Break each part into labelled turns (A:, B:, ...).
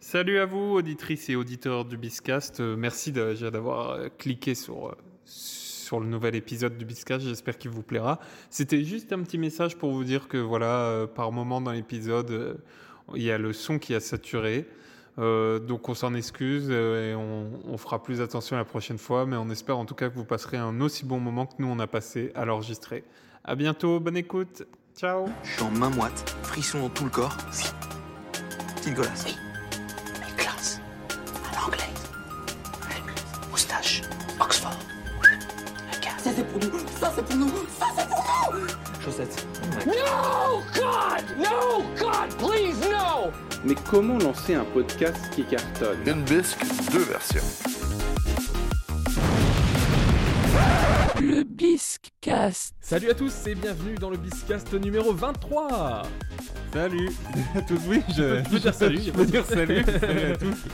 A: Salut à vous, auditrices et auditeurs du Biscast. Euh, merci de- déjà d'avoir euh, cliqué sur, euh, sur le nouvel épisode du Biscast. J'espère qu'il vous plaira. C'était juste un petit message pour vous dire que voilà, euh, par moment dans l'épisode, euh, il y a le son qui a saturé. Euh, donc on s'en excuse euh, et on, on fera plus attention la prochaine fois. Mais on espère en tout cas que vous passerez un aussi bon moment que nous on a passé à l'enregistrer. À bientôt, bonne écoute. Ciao.
B: Je suis en main moite, frisson dans tout le corps. Oui. C'est dégueulasse. Oui.
C: Mais classe, à l'anglais, moustache, Oxford, regarde,
D: Ça c'est pour nous, ça c'est pour nous, ça c'est pour
B: Chaussettes.
E: No, God! No, God, please, no!
F: Mais comment lancer un podcast qui cartonne
G: Denbisk, deux versions.
E: Le Biscast.
H: Salut à tous et bienvenue dans le Biscast numéro 23
A: Salut à tous. Oui, je,
H: Tu peux dire salut,
A: je peux dire salut. Salut à tous.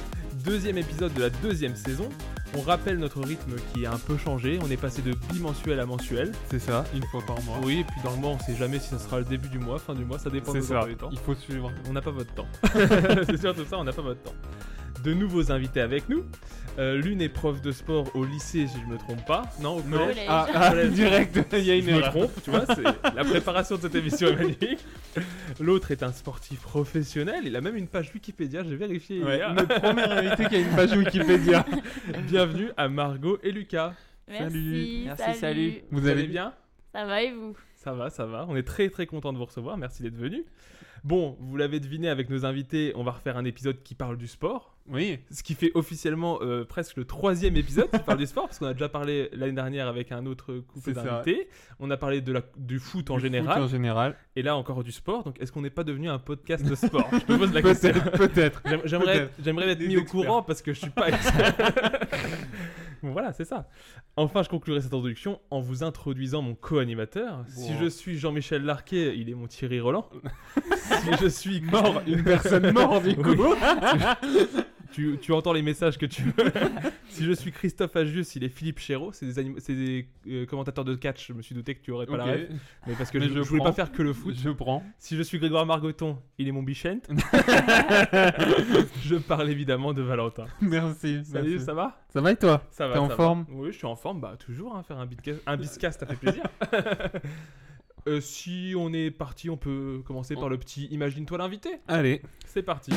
H: Deuxième épisode de la deuxième saison. On rappelle notre rythme qui a un peu changé, on est passé de bimensuel à mensuel.
A: C'est ça, une fois par mois.
H: Oui, et puis dans le mois on sait jamais si ça sera le début du mois, fin du mois, ça dépend de
A: C'est
H: nos
A: ça,
H: emplois du temps.
A: il faut suivre.
H: On n'a pas votre temps. C'est surtout ça, on n'a pas votre temps. De nouveaux invités avec nous. Euh, L'une est prof de sport au lycée, si je me trompe pas. Non, au collège.
A: Ah, ah,
H: Collège.
A: direct, il y a une
H: je me
A: erreur.
H: trompe, tu vois, c'est- la préparation de cette émission est magnifique. L'autre est un sportif professionnel, il a même une page Wikipédia, j'ai vérifié
A: Ouais,
H: hier.
A: notre premier invité qui a une page Wikipédia.
H: Bienvenue à Margot et Lucas.
I: Merci,
H: Merci,
I: salut.
H: salut.
A: Vous
H: Vous
A: allez
H: allez bien
I: Ça va et vous
H: Ça va, ça va. On est très très content de vous recevoir, merci d'être venu. Bon, vous l'avez deviné avec nos invités, on va refaire un épisode qui parle du sport.
A: Oui,
H: Ce qui fait officiellement euh, presque le troisième épisode qui parle du sport, parce qu'on a déjà parlé l'année dernière avec un autre couple
A: C'est ça.
H: d'invités. On a parlé de la, du foot en
A: du
H: général.
A: foot en général.
H: Et là encore du sport, donc est-ce qu'on n'est pas devenu un podcast de sport Je te pose la question.
A: Peut-être, peut-être.
H: J'aim- J'aimerais être, j'aimerais être
A: Des
H: mis
A: experts.
H: au courant parce que je suis pas expert. bon, voilà, c'est ça. Enfin, je conclurai cette introduction en vous introduisant mon co-animateur. Si
A: Wow.
H: je suis Jean-Michel Larquet, il est mon Thierry Roland. si je suis mort,
A: Une personne morte du coup.
H: tu, tu entends les messages que tu veux. si je suis Christophe Agius, il est Philippe Chéreau. C'est des, anim- c'est des, euh, commentateurs de catch. Je me suis douté que tu aurais pas la rêve.
A: Ok,
H: Mais parce que
A: Mais je
H: je, je voulais
A: prends.
H: pas faire que le foot.
A: je prends.
H: Si je suis Grégoire Margoton, il est mon Bichent. je parle évidemment de Valentin.
A: Merci.
H: Salut,
A: merci.
H: ça va
A: Ça va et toi
H: Ça va.
A: T'es en
H: ça va.
A: forme
H: Oui, je suis en forme. Bah, toujours, hein, faire un, bitca- un biscast, ça fait plaisir. Euh, si on est parti, on peut commencer par le petit Imagine-toi l'invité.
A: Allez.
H: C'est parti.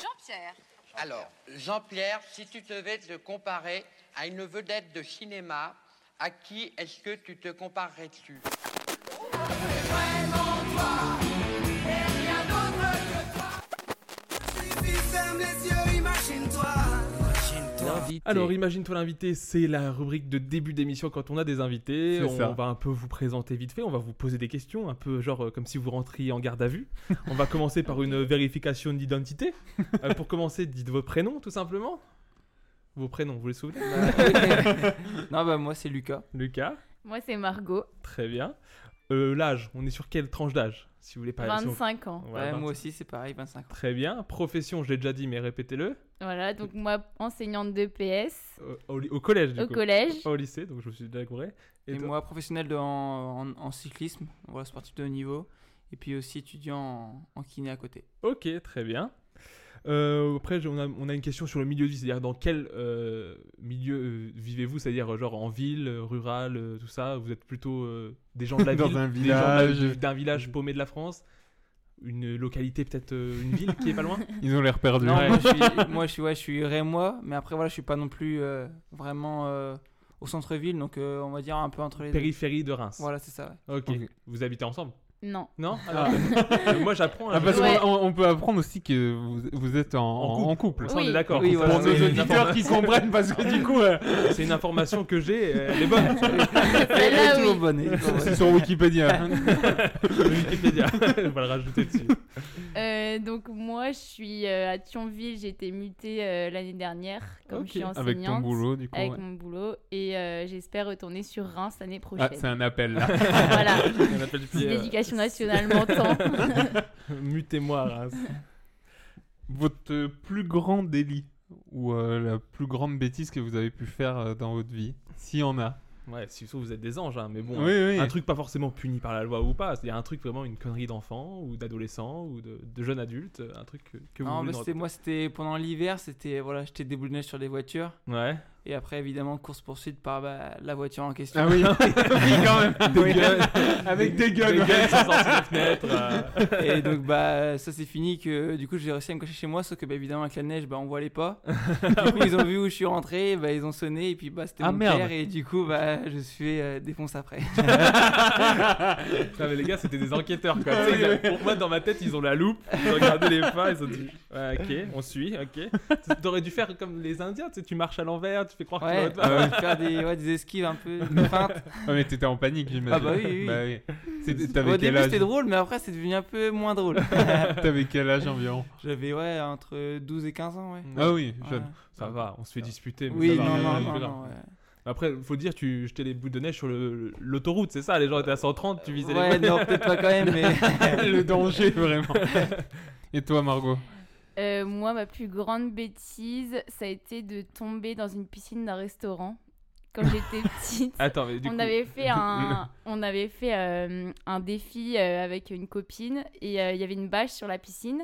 J: Jean-Pierre. Alors, Jean-Pierre, si tu devais te comparer à une vedette de cinéma, à qui est-ce que tu te comparerais-tu
H: Alors, Imagine-toi l'invité, c'est la rubrique de début d'émission quand on a des invités.
A: C'est
H: On
A: ça.
H: va un peu vous présenter vite fait, on va vous poser des questions, un peu genre euh, comme si vous rentriez en garde à vue. on va commencer par une vérification d'identité. Euh, pour commencer, dites vos prénoms tout simplement. Vos prénoms, vous les souvenez
K: Non, bah moi c'est Lucas.
H: Lucas,
I: Moi, c'est Margot,
H: très bien. Euh, L'âge, on est sur quelle tranche d'âge Si vous voulez pas. si on-
I: 25 ans.
H: Ouais,
K: Ouais,
H: 20.
K: moi aussi c'est pareil, 25 ans.
H: Très bien. Profession, je l'ai déjà dit, mais répétez-le.
I: Voilà, donc moi, enseignante de PS
H: Euh, Au, li- au collège, du
I: au
H: coup.
I: collège.
H: Pas au lycée, donc je me suis déjà gouré.
K: Et,
H: toi
K: moi professionnel de- en, en- en cyclisme, voilà, sportif de haut niveau. Et puis aussi étudiant en, en kiné à côté.
H: Ok, très bien. Euh, après, j'ai- on a, on a une question sur le milieu de vie, c'est-à-dire dans quel euh, milieu euh, vivez-vous C'est-à-dire euh, genre en ville, euh, rural, euh, tout ça Vous êtes plutôt euh, des gens de la
A: Dans
H: ville,
A: un
H: des gens de la-
A: village.
H: d'un village paumé de la France Une localité, peut-être euh, une ville qui est pas loin
A: Ils ont l'air perdus.
K: Non, moi je suis, moi, je suis, ouais, je suis rémois, mais après voilà, je suis pas non plus euh, vraiment euh, au centre-ville, donc euh, on va dire un peu entre les deux.
H: Périphérie de Reims.
K: Voilà, c'est ça. ouais.
H: Ok.
A: Ok.
H: Vous habitez ensemble
I: Non.
H: Non Alors, euh, Moi, j'apprends.
A: Ah, parce
I: Ouais.
A: qu'on on- on peut apprendre aussi que vous, vous êtes en,
H: En
A: en- en couple.
H: Ça, on est
I: Oui.
H: d'accord.
K: Oui,
H: Ça,
K: voilà,
A: Pour
H: c'est
A: nos
H: une
A: auditeurs
H: informa-
A: qui comprennent, parce que du coup, euh,
H: C'est une information que j'ai, euh, elle est bonne.
K: Elle est
I: Celle-là,
K: toujours
I: oui.
K: bonne. elle est toujours bonne.
A: c'est sur Wikipédia. hein,
H: Wikipédia. On va le rajouter dessus. Mm.
I: Euh, donc moi, je suis euh, à Thionville. J'ai été mutée euh, l'année dernière, comme
H: Ok.
I: je suis enseignante.
A: Avec ton boulot, du coup.
I: Avec
A: ouais.
I: mon boulot. Et euh, j'espère retourner sur Reims l'année
A: Ah, c'est
I: prochaine.
A: un appel là.
I: voilà.
H: On appelle
I: Si
H: puis, euh,
I: l'éducation nationale m'entend.
H: Mutez-moi, Reims.
A: Votre plus grand délit ou euh, la plus grande bêtise que vous avez pu faire euh, dans votre vie, s'il y en a.
H: Ouais, si sauf vous êtes des anges, hein, mais bon,
A: Oui,
H: hein,
A: oui.
H: un truc pas forcément puni par la loi ou pas. Il y a un truc vraiment une connerie d'enfant ou d'adolescent ou de, de jeune adulte, un truc que, que vous
K: Non,
H: voulez
K: moi
H: nous
K: c'était, moi c'était pendant l'hiver, c'était voilà, j'étais déboulonné sur les voitures.
H: Ouais.
K: Et après, évidemment, course-poursuite par bah, la voiture en question.
A: Ah oui, oui quand même.
K: Des
A: Oui.
K: gueules.
A: Avec des gueules. ouais.
H: gueules qui sont sorties de la fenêtre, euh.
K: Et donc, bah, ça c'est fini que du coup, j'ai réussi à me cacher chez moi, sauf que, bah, évidemment, avec la neige, bah, on voit les pas. du coup, ils ont vu où je suis rentré, bah, ils ont sonné, et puis, bah, c'était
H: Ah,
K: mon
H: merde.
K: père, et du coup, bah, je suis fait euh, défoncer après.
H: Putain, mais les gars, c'était des enquêteurs quoi.
A: Ah
H: Tu sais, ils ont- Pour moi, dans ma tête, ils ont la loupe, ils ont regardé les pas, ils ont dit Ouais, ok, on suit, ok. T'aurais dû faire comme les Indiens, tu sais, tu marches à l'envers, tu fais
A: Oh,
H: croire que tu vas
K: Ouais,
H: au-delà.
K: euh, faire des, ouais, des esquives un peu, des feintes.
A: Ah, mais t'étais en panique, j'imagine.
K: Ah bah oui, oui, oui.
A: C'était-
K: Au
A: T'avais quel
K: début,
A: âge
K: c'était drôle, mais après, c'est devenu un peu moins drôle.
A: T'avais quel âge environ
K: J'avais, ouais, entre 12 et 15 ans, ouais.
A: Ah oui, jeune.
K: Ouais.
H: Ça va, on se fait disputer. Mais
K: Oui,
H: ça va,
K: non,
H: rien,
K: non,
H: c'est
K: non,
H: pas
K: non,
H: grave.
K: ouais.
H: Après, faut dire, tu jetais les bouts de neige sur le- l'autoroute, c'est ça Les gens étaient à 130, tu visais
K: Ouais,
H: les
K: non, peut-être pas quand même, mais.
A: Le danger, vraiment. Et toi, Margot
I: Euh, moi, ma plus grande bêtise, ça a été de tomber dans une piscine d'un restaurant quand j'étais petite.
H: Attends, mais du
I: on
H: coup-
I: avait fait un, on avait fait euh, un défi euh, avec une copine et euh, il y avait une bâche sur la piscine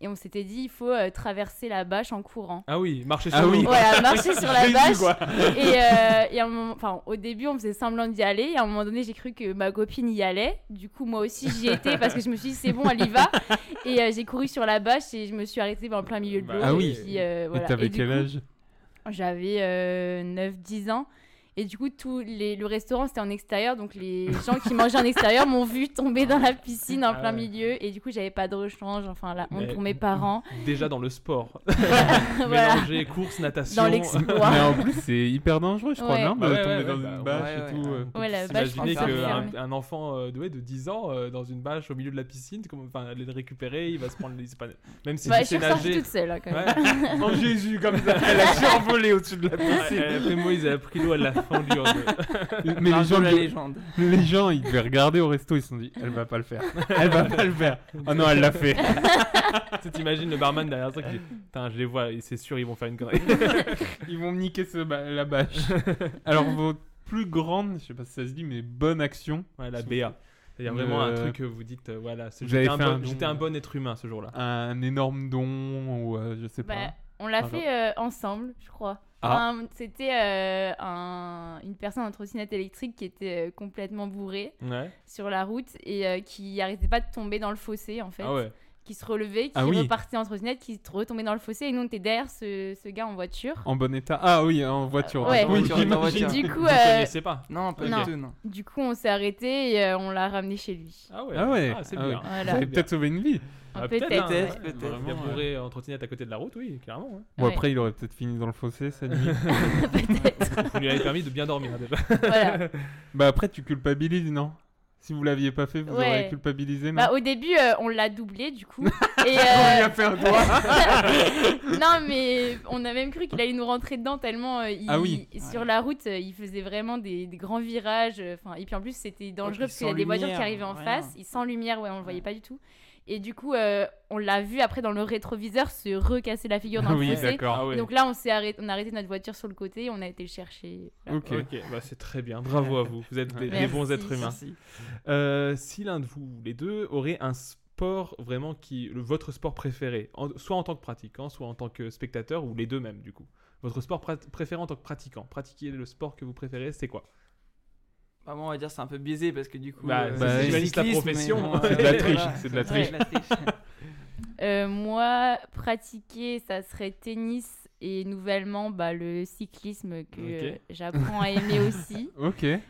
I: et on s'était dit il faut euh, traverser la bâche en courant.
H: Ah oui, marcher sur
A: Ah oui.
H: l'eau.
I: Voilà, marcher sur Oh la
A: Jésus,
I: bâche.
A: quoi.
I: Et, euh, et à un moment, enfin, au début, on faisait semblant d'y aller. Et à un moment donné, j'ai cru que ma copine y allait. Du coup, moi aussi, j'y étais parce que je me suis dit, c'est bon, elle y va. Et euh, j'ai couru sur la bâche et je me suis arrêtée ben, en plein milieu de
H: Bah,
I: l'eau.
A: ah
I: et
A: oui.
I: puis, euh, voilà.
A: Et t'avais
I: Et du
A: quel
I: coup,
A: âge
I: J'avais 9-10 ans. Et du coup, tout les, le restaurant, c'était en extérieur. Donc, les gens qui mangeaient en extérieur m'ont vu tomber dans la piscine en
H: Ah
I: plein
H: ouais.
I: milieu. Et du coup, j'avais pas de rechange. Enfin, la honte
H: Mais-
I: pour mes parents.
H: Déjà dans le sport.
I: Voilà.
H: Mélanger course, natation.
I: Dans l'exploit.
A: Mais en plus, c'est hyper dangereux, je crois,
I: Bah Ouais.
A: non
H: Bah
A: de
H: ouais,
A: tomber
H: ouais,
A: dans
H: bah,
A: une bâche
K: ouais,
A: et tout.
K: ouais.
A: euh.
I: Ouais, la bâche, je pense
H: Imaginez
I: que ça ferme.
H: qu'un un enfant euh, de, ouais, de 10 ans euh, dans une bâche au milieu de la piscine, comme, enfin, aller le récupérer, il va se prendre les. c'est Pas... Même si
I: Bah, je
H: tu sais
I: suis ressortie
H: nager.
I: toute seule, hein, quand même.
H: Ouais. en Jésus, comme ça, elle a survolé au-dessus de la piscine. Après Moïse, elle a pris l'eau, elle l'a fendu en deux.
A: Mais les gens,
K: la
A: le-
K: légende.
A: les gens, ils devaient regarder au resto, ils se sont dit, elle va pas le faire. Elle va pas le faire. Oh non, elle l'a fait.
H: Tu sais, t'imagines le barman derrière ça qui dit Putain, je les vois, et c'est sûr, ils vont faire une connerie.
A: Ils vont me niquer ce ba- la bâche. Alors, votre plus grande, je sais pas si ça se dit, mais bonne action.
H: Ouais, la BA. Il y a vraiment
A: Euh,
H: un truc que vous dites, euh, voilà, c'est-
A: vous avez
H: j'étais un,
A: fait
H: bon-
A: un don.
H: j'étais un bon être humain ce jour-là.
A: Un énorme don, ou euh, je sais
I: Bah,
A: pas.
I: on l'a
H: Ah,
A: Pardon.
I: fait euh, ensemble, je crois.
A: Ah.
I: Enfin, C'était euh, un- une personne en trottinette électrique qui était euh, complètement bourrée
H: Ouais.
I: sur la route et euh, qui arrêtait pas de tomber dans le fossé en fait.
H: Ah ouais.
I: Qui se relevait, qui
A: Ah oui.
I: repartait en trottinette, qui retombait dans le fossé et nous on était derrière ce, ce gars en voiture.
A: En bon état. Ah oui, en voiture.
I: Euh, Ouais.
A: Oui,
K: Voiture,
A: j'imagine.
K: en voiture.
I: Du coup,
H: Vous
I: euh,
H: connaissez pas.
K: Non, pas
I: Non.
K: du tout, non.
I: du coup on s'est arrêté et euh, on l'a ramené chez lui.
H: Ah ouais.
A: Ah ouais,
H: c'est
A: ah ouais.
H: bien.
I: Voilà.
A: Vous avez
H: C'est bien.
A: peut-être sauvé une vie.
H: Ah,
I: Peut-être.
H: hein,
K: Peut-être,
H: ouais.
K: peut-être.
H: Vraiment,
A: Vraiment,
H: bourré en trottinette à côté de la route, oui, clairement. hein.
A: Bon,
I: Ouais.
A: après, il aurait peut-être fini dans le fossé cette nuit.
H: Vous lui avez permis de bien dormir déjà.
I: Voilà.
A: bah, après, tu culpabilises, non Si vous l'aviez pas fait, vous
I: Ouais.
A: auriez culpabilisé, non
I: Bah, au début euh, on l'a doublé du coup. et,
H: Ah
A: Il
I: euh,
A: a fait un doigt.
I: non, mais on a même cru qu'il allait nous rentrer dedans tellement euh, il-
A: Ah oui.
I: sur la route, euh, il faisait vraiment des, des grands virages. euh, Enfin, et puis en plus, c'était dangereux
K: puis
I: parce qu'il y a
K: sans
I: des voitures qui
K: lumière,
I: arrivaient en
K: rien.
I: face. Il sans lumière, ouais, on le voyait pas du tout. Et du coup, euh, on l'a vu après dans le rétroviseur se recasser la figure dans
A: Ah
I: le
A: oui,
I: fossé.
A: d'accord.
H: Ah ouais.
I: Donc là, on s'est arrêté, on a arrêté notre voiture sur le côté, on a été le chercher. Voilà.
A: Ok.
H: Ok, bah c'est très bien. Bravo à vous. Vous êtes des, des
I: Merci.
H: bons êtres humains.
K: Merci.
H: Euh, si l'un de vous, les deux, aurait un sport vraiment qui, le- votre sport préféré, en- soit en tant que pratiquant, soit en tant que spectateur, ou les deux même du coup. Votre sport prat- préféré en tant que pratiquant. Pratiquer le sport que vous préférez, c'est quoi
K: Bah, moi, on va dire c'est un peu biaisé parce que du coup.
H: Bah,
K: euh,
A: bah,
K: c'est
A: c'est
K: du
H: juste la
K: cyclisme,
H: profession.
K: mais bon,
H: C'est
A: de la
K: euh,
A: triche,
K: voilà,
A: c'est de la
K: ouais, triche.
I: Euh, moi, pratiquer, ça serait tennis et nouvellement bah, le cyclisme que
H: Ok.
I: euh, j'apprends à aimer aussi.
A: Ok.
I: et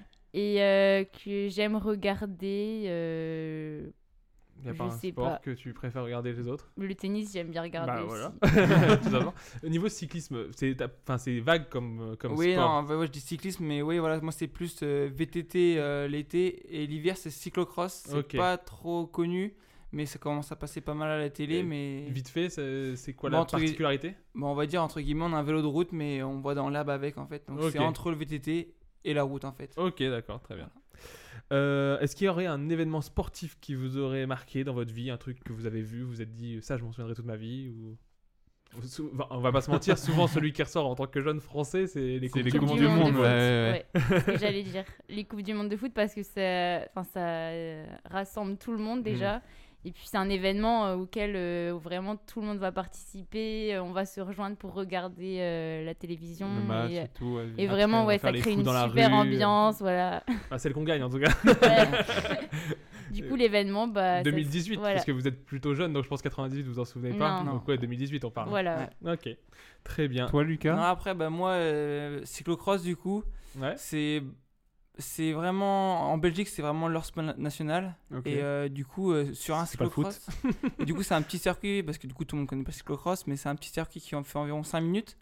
I: euh, que j'aime regarder. euh,
H: Il n'y a
I: Je
H: pas un
I: sais
H: sport
I: pas.
H: que tu préfères regarder les autres
I: le tennis, j'aime bien regarder
H: Bah,
I: aussi.
H: voilà. Tout simplement. Au Niveau cyclisme, c'est ta- enfin, c'est vague comme, euh, comme
K: Oui,
H: sport.
K: non, bah, ouais, je dis cyclisme, mais oui, voilà, moi, c'est plus euh, VTT euh, l'été et l'hiver, c'est cyclocross. C'est
H: Ok.
K: pas trop connu, mais ça commence à passer pas mal à la télé.
H: Euh,
K: mais
H: Vite fait, c'est c'est quoi
K: Bon,
H: la
K: entre guillemets-
H: particularité
K: bah, on va dire, entre guillemets, on a un vélo de route, mais on voit dans l'ab avec en fait. Donc, c'est
H: Ok.
K: entre le VTT et la route en fait.
H: Ok, d'accord, très bien. Euh, Est-ce qu'il y aurait un événement sportif qui vous aurait marqué dans votre vie, un truc que vous avez vu, vous vous êtes dit ça, je m'en souviendrai toute ma vie ou... sou- enfin, on va pas se mentir, souvent celui qui ressort en tant que jeune français, c'est les
A: C'est
H: Coupes
A: les
H: du
A: Coupes
H: Monde.
A: du Monde.
I: de
A: ouais,
I: foot,
A: ouais,
I: ouais. C'est ce que j'allais dire. Les Coupes du Monde de foot parce que ça, enfin, ça euh, rassemble tout le monde
H: Mm.
I: déjà. Et puis c'est un événement euh, auquel euh, où vraiment tout le monde va participer. euh, on va se rejoindre pour regarder euh, la télévision.
A: Le match
I: et,
A: et tout. ouais.
I: et vraiment,
H: on va
I: ouais,
H: faire
I: ça
H: les
I: crée
H: fous
I: une
H: dans la
I: super
H: rue.
I: ambiance. Voilà.
H: Ah, celle qu'on gagne en tout cas.
I: Ouais. du coup, l'événement, bah, ça-
H: 2018,
I: voilà.
H: parce que vous êtes plutôt jeune, donc je pense 98, vous vous en souvenez pas.
I: Non.
H: Donc ouais, 2018, on parle.
I: Voilà.
H: Ok, très bien.
A: Toi, Lucas
K: Non, après, bah, moi, euh, cyclocross, du coup,
H: Ouais.
K: c'est. C'est vraiment. En Belgique, c'est vraiment leur sport na- national.
A: Ok.
K: Et euh, du coup, euh, sur un
A: C'est pas le foot.
K: cyclocross. et du coup, c'est un petit circuit, parce que du coup, tout le monde connaît pas le cyclocross, mais c'est un petit circuit qui en fait environ 5 minutes.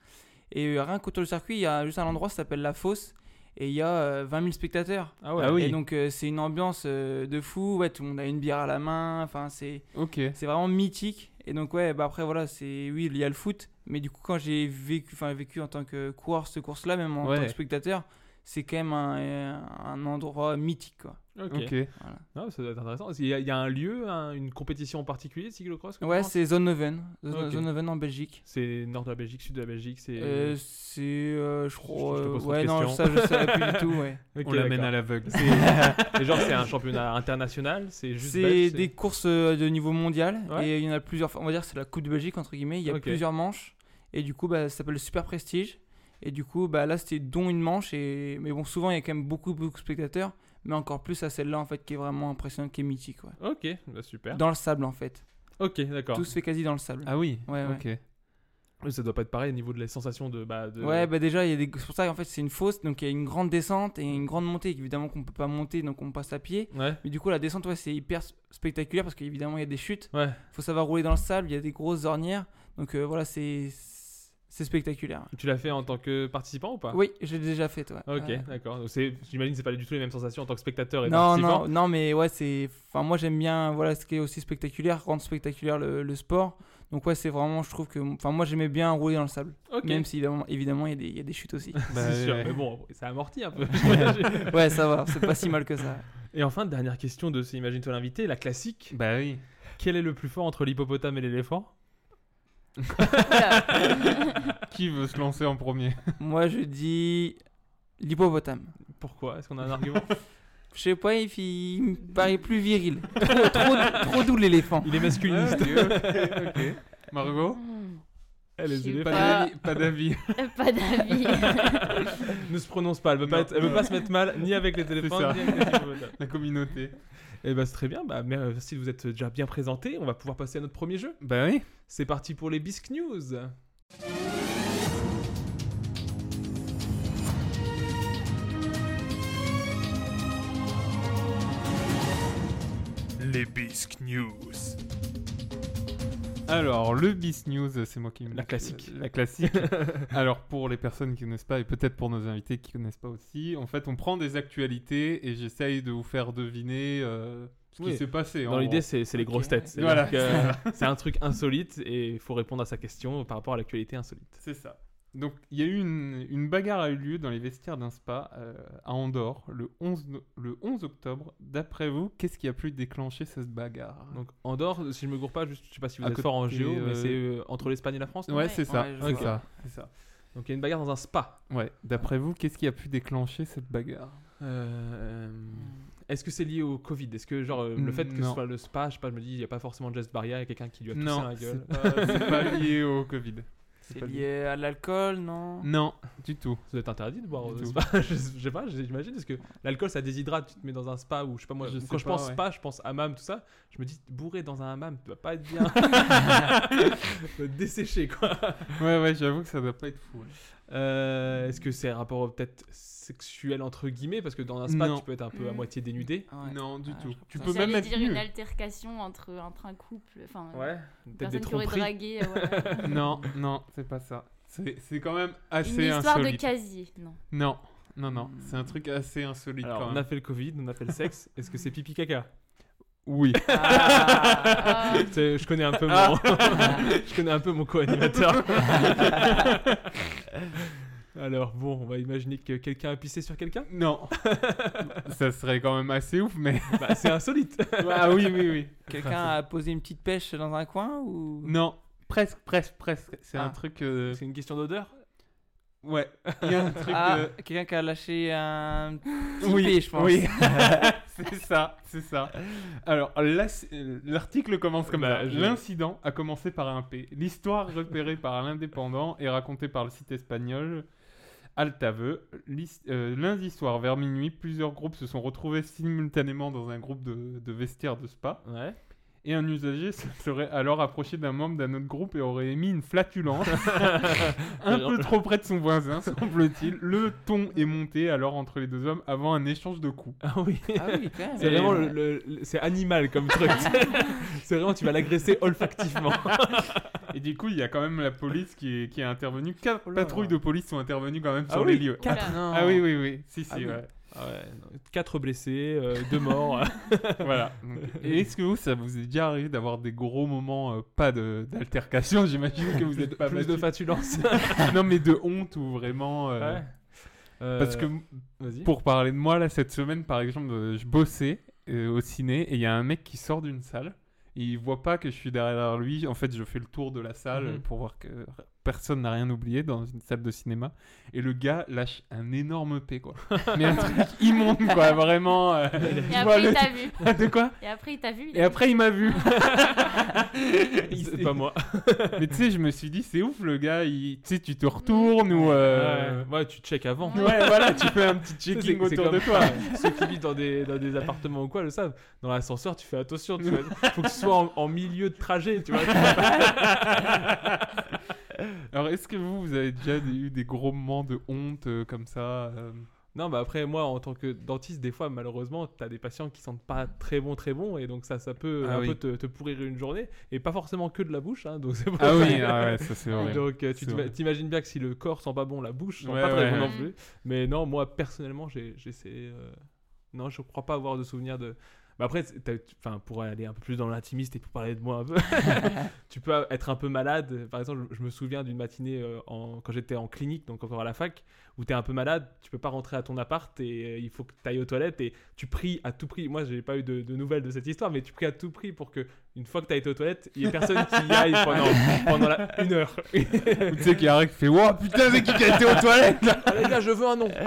K: Et euh, rien qu'autour du circuit, il y a juste un endroit, ça s'appelle La Fosse. Et il y a euh, 20 000 spectateurs.
H: Ah ouais.
A: Ah oui.
K: Et donc, euh, c'est une ambiance euh, de fou. Ouais, tout le monde a une bière à la main. Enfin, c'est.
A: Ok.
K: C'est vraiment mythique. Et donc, ouais, bah après, voilà, c'est. Oui, il y a le foot. Mais du coup, quand j'ai vécu, enfin, vécu en tant que coureur cette course-là, même en
A: Ouais.
K: tant que spectateur, c'est quand même un, euh, un endroit mythique, quoi.
H: Ok.
A: Ok.
H: Non, ça doit être intéressant. Il y, a- il y a un lieu, un- une compétition en particulier, de cyclocross que tu
K: Ouais,
H: penses
K: c'est Zonhoven. Zon-
H: Ok.
K: Zonhoven en Belgique.
H: C'est nord de la Belgique, sud de la Belgique. C'est.
K: Euh, c'est. euh, je crois.
H: Je te
K: euh,
H: pose trop de
K: ouais, non,
H: questions.
K: ça, je sais plus du tout, ouais.
H: Ok,
A: On l'amène
H: d'accord.
A: à l'aveugle.
H: C'est- c'est genre, c'est un championnat international, c'est juste.
K: C'est
H: belge,
K: des courses euh, de niveau mondial.
H: Ouais.
K: Et il y en a plusieurs. On va dire, c'est la Coupe de Belgique, entre guillemets. Il y a
H: Ok.
K: plusieurs manches. Et du coup, bah, ça s'appelle le Super Prestige. Et du coup, bah, là, c'était dont une manche. Et... Mais bon, souvent, il y a quand même beaucoup, beaucoup de spectateurs. Mais encore plus à celle-là, en fait, qui est vraiment impressionnante, qui est mythique. ouais.
H: Ok, bah, super.
K: Dans le sable, en fait.
H: Ok, d'accord.
K: Tout se fait quasi dans le sable.
A: Ah oui.
K: Ouais, ouais.
A: Ok.
H: Ça doit pas être pareil au niveau de la sensation de. Bah, de...
K: Ouais, bah déjà, il y a des... c'est pour ça en fait, c'est une fosse. Donc, il y a une grande descente et une grande montée. Évidemment, qu'on peut pas monter, donc on passe à pied.
H: Ouais.
K: Mais du coup, la descente, ouais, c'est hyper s- spectaculaire parce qu'évidemment, il y a des chutes.
H: Ouais.
K: faut savoir rouler dans le sable, il y a des grosses ornières. Donc euh, voilà, c'est c'est spectaculaire.
H: Tu l'as fait en tant que participant ou pas
K: Oui, je l'ai déjà fait, toi.
H: Ah. Ok, d'accord. Donc c'est, j'imagine, que c'est pas du tout les mêmes sensations en tant que spectateur et
K: Non,
H: participant.
K: non, non, mais ouais, c'est. Enfin, moi j'aime bien voilà, ce qui est aussi spectaculaire, rendre spectaculaire le, le sport. Donc, ouais, c'est vraiment, je trouve que. Enfin, moi j'aimais bien rouler dans le sable.
H: Ok.
K: Même si évidemment, évidemment, il y a des- il y, a des chutes aussi.
A: Bah,
H: c'est sûr.
A: ouais.
H: Mais bon, ça amortit un peu.
K: ouais, ça va, c'est pas si mal que ça.
H: et enfin, dernière question de ce Imagine-toi l'invité, la classique.
A: Bah oui.
H: Quel est le plus fort entre l'hippopotame et l'éléphant
A: Qui veut se lancer en premier
K: Moi je dis. L'hippopotame.
H: Pourquoi Est-ce qu'on a un argument
K: Je sais pas, il, il me paraît plus viril. Trop, trop, trop doux l'éléphant.
H: Il est masculiniste.
A: ok. Margot
I: Hmm,
H: Eh, les
I: Je sais
H: éléphants.
A: Pas
I: Pas-
A: d'avis- Pas d'avis.
I: Pas d'avis.
H: ne se prononce pas, elle veut pas,
A: Non.
H: être- elle veut pas se mettre mal ni avec les téléphones
A: ça.
H: ni avec les hippopotames.
A: La communauté.
H: Et bah c'est très bien, bah merci de vous êtes déjà bien présenté, on va pouvoir passer à notre premier jeu.
A: Bah oui.
H: C'est parti pour les Bisque News.
L: Les Bisque News.
A: Alors, le Bis News, c'est moi qui me
H: La classique.
A: La classique. Alors, pour les personnes qui connaissent pas, et peut-être pour nos invités qui connaissent pas aussi, en fait, on prend des actualités et j'essaye de vous faire deviner euh, ce
H: Oui.
A: qui s'est passé. en
H: Dans l'idée,
A: gros.
H: c'est c'est les grosses têtes. C'est-à-dire
A: Voilà.
H: que C'est un truc insolite et il faut répondre à sa question par rapport à l'actualité insolite.
A: C'est ça. Donc, il y a eu une, une bagarre a eu lieu dans les vestiaires d'un spa euh, à Andorre le 11, no- le 11 octobre. D'après vous, qu'est-ce qui a pu déclencher cette bagarre
H: Donc Andorre, si je me gourre pas, juste, je sais pas si vous
A: À
H: êtes fort en
A: côté,
H: géo, mais
A: euh,
H: c'est euh, entre l'Espagne et la France. non
A: Ouais, c'est ça.
K: Ouais, je
A: c'est
K: vois.
A: ça. C'est ça.
H: Donc il y a une bagarre dans un spa.
A: Ouais. D'après vous, qu'est-ce qui a pu déclencher cette bagarre
H: Euh, Est-ce que c'est lié au Covid Est-ce que genre euh, le fait que ce
A: Non.
H: soit le spa, je sais pas, je me dis, il n'y a pas forcément de geste barrière, il y a quelqu'un qui lui a toussé dans
A: Non,
H: la gueule.
A: c'est pas, c'est pas lié au Covid.
K: C'est lié à l'alcool, non
A: Non, du tout.
H: Ça doit être interdit de boire
A: Du
H: au
A: tout.
H: spa. je sais pas, j'imagine, parce que l'alcool ça déshydrate. Tu te mets dans un spa ou je sais pas moi.
A: Je sais
H: quand je
A: pas,
H: pense
A: ouais.
H: spa, je pense hammam, tout ça. Je me dis, bourré dans un hammam, tu vas pas être bien. Tu vas te dessécher quoi.
A: Ouais, ouais, j'avoue que ça doit pas être fou. hein.
H: Euh, Est-ce que c'est un rapport euh, peut-être sexuel entre guillemets Parce que dans un spa,
A: Non.
H: tu peux être un peu à
I: Mm.
H: moitié dénudé.
K: Ouais.
A: Non, du
K: Ah, je
A: tout.
K: comprends.
A: Tu peux même
I: J'allais
A: être
I: dire une
A: nu.
I: altercation entre, entre un couple. Enfin, une
H: Peut-être
I: personne
H: des
I: qui aurait
H: tromperies.
I: dragué. euh, voilà.
A: Non, non, c'est pas ça. C'est c'est quand même
I: Une
A: assez
I: histoire de
A: insolite.
I: casier. Non. Oh,
A: Non, non, non,
K: Hmm.
A: c'est un truc assez insolite
H: Alors,
A: quand
H: on
A: même.
H: a fait le Covid, on a fait le sexe. Est-ce que c'est pipi caca
A: Oui.
I: Ah,
H: C'est- Je connais un peu mon, je connais un peu mon co-animateur. Alors bon, on va imaginer que quelqu'un a pissé sur quelqu'un.
A: non. ça serait quand même assez ouf, mais.
H: Bah, c'est insolite.
A: ah oui, oui, oui.
K: Quelqu'un a posé une petite pêche dans un coin ou
A: Non,
M: Presque, presque, presque. C'est
H: Ah.
M: un truc. euh,
H: C'est une question d'odeur
M: Ouais. Il y a un truc.
H: Ah,
M: euh,
H: quelqu'un qui a lâché un petit
M: Oui,
H: pé, je pense.
M: oui. c'est ça, c'est ça. Alors là, c'est- l'article commence comme
H: Bah,
M: ça.
H: je-
M: L'incident a commencé par un P. L'histoire repérée par l'indépendant et racontée par le site espagnol Altaveux. L'his- euh, lundi soir, vers minuit, plusieurs groupes se sont retrouvés simultanément dans un groupe de, de vestiaires de spa.
H: Ouais.
M: Et un usager se serait alors approché d'un membre d'un autre groupe et aurait émis une flatulence un peu trop près de son voisin, semble-t-il. Le ton est monté alors entre les deux hommes avant un échange de coups.
H: Ah oui. Ah oui, quand même.
M: Et-
H: Et-
M: C'est vraiment
H: ouais.
M: le-
H: c'est animal comme truc. c'est vraiment, tu vas l'agresser olfactivement.
M: Et du coup, il y a quand même la police qui est, qui est intervenue. Quatre
H: Oh là.
M: patrouilles de police sont intervenues quand même
H: Ah
M: sur
H: oui,
M: les lieux.
H: quatre. Non.
M: Ah oui, oui, oui. Si, si,
H: Ah oui.
M: ouais.
H: Quatre blessés, euh, deux morts.
M: voilà. Donc, et Est-ce que vous, ça vous est déjà arrivé d'avoir des gros moments, euh, pas de- d'altercation J'imagine que vous n'êtes pas
H: Plus de
M: battus.
H: fatulence.
M: non, mais de honte ou vraiment. euh,
H: Ouais. Euh,
M: Parce que
H: vas-y.
M: pour parler de moi, là, cette semaine, par exemple, euh, je bossais euh, au ciné et il y a un mec qui sort d'une salle. Et il voit pas que je suis derrière lui. En fait, je fais le tour de la salle
H: Mhm.
M: pour voir que r- personne n'a rien oublié dans une salle de cinéma. Et le gars lâche un énorme P, quoi. Mais un truc immonde, quoi, vraiment. euh,
I: Et
M: je vois
I: après,
M: le-
I: il t'a vu.
M: De quoi
I: Et après, il t'a vu. il
M: et
I: a-
M: après, il m'a vu. Il
H: C'est
M: s'est-
H: pas moi.
M: Mais tu sais, je me suis dit, c'est ouf, le gars. il- Tu sais, tu te retournes ou. euh,
H: Ouais, tu check avant.
M: Ouais, voilà, tu fais un petit
H: Tu sais,
M: checking
H: c'est- c'est
M: autour de
H: comme-
M: toi.
H: Ceux qui vivent dans des, dans des appartements ou quoi le savent. Dans l'ascenseur, tu fais attention. Tu vois, faut que ce soit en, en milieu de trajet. Tu vois,
M: Alors, est-ce que vous, vous avez déjà des- eu des gros moments de honte euh, comme ça euh,
H: Non, bah après, moi, en tant que dentiste, des fois, malheureusement, t'as des patients qui sentent pas très bon, très bon, et donc ça, ça peut
M: Ah
H: un
M: oui.
H: peu te, te pourrir une journée, et pas forcément que de la bouche, hein, donc c'est pour
M: Ah
H: ça.
M: oui, ah ouais, ça c'est horrible.
H: Donc euh, tu
M: C'est
H: t'ima-
M: vrai.
H: t'imagines bien que si le corps sent pas bon, la bouche sent
M: Ouais,
H: pas très
M: ouais.
H: bon non plus. Mais non, moi personnellement, j'ai j'ai essayé, euh, Non, je crois pas avoir de souvenir de. Mais après, c'est- t'as- tu- enfin, pour aller un peu plus dans l'intimiste et pour parler de moi un peu, tu peux être un peu malade. Par exemple, je je me souviens d'une matinée euh, en- quand j'étais en clinique, donc encore à la fac, où t'es un peu malade, tu peux pas rentrer à ton appart et euh, il faut que t'ailles aux toilettes et tu pries à tout prix. Moi, j'ai pas eu de, de nouvelles de cette histoire, mais tu pries à tout prix pour que une fois que t'as été aux toilettes, il y ait personne qui y aille pendant, pendant la- une heure.
M: Ou tu sais qu'il y a un qui fait Wow, putain, c'est qui qui a été aux toilettes là
H: Allez, là, Ah, je veux un nom.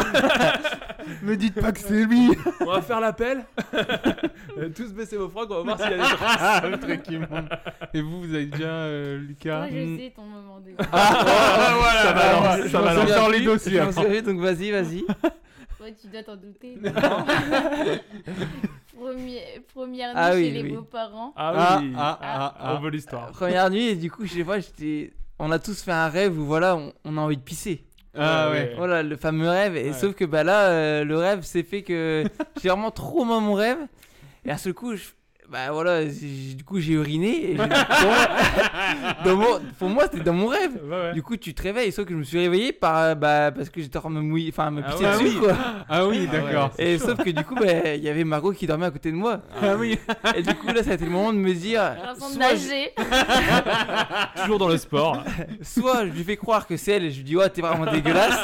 M: Me dites pas que c'est lui
H: On va faire l'appel. Euh, Tous baissez vos frocs, on va voir s'il y a des traces.
M: Ah, le truc immonde. Et vous, vous avez déjà, euh, Lucas
I: Moi, je sais ton moment de.
K: Oh,
M: Ah, voilà, ça balance, ça balance. sort les dossiers.
H: Je m'en
M: après.
H: souviens, donc vas-y, vas-y.
I: Ouais, tu dois t'en douter. Premier- première nuit
H: Ah
I: chez
H: oui,
I: les
H: oui.
I: beaux-parents.
H: Ah oui.
M: Ah, ah, ah,
H: On veut l'histoire.
K: Première nuit, et du coup, je sais pas, j'étais. On a tous fait un rêve où voilà, on, on a envie de pisser.
M: Ah, ouais.
K: Voilà, Oh le fameux rêve. Et
H: Ouais.
K: sauf que bah là, euh, le rêve s'est fait que j'ai vraiment trop mal mon rêve. Et à ce coup, je- bah voilà, j'ai- du coup, j'ai uriné. Et j'ai- Dans mon- Pour moi, c'était dans mon rêve.
H: Ouais, ouais.
K: Du coup, tu te réveilles, sauf que je me suis réveillé par, euh, bah, parce que j'étais en train de me mouiller, enfin, me
H: Ah
K: pisser
H: ouais,
K: dessus,
H: oui.
K: quoi.
M: Ah oui, d'accord.
K: Et sauf que du coup, bah, il y avait Margot qui dormait à côté de moi. Ah oui. Et du coup, là, ça a été le moment de me dire.
I: Vincent de
K: soit je-
I: nager.
H: Toujours dans le sport.
K: soit je lui fais croire que c'est elle et je lui dis ouais t'es vraiment dégueulasse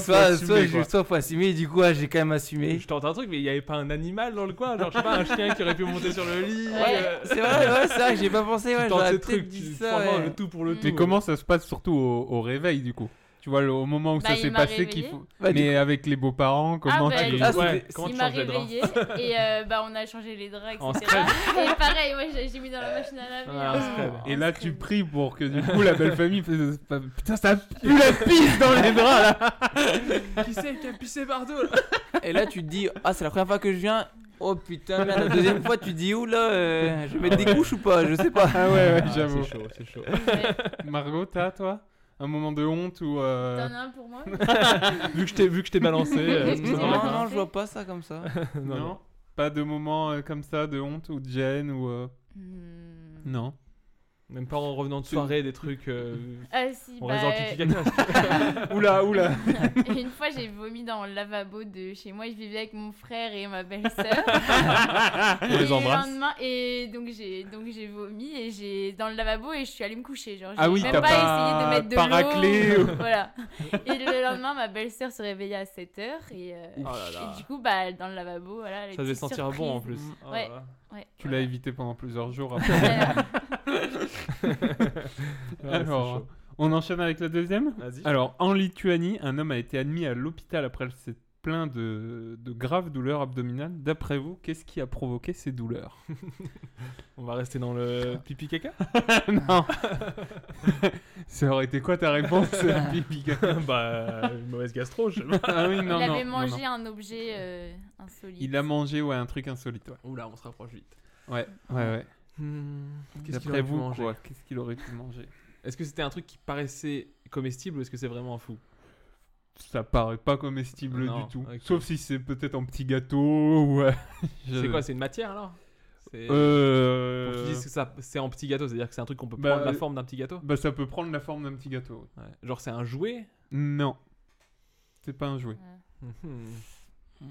K: soit, soit,
M: faut
K: soit,
M: assumer,
K: je-
M: quoi.
K: soit faut assumer et du coup ouais, j'ai quand même assumé
H: Je tente un truc, mais il n'y avait pas un animal dans le coin. Genre, je sais pas, un chien qui aurait pu monter sur le lit.
I: Ouais.
H: euh,
K: c'est vrai ouais c'est vrai que j'ai pas pensé ouais
H: tu tentes
K: j'aurais
H: ces
K: peut-être
H: trucs,
K: dit
H: tu
K: ça
H: prends
K: ouais.
H: le tout pour le tout.
M: Mais comment ça se passe surtout au, au réveil du coup Tu vois, le- au moment où
I: Bah,
M: ça
I: il
M: s'est
I: m'a
M: passé,
I: réveillée.
M: qu'il faut.
K: Bah, du
M: Mais avec les beaux-parents, comment
I: bah,
M: tu.
I: Ah,
H: Ouais,
K: c'était-
H: comment
I: il
H: tu
I: m'a
H: changes les draps
I: réveillée et euh, bah, on a changé les draps,
H: En
I: etc. Et pareil, ouais, j'ai- j'ai mis dans la machine à laver.
H: Ah,
I: hein.
H: c'est très bien.
M: Et là, tu pries pour que du coup la belle famille fasse. Putain, ça pue la pisse dans les draps là
H: Qui c'est qui a pissé partout là
K: et là tu te dis ah c'est la première fois que je viens oh putain merde la deuxième fois tu te dis oula là euh, je vais mettre des couches ou pas je sais pas
M: Ah ouais, ouais,
H: Ah,
M: j'avoue.
H: C'est chaud, c'est chaud.
M: Margot, t'as toi un moment de honte ou euh,
I: T'en as un pour moi
H: vu que je t'ai- vu que je t'ai balancé. euh, est-ce que ça
K: non,
H: t'en a-
K: non, je vois pas ça comme ça
M: non, Pas de moment euh, comme ça de honte ou de gêne ou euh,
I: Hmm.
M: non.
H: Même pas en revenant de soirée, des trucs. euh,
I: Ah si,
H: On
I: bah,
H: reste dans le
I: euh,
H: kiki caca.
M: Oula, oula.
I: Et une fois, j'ai vomi dans le lavabo de chez moi. Je vivais avec mon frère et ma belle-sœur.
H: On les
I: Et le
H: embrasse.
I: lendemain, et donc j'ai donc j'ai vomi et j'ai dans le lavabo et je suis allée me coucher. Genre, j'ai
M: Ah oui,
I: même
M: t'as
I: pas,
M: pas
I: essayé de mettre de
M: pas
I: l'eau.
M: raclé ou-
I: Voilà. Et le lendemain, ma belle-sœur se réveillait à 7 h et, euh,
H: Oh là là.
I: et du coup, bah dans le lavabo, voilà. les
H: Ça devait
I: petites
H: sentir bon en
I: surprises.
H: plus.
I: Ouais.
H: Ah,
I: Ouais,
M: Tu l'as
I: voilà.
M: évité pendant plusieurs jours après.
I: Voilà.
M: Alors, on enchaîne avec la deuxième
H: Vas-y.
M: Alors, en Lituanie, un homme a été admis à l'hôpital après s'être plaint de, de graves douleurs abdominales. D'après vous, qu'est-ce qui a provoqué ces douleurs
H: On va rester dans le pipi caca
M: Non Ça aurait été quoi ta réponse pipi caca
H: Bah, une mauvaise gastro, je
M: Ah oui, non,
I: Il avait
M: non, non,
I: mangé
M: non.
I: un objet euh, insolite.
M: Il a mangé ouais, un truc insolite. Ouais,
H: Oula, on se rapproche vite.
M: ouais, ouais. ouais.
H: Qu'est-ce qu'il
M: D'après
H: aurait pu
M: vous,
H: manger
M: quoi Qu'est-ce qu'il aurait pu manger
H: Est-ce que c'était un truc qui paraissait comestible ou est-ce que c'est vraiment un fou
M: Ça paraît pas comestible
H: Non,
M: du tout.
H: ok.
M: Sauf si c'est peut-être un petit gâteau ou. euh, je-
H: C'est quoi C'est une matière alors C'est-
M: Euh,
H: Pour que tu dises que ça- c'est en petit gâteau, c'est-à-dire que c'est un truc qu'on peut
M: Bah,
H: prendre la
M: euh,
H: forme d'un petit gâteau
M: Bah, ça peut prendre la forme d'un petit gâteau. oui.
H: Ouais. Genre c'est un jouet
M: Non. C'est pas un jouet.
H: Mhm.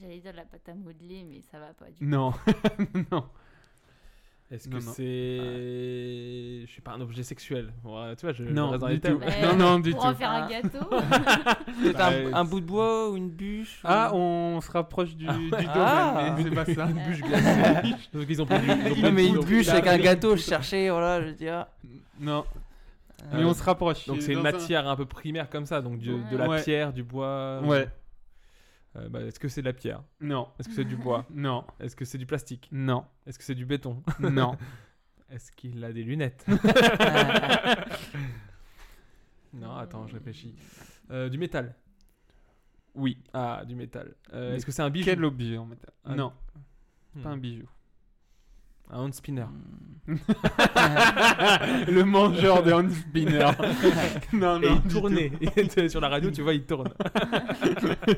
I: J'allais dire de la pâte à modeler, mais ça va pas du tout.
M: Non. non.
H: Est-ce
M: Non,
H: que
M: non.
H: c'est. Je sais pas, un objet sexuel Ouais, Tu vois, je
M: Non,
H: je reste dans
M: du
H: les thèmes.
M: tout. Non, non, du
I: pour
M: tout.
I: en faire un gâteau.
K: Peut-être
H: Bah,
K: un, un bout de bois ou une bûche ou-
M: Ah, on se rapproche du, du domaine,
K: Ah.
M: mais c'est pas ça.
H: Une bûche glacée. Donc ils ont pris du- ils ont pris
K: Non, mais
H: du-
K: une
H: donc-
K: bûche avec un
H: donc-
K: gâteau, je cherchais, voilà, je veux dire.
M: Non.
K: Euh,
M: Mais on se rapproche.
H: Donc c'est une
M: Dans un-
H: matière un peu primaire comme ça, donc du-
I: Ouais.
H: de la
M: Ouais.
H: pierre, du bois.
M: Ouais.
H: Euh, bah, Est-ce que c'est de la pierre
M: Non.
H: Est-ce que c'est du bois
M: Non.
H: Est-ce que c'est du plastique
M: Non.
H: Est-ce que c'est du béton
M: Non.
H: Est-ce qu'il a des lunettes
K: Euh,
H: Non, attends, je réfléchis. Euh, du métal
M: Oui.
H: Ah, du métal. Euh,
M: Mais
H: Est-ce que c'est un bijou
M: Quel objet en métal
H: Un-
M: Ah. Non.
H: Hmm.
M: Pas un bijou.
H: Un hand spinner.
M: Le mangeur de hand spinner. non,
H: Et
M: non.
H: il
M: du
H: tournait. Et Sur la radio, tu vois, il tourne.
M: tout.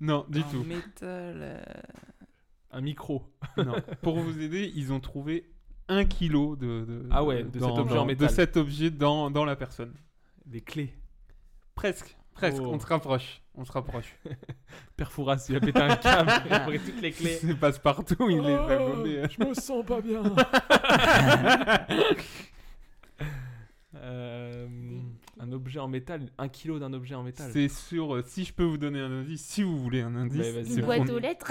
M: Non, du
K: en
M: tout.
K: métal, euh,
H: Un micro.
M: Non. Pour vous aider, ils ont trouvé un kilo de, de-
H: Ah ouais, de
M: dans-
H: cet objet en
M: dans-
H: métal.
M: De cet objet dans, dans la personne.
H: Des clés.
M: Presque, presque.
H: Oh.
M: On se rapproche, on se rapproche.
H: Perforas, il a pété un câble. Il a pris toutes les clés.
M: C'est passe-partout, il les a volés.
H: je me sens pas bien. Euh, un objet en métal, un kilo d'un objet en métal.
M: C'est sûr, euh, si je peux vous donner un indice, si vous voulez un indice.
H: Mais vas-y.
M: c'est
I: Une boîte
M: qu'on-
I: aux lettres.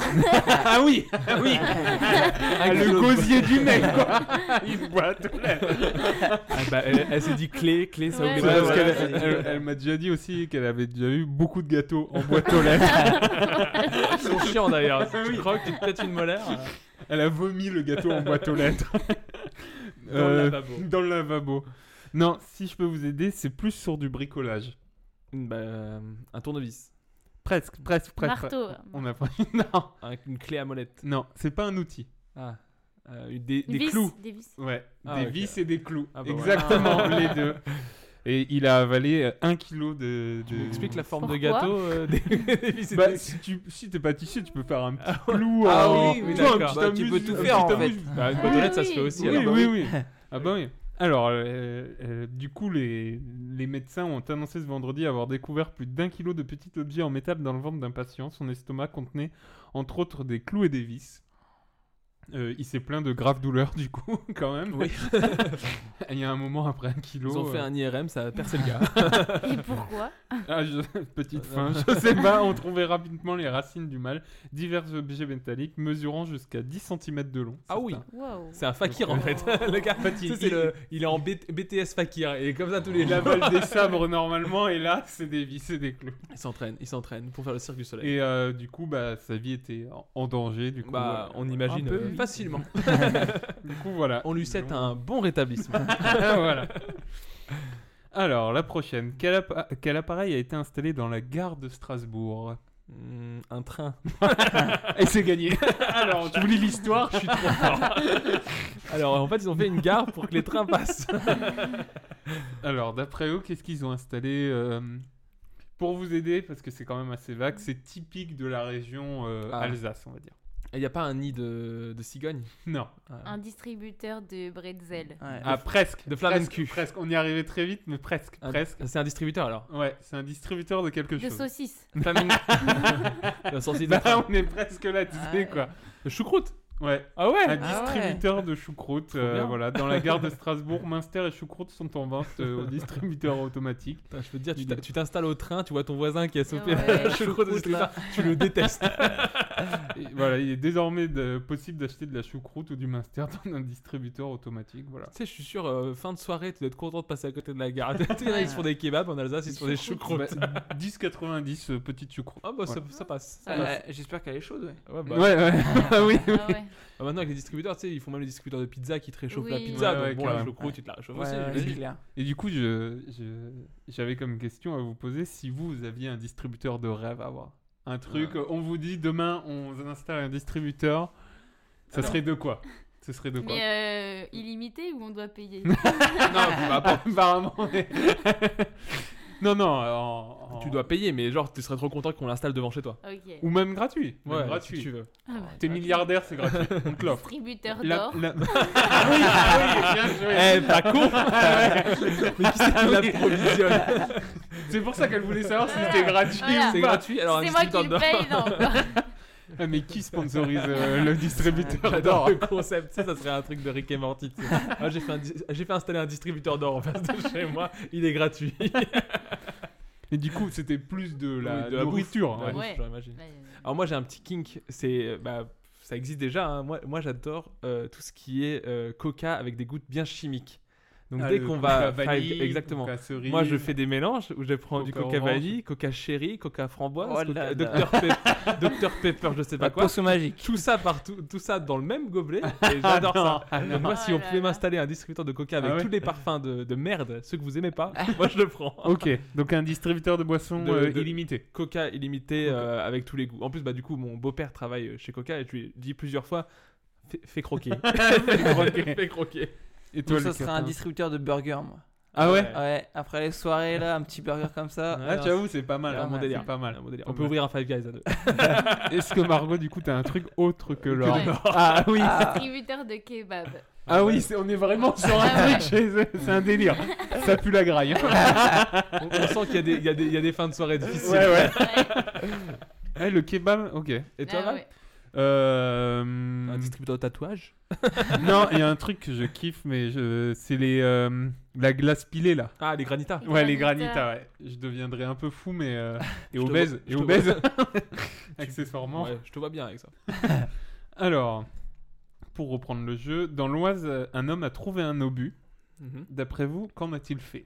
M: Ah oui, ah oui Ah, Le gosier du mec, quoi Une boîte aux lettres
H: Ah bah, elle elle s'est dit clé, clé, ça
I: Ouais.
H: oublie
M: Ouais,
H: pas.
M: parce
H: Voilà.
M: qu'elle- elle, elle m'a déjà dit aussi qu'elle avait déjà eu beaucoup de gâteaux en boîte aux lettres.
H: Ils sont chiants d'ailleurs. Si tu croques, tu te pètes une molaire. euh,
M: Elle a vomi le gâteau en boîte aux lettres.
H: Dans le lavabo.
M: dans le lavabo. Non, si je peux vous aider, c'est plus sur du bricolage.
H: Bah, euh, un tournevis,
M: Presque, presque, presque.
I: Marteau.
M: On a pas- Non,
H: un- une clé à molette,
M: non, c'est pas un outil.
H: ah, euh, une- des,
I: Une
H: des
I: vis,
H: clous.
I: Des vis.
M: Ouais,
H: Ah,
M: des
H: ok.
M: vis et des clous.
H: Ah, bah ouais.
M: Exactement, les deux. Et il a avalé euh, un kilo de. de...
H: Explique la forme de
I: Pourquoi
H: gâteau euh, des, des vis et
M: Bah,
H: des-
M: si tu si t'es pâtissier, tu peux faire un petit clou.
H: Ah
M: en-
H: oui, oui,
M: tu vois, un
H: d'accord.
M: petit
K: Bah, tu peux
M: amuse-
K: tout
M: un
K: faire,
M: petit
K: en fait.
M: amuse-
H: Bah, une
I: Ah
H: boîte aux lettres, ça
I: oui.
H: se fait aussi.
M: Oui,
H: alors.
M: oui, oui. Ah bah oui. Alors, euh, euh, du coup, les, les médecins ont annoncé ce vendredi avoir découvert plus d'un kilo de petits objets en métal dans le ventre d'un patient. Son estomac contenait entre autres des clous et des vis. Euh, il s'est plaint de graves douleurs du coup, quand même.
H: Oui.
M: Il y a un moment après un kilo.
H: Ils ont fait
M: euh,
H: un IRM, ça a percé le gars.
I: Et pourquoi
M: ah, je- petite
H: Euh,
M: fin, je sais pas, on trouvait rapidement les racines du mal. Divers objets métalliques mesurant jusqu'à 10 cm de long.
H: Ah oui.
M: certains.
I: Wow.
H: C'est un fakir en fait. le gars, tu sais, c'est le- il est en B- BTS fakir et comme ça tous les
M: Il
H: jours.
M: avale des sabres normalement et là, c'est des vis et des clous.
H: Il s'entraîne, il s'entraîne pour faire le cirque du soleil.
M: Et euh, du coup, bah, sa vie était en- en danger. Du coup,
H: bah,
M: voilà.
H: on imagine
M: Un peu.
H: euh, facilement.
M: Du coup, voilà.
H: On lui souhaite un bon rétablissement.
M: voilà. Alors, la prochaine. Quel, appa- quel appareil a été installé dans la gare de Strasbourg
H: Hmm, un train.
M: Et c'est gagné. Alors, tu voulais l'histoire Je suis trop fort.
H: Alors en fait, ils ont fait une gare pour que les trains passent.
M: Alors, d'après eux, qu'est-ce qu'ils ont installé euh, Pour vous aider, parce que c'est quand même assez vague, c'est typique de la région euh,
H: Ah.
M: Alsace, on va dire.
H: Il n'y a pas un nid de, de cigogne
M: Non.
I: Un distributeur de bretzel.
K: ouais.
M: Ah, presque.
H: de flamme
M: presque,
H: cul. Ah.
M: presque. On y arrivait très vite, mais presque.
H: Un-
M: Presque.
H: C'est un distributeur alors.
M: Ouais, c'est un distributeur de quelque
I: De
M: chose.
I: saucisses.
H: Le sorti de
M: Bah,
H: train.
M: on est presque là, tu sais
K: Ah.
M: quoi.
H: Le choucroute.
M: Ouais.
H: Ah ouais
K: Ah
M: Un
K: ouais.
M: distributeur de choucroute, euh,
H: bien.
M: voilà, dans la gare de Strasbourg, Munster et choucroute sont en vente euh, au distributeur automatique.
H: Putain, Je peux te dire, tu t'in- tu t'installes au train, tu vois ton voisin qui a sauté
I: Ouais.
H: le choucroute au distributeur, tu le détestes.
M: Et voilà, il est désormais de- possible d'acheter de la choucroute ou du minster dans un distributeur automatique. Voilà.
H: Tu sais, je suis sûr, euh, fin de soirée, tu dois être content de passer à côté de la gare. tu sais, il y en a, ils se font des kebabs en Alsace, ils se font des choucroutes.
M: Bah, 10,90 euh, petite choucroute.
H: Ah bah ça,
M: Voilà.
H: ça passe.
K: Ah,
H: ça passe.
K: euh, J'espère qu'elle est chaude, ouais.
H: Ouais, bah,
M: Ouais, ouais. Ah oui, oui.
I: Ah ouais.
H: Bah, maintenant, avec les distributeurs, tu sais, ils font même les distributeurs de pizza qui te réchauffent la
I: Oui.
H: pizza.
M: Ouais,
H: donc
M: ouais,
H: bon, la
M: carrément.
H: choucroute, tu te la réchauffes
K: Ouais,
H: aussi.
K: ouais,
H: j'imagine.
K: c'est clair.
M: Et du coup, je- je- j'avais comme question à vous poser si vous, vous aviez un distributeur de rêve à avoir. Un truc, euh, on vous dit demain, on installe un distributeur. Ça serait de quoi Ce serait de quoi
I: Mais euh, illimité ou on doit payer
M: Non, bah, appa- apparemment. mais- non, non. en- en-
H: Tu dois payer, mais genre, tu serais trop content qu'on l'installe devant chez toi.
I: Ok.
M: Ou même gratuit. même
H: Ouais,
M: gratuit.
H: si tu veux.
I: Ah bah,
M: T'es milliardaire, c'est gratuit. On te l'offre.
I: Distributeur
M: La-
I: d'or.
M: la- oui, oui, bien joué.
H: Eh, pas con Mais qui c'est qui l'approvisionne
M: C'est pour ça qu'elle voulait savoir si c'était gratuit
I: Voilà.
H: C'est
M: ou pas.
H: gratuit, alors un
I: C'est moi qui
H: distributeur
I: le
H: d'or.
I: paye, non
M: Ah, Mais qui sponsorise euh, le distributeur
H: J'adore
M: d'or
H: le concept, ça, ça serait un truc de Rick et Morty. tu sais. Moi, j'ai fait, un dis- j'ai fait installer un distributeur d'or en face de chez moi, il est gratuit.
M: Et du coup, c'était plus de la,
H: Oui, de la
M: nourriture. hein.
H: bouffe,
I: Ouais.
M: ouais.
H: j'imagine.
I: Ouais.
H: Alors moi j'ai un petit kink, c'est euh, bah ça existe déjà. hein. Moi, moi j'adore euh, tout ce qui est euh, Coca avec des gouttes bien chimiques. Donc
M: Ah,
H: dès
M: le
H: qu'on va
M: coca vanille,
H: enfin, exactement.
M: coca cerise.
H: Moi je fais des mélanges où je prends du
M: Coca
H: Coca
M: orange.
H: vanille, Coca chéri, Coca framboise,
K: Oh
H: Coca-
K: là là.
H: Dr Pepper, Dr Pepper, je sais pas
K: La
H: quoi.
K: potion magique.
H: Tout ça partout, tout ça dans le même gobelet. et J'adore ça. Donc moi si
I: Oh
H: on
I: là
H: pouvait
I: là.
H: m'installer un distributeur de Coca avec
M: Ah ouais
H: tous les parfums de, de merde, ceux que vous aimez pas, moi je le prends.
M: Ok, donc un distributeur de boissons
H: De-
M: euh,
H: de-
M: illimité.
H: Coca illimité euh, avec tous les goûts. En plus, bah, du coup, mon beau-père travaille euh, chez Coca et je lui ai dit plusieurs fois fais, fais croquer. fais croquer. fais croquer.
M: Et
K: Donc
M: toi,
K: ça
M: Lucas,
K: serait un
M: t'as-
K: distributeur de burgers, moi.
M: Ah ouais,
H: Ouais.
K: Ouais, après les soirées, là, un petit burger comme ça.
H: Ouais,
M: Ah, j'avoue, c'est pas mal.
K: Pas
M: hein,
K: mal.
M: C'est pas mal.
H: Voilà, mon délire.
M: Pas
H: On peut
M: mal.
H: ouvrir un Five Guys à deux.
M: Est-ce que Margot, du coup, t'as un truc autre que l'or
I: Ouais.
M: Ah oui,
I: Distributeur de kebab.
M: ah oui, c'est- on est vraiment sur un
I: Ah ouais.
M: truc chez eux. C'est un délire. Ça pue la graille. hein.
H: On, on sent qu'il y, a des- il y a des- il y a des fins de soirée difficiles.
M: Ouais, ouais.
I: Ouais.
M: Eh, le kebab, ok.
H: Et toi,
I: Ah
H: Val Hmm.
I: ouais.
M: Euh,
H: Un distributeur de tatouages
M: non, il y a un truc que je kiffe, mais je... c'est les euh, la glace pilée là.
H: Ah, les granitas.
I: Les
M: Ouais, les
I: granitas.
M: granitas, ouais. Je deviendrais un peu fou, mais. euh, et
H: euh. Je te
M: obèse.
H: vois- je
M: Et
H: te
M: obèse,
H: vois-
M: accessoirement.
H: Ouais, je te vois bien avec ça.
M: Alors, pour reprendre le jeu, dans l'Oise, euh, un homme a trouvé un obus.
H: Mhm.
M: D'après vous, qu'en a-t-il fait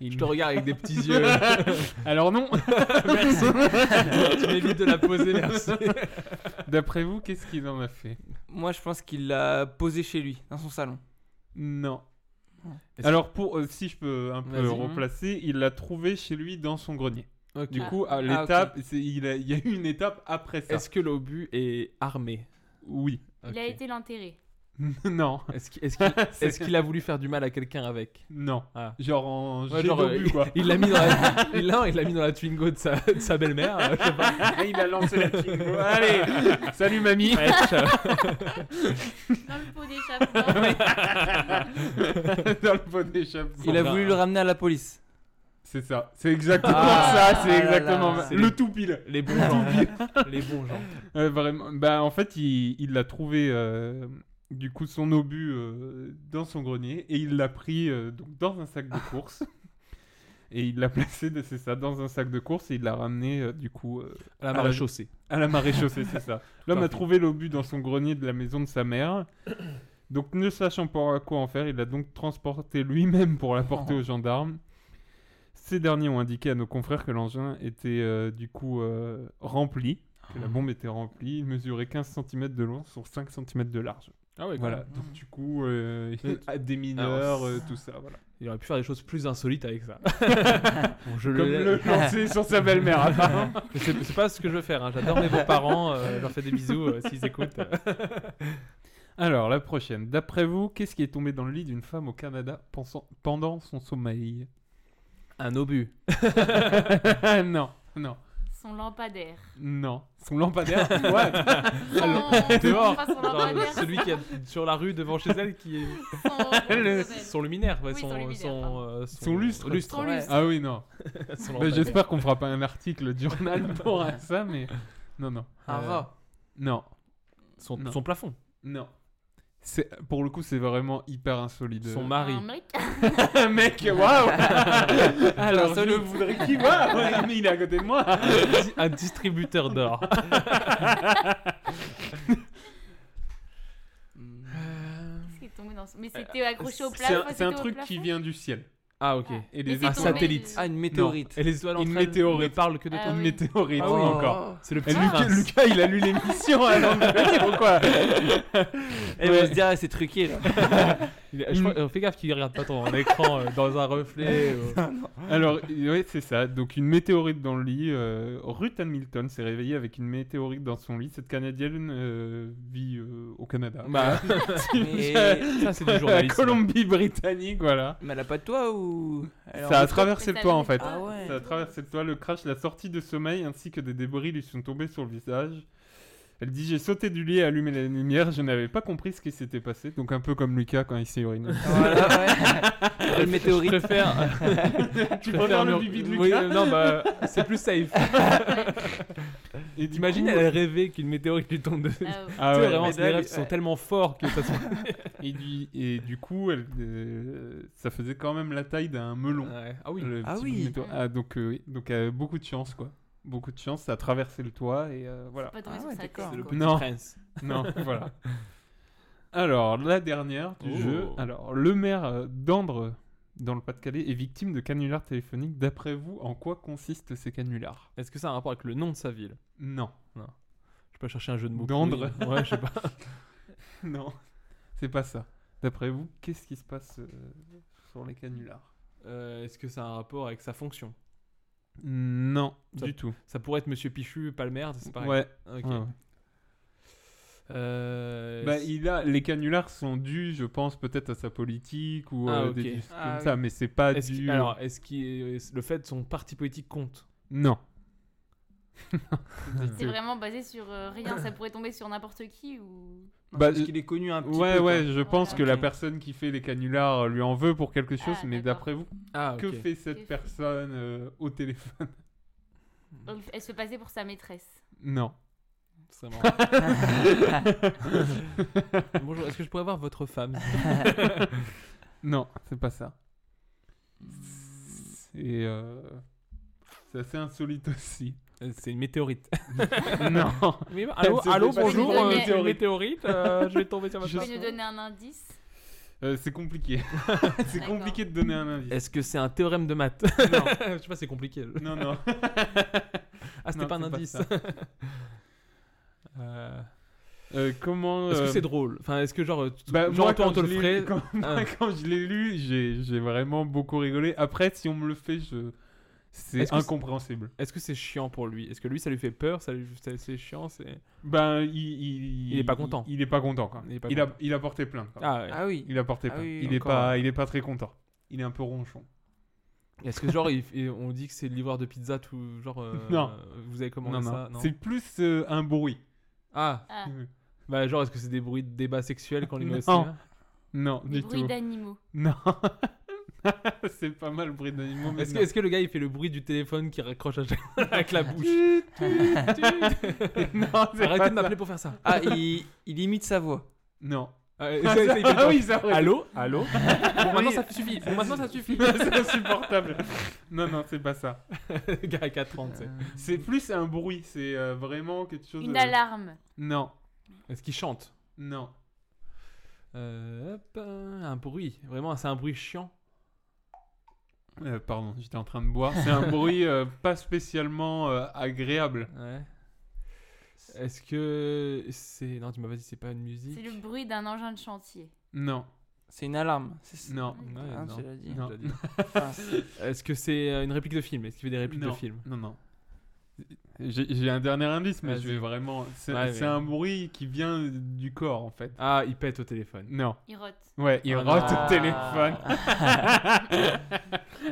H: Je te regarde avec des petits yeux.
M: Alors, non
H: tu m'évites de la poser, merci.
M: D'après vous, qu'est-ce qu'il en a fait
K: Moi, je pense qu'il l'a posé chez lui, dans son salon.
M: Non.
H: Est-ce-
M: Alors, pour, euh, si je peux un peu
K: Vas-y.
M: replacer, il l'a trouvé chez lui dans son grenier.
H: Ok.
M: Du coup, à l'étape, c'est- il, a- il y a eu une étape après ça.
H: Est-ce que l'obus est armé
M: Oui.
I: Il a
H: Ok.
I: été l'enterré.
M: non.
H: Est-ce qu'il est-ce qu'il- est-ce qu'il a voulu faire du mal à quelqu'un avec
M: Non.
H: Ah.
M: Genre en
H: Ouais,
M: jet
H: genre,
M: d'obus,
H: euh,
M: quoi.
H: Il l'a mis dans la, il l'a, il l'a mis dans la Twingo de sa, de sa belle-mère. euh, je sais pas.
M: il a lancé la Twingo. Allez, salut mamie.
I: Dans le pot d'échappement.
M: Dans le pot d'échappement.
K: Il a voulu le ramener à la police.
M: C'est ça. C'est exactement
K: Ah,
M: ça. C'est
K: ah là là.
M: exactement
H: C'est
M: le
H: les-
M: tout pile.
H: Les bons gens. les bons gens.
M: Euh, vraiment. Bah en fait, il il l'a trouvé. euh, Du coup, son obus euh, dans son grenier et il l'a pris euh, donc dans un sac de
H: Ah.
M: course et il l'a placé, de- c'est ça, dans un sac de course et il l'a ramené euh, du coup euh,
H: À la
M: À la-
H: marée chaussée.
M: À la marée chaussée, c'est ça. L'homme a
H: Parfait.
M: trouvé l'obus dans son grenier de la maison de sa mère. Donc, ne sachant pas à quoi en faire, il l'a donc transporté lui-même pour l'apporter
H: Oh.
M: aux gendarmes. Ces derniers ont indiqué à nos confrères que l'engin était euh, du coup euh, rempli, que
H: Oh.
M: la bombe était remplie. Il mesurait 15 cm de long sur 5 cm de large.
H: Ah ouais.
M: Voilà, donc du coup, euh, à des mineurs, euh, tout ça, voilà.
H: Il aurait pu faire des choses plus insolites avec ça. Bon, je
M: Comme
H: le-
M: le lancer sur sa belle-mère, Ah, apparemment.
H: Mais C'est, c'est pas ce que je veux faire. hein. J'adore mes beaux-parents. euh, je leur fais des bisous euh, s'ils écoutent.
M: Alors, la prochaine. D'après vous, qu'est-ce qui est tombé dans le lit d'une femme au Canada pensant- pendant son sommeil
H: Un obus.
M: Non, non,
I: Son lampadaire.
M: non. Son lampadaire What
I: Son...
H: Dehors.
I: Enfin, son lampadaire.
H: celui qui est sur la rue devant chez elle, qui est
I: Son...
H: son luminaire, ouais,
I: Oui,
H: son,
I: son luminaire,
H: son,
I: pardon.
H: euh,
M: Son lustre.
I: Son
K: Ouais.
I: lustre.
M: Ah oui, non.
H: son
M: Bah,
H: lampadaire.
M: J'espère qu'on fera pas un article de journal pour euh, ça, mais... Non, non.
K: Un
H: Euh,
K: rat.
M: Non,
H: son,
M: Non.
H: son plafond.
M: non. C'est, pour le coup, c'est vraiment hyper insolite.
H: Son mari.
M: Un mec, waouh Alors, je voudrais qu'il voit ouais, mais il est à côté de moi
H: Un distributeur d'or.
I: C'est tombé dans son- Mais c'était accroché au
M: C'est un-
I: plafond.
M: c'est un,
I: c'était au
M: truc qui
I: plafond
M: vient du ciel.
H: Ah, ok.
M: Et
I: Mais c'est
M: des
H: Un
M: étoiles-
I: tombé-
H: satellite.
K: Ah, une météorite.
H: Et les étoiles
M: Une
H: entre elles ne
M: météorite.
H: parlent que de toi.
I: Ah
M: Une
I: oui. Oh.
M: météorite,
H: Ah oui.
M: encore.
H: C'est le
M: Eh,
H: petit
M: Lucas,
H: prince.
M: Lucas, il a lu l'émission à l'envers, ou quoi
K: Et on va se dire, ah, c'est truqué là.
H: Il est- je crois- euh, fais gaffe qu'il regarde pas ton écran euh, dans un reflet. ou-
M: Alors, ouais, c'est ça. Donc, une météorite dans le lit. euh, Ruth Hamilton s'est réveillée avec une météorite dans son lit. Cette Canadienne euh, vit euh, au Canada.
H: Bah,
K: Mais,
H: euh. ça, c'est du
M: la
H: journalisme.
M: Colombie-Britannique, voilà.
K: mais elle a pas de toit ou. Elle est
M: ça
K: en-
M: a traversé
I: Mais
M: le
I: ça
M: toit, en
I: avait
M: fait.
I: pas-
K: Ah ouais.
M: Ça a traversé le toit, le crash, la sortie de sommeil, ainsi que des débris lui sont tombés sur le visage. Elle dit J'ai sauté du lit et allumé la lumière, je n'avais pas compris ce qui s'était passé. Donc, un peu comme Lucas quand il s'est uriné.
K: Voilà, ouais. Le
H: Je
K: météorite.
H: préfère.
M: tu
H: je préfère
M: préfères le
H: me-
M: bibi de
H: Oui,
M: Lucas
H: euh, non, bah, c'est plus safe.
M: Et du
H: T'imagines,
M: coup-
H: elle rêvait qu'une météorite lui tombe dessus.
I: Ah ouais.
M: Ah
H: Tu
M: ouais.
H: sais, vraiment,
K: mais
H: ces
K: dingue,
H: rêves sont
K: ouais.
H: tellement forts que ça se
M: Et du, et du coup, elle, euh, ça faisait quand même la taille d'un melon.
H: Ouais. Ah oui.
M: Le
K: Ah
M: petit
K: oui.
M: bout de météo- Ah, donc, euh, oui. donc euh, beaucoup de chance, quoi. Beaucoup de chance, ça a traversé le toit et euh, voilà.
I: Pas tombé
K: Ah
I: sur
K: ouais,
I: sa tête.
K: d'accord.
I: quoi.
M: Non,
H: Prince.
M: non, voilà. Alors, la dernière du
H: Oh.
M: jeu. Alors, le maire euh, d'Andre, dans le Pas-de-Calais, est victime de canulars téléphoniques. D'après vous, en quoi consistent ces canulars
H: Est-ce que ça a un rapport avec le nom de sa ville
M: Non.
H: Je peux chercher un jeu de mots.
M: D'Andre.
H: pourri. Ouais, je sais pas.
M: Non. C'est pas ça. D'après vous, qu'est-ce qui se passe euh, sur les canulars
H: Euh, Est-ce que ça a un rapport avec sa fonction
M: Non,
H: Ça-
M: du tout.
H: Ça pourrait être Monsieur Pichu, Palmer, c'est pareil.
M: Ouais.
H: Ok.
M: ouais, ouais.
H: Euh,
M: Bah,
H: c'est-
M: il a, les canulars sont dus, je pense, peut-être à sa politique ou
H: Ah,
M: euh,
H: ok.
M: des disques
K: Ah,
M: comme
K: oui.
M: ça, mais c'est pas
H: est-ce qu'il-
M: du.
H: Alors, est-ce que le fait de son parti politique compte
M: Non.
I: C'est vraiment basé sur euh, rien. Ça pourrait tomber sur n'importe qui ou.
M: Bah,
K: Parce qu'il est connu un petit
M: ouais,
K: peu.
M: ouais,
K: quoi.
M: je pense
I: Ouais.
M: que la
K: Ok.
M: personne qui fait les canulars lui en veut pour quelque chose,
I: Ah,
M: mais
I: d'accord.
M: d'après vous,
H: Ah,
M: que fait
I: Que
M: cette
I: fait-
M: personne euh, au téléphone
I: Donc, elle se fait passer pour sa maîtresse.
M: Non.
H: C'est marrant. Bonjour, est-ce que je pourrais voir votre femme
M: Non, c'est pas ça. C'est. euh, C'est assez insolite aussi.
H: Euh, C'est une météorite.
M: non.
H: Oui, bah,
M: Elle
H: allô,
M: se
H: allô,
M: fait
H: bonjour,
I: passer pour
H: euh,
I: une
H: météorite, euh, je vais tomber sur votre
I: Tu
H: femme.
I: peux nous donner un indice
M: Euh, c'est compliqué. c'est
I: D'accord.
M: compliqué de donner un indice.
H: Est-ce que c'est un théorème de maths Non, je sais pas, c'est compliqué.
M: Non, non.
H: Ah, c'était
M: Non,
H: pas un
M: c'est pas
H: indice.
M: ça.
H: Euh,
M: Euh, comment.
H: Est-ce que
M: euh,
H: c'est drôle Enfin, est-ce que genre, tu-
M: Bah,
H: genre
M: moi,
H: toi, on
M: quand,
H: te le
M: je l'ai-
H: ferait
M: quand, moi,
H: Ah.
M: quand je l'ai lu, j'ai j'ai vraiment beaucoup rigolé. Après, si on me le fait, je... c'est
H: Est-ce que c'est-
M: incompréhensible.
H: Est-ce que c'est chiant pour lui Est-ce que lui, ça lui fait peur Ça lui, ça- c'est chiant. C'est.
M: Ben, il, il,
H: Il est pas content.
M: Il, est pas content. Quoi.
H: Il est pas
M: il, A, il a porté plainte. quoi.
H: Ah ouais.
K: Ah oui.
M: Il a porté
K: Ah
M: plainte.
K: oui,
M: il est
H: encore,
M: pas, il est pas très content. Il est un peu ronchon.
H: Est-ce que genre, il- et on dit que c'est le livreur de pizza tout genre euh,
M: Non.
H: Vous avez commandé
M: non,
H: ça
M: non. C'est plus euh, un bruit.
H: Ah.
I: Ah,
H: Bah genre, est-ce que c'est des bruits de débat sexuel quand il
M: Non.
H: est au cinéma
M: Non,
I: des
M: du
I: bruits
M: tout.
I: d'animaux.
M: Non. c'est pas mal bruit d'animaux. mais
H: Est-ce que,
M: non.
H: est-ce que le gars il fait le bruit du téléphone qui raccroche à chaque- avec la bouche
M: non, c'est
H: Arrêtez
M: pas
H: de
M: ça.
H: m'appeler pour faire ça.
K: Ah, il, il imite sa voix.
M: Non.
H: Ah, euh,
M: Ah,
H: c'est-
M: ça-
H: c'est- il fait
M: ah
H: genre,
M: oui, ça aurait-
H: Allô Allô Bon, maintenant ça suffit. Bon, maintenant ça suffit.
M: c'est insupportable. Non, non, c'est pas ça.
H: Le gars à 4 ans, tu sais.
M: C'est plus un bruit, c'est euh, vraiment quelque chose.
I: Une
M: de-
I: alarme.
M: Non,
H: Est-ce qu'il chante
M: non.
H: Euh, hop, euh, un bruit. Vraiment, c'est un bruit chiant.
M: Euh, pardon, j'étais en train de boire. C'est un bruit euh, pas spécialement euh, agréable.
H: Ouais. Est-ce que c'est non tu m'as pas dit c'est pas une musique
I: C'est le bruit d'un engin de chantier.
M: Non,
K: C'est une alarme. C'est-
M: non,
H: Ouais,
K: Ah,
H: non.
K: tu l'as dit.
M: non,
H: déjà dit.
K: Ah, c'est-
H: Est-ce que c'est euh, une réplique de film Est-ce qu'il fait des répliques
M: non,
H: de film
M: non, non. J'ai j'ai un dernier indice, mais je
H: Vas-y.
M: vais vraiment. C'est
H: Ouais,
M: c'est
H: mais-
M: un bruit qui vient du corps, en fait.
H: Ah, il pète au téléphone.
M: Non.
I: Il rote.
M: Ouais, il
H: Oh
M: rote
K: Ah.
H: non.
M: au téléphone.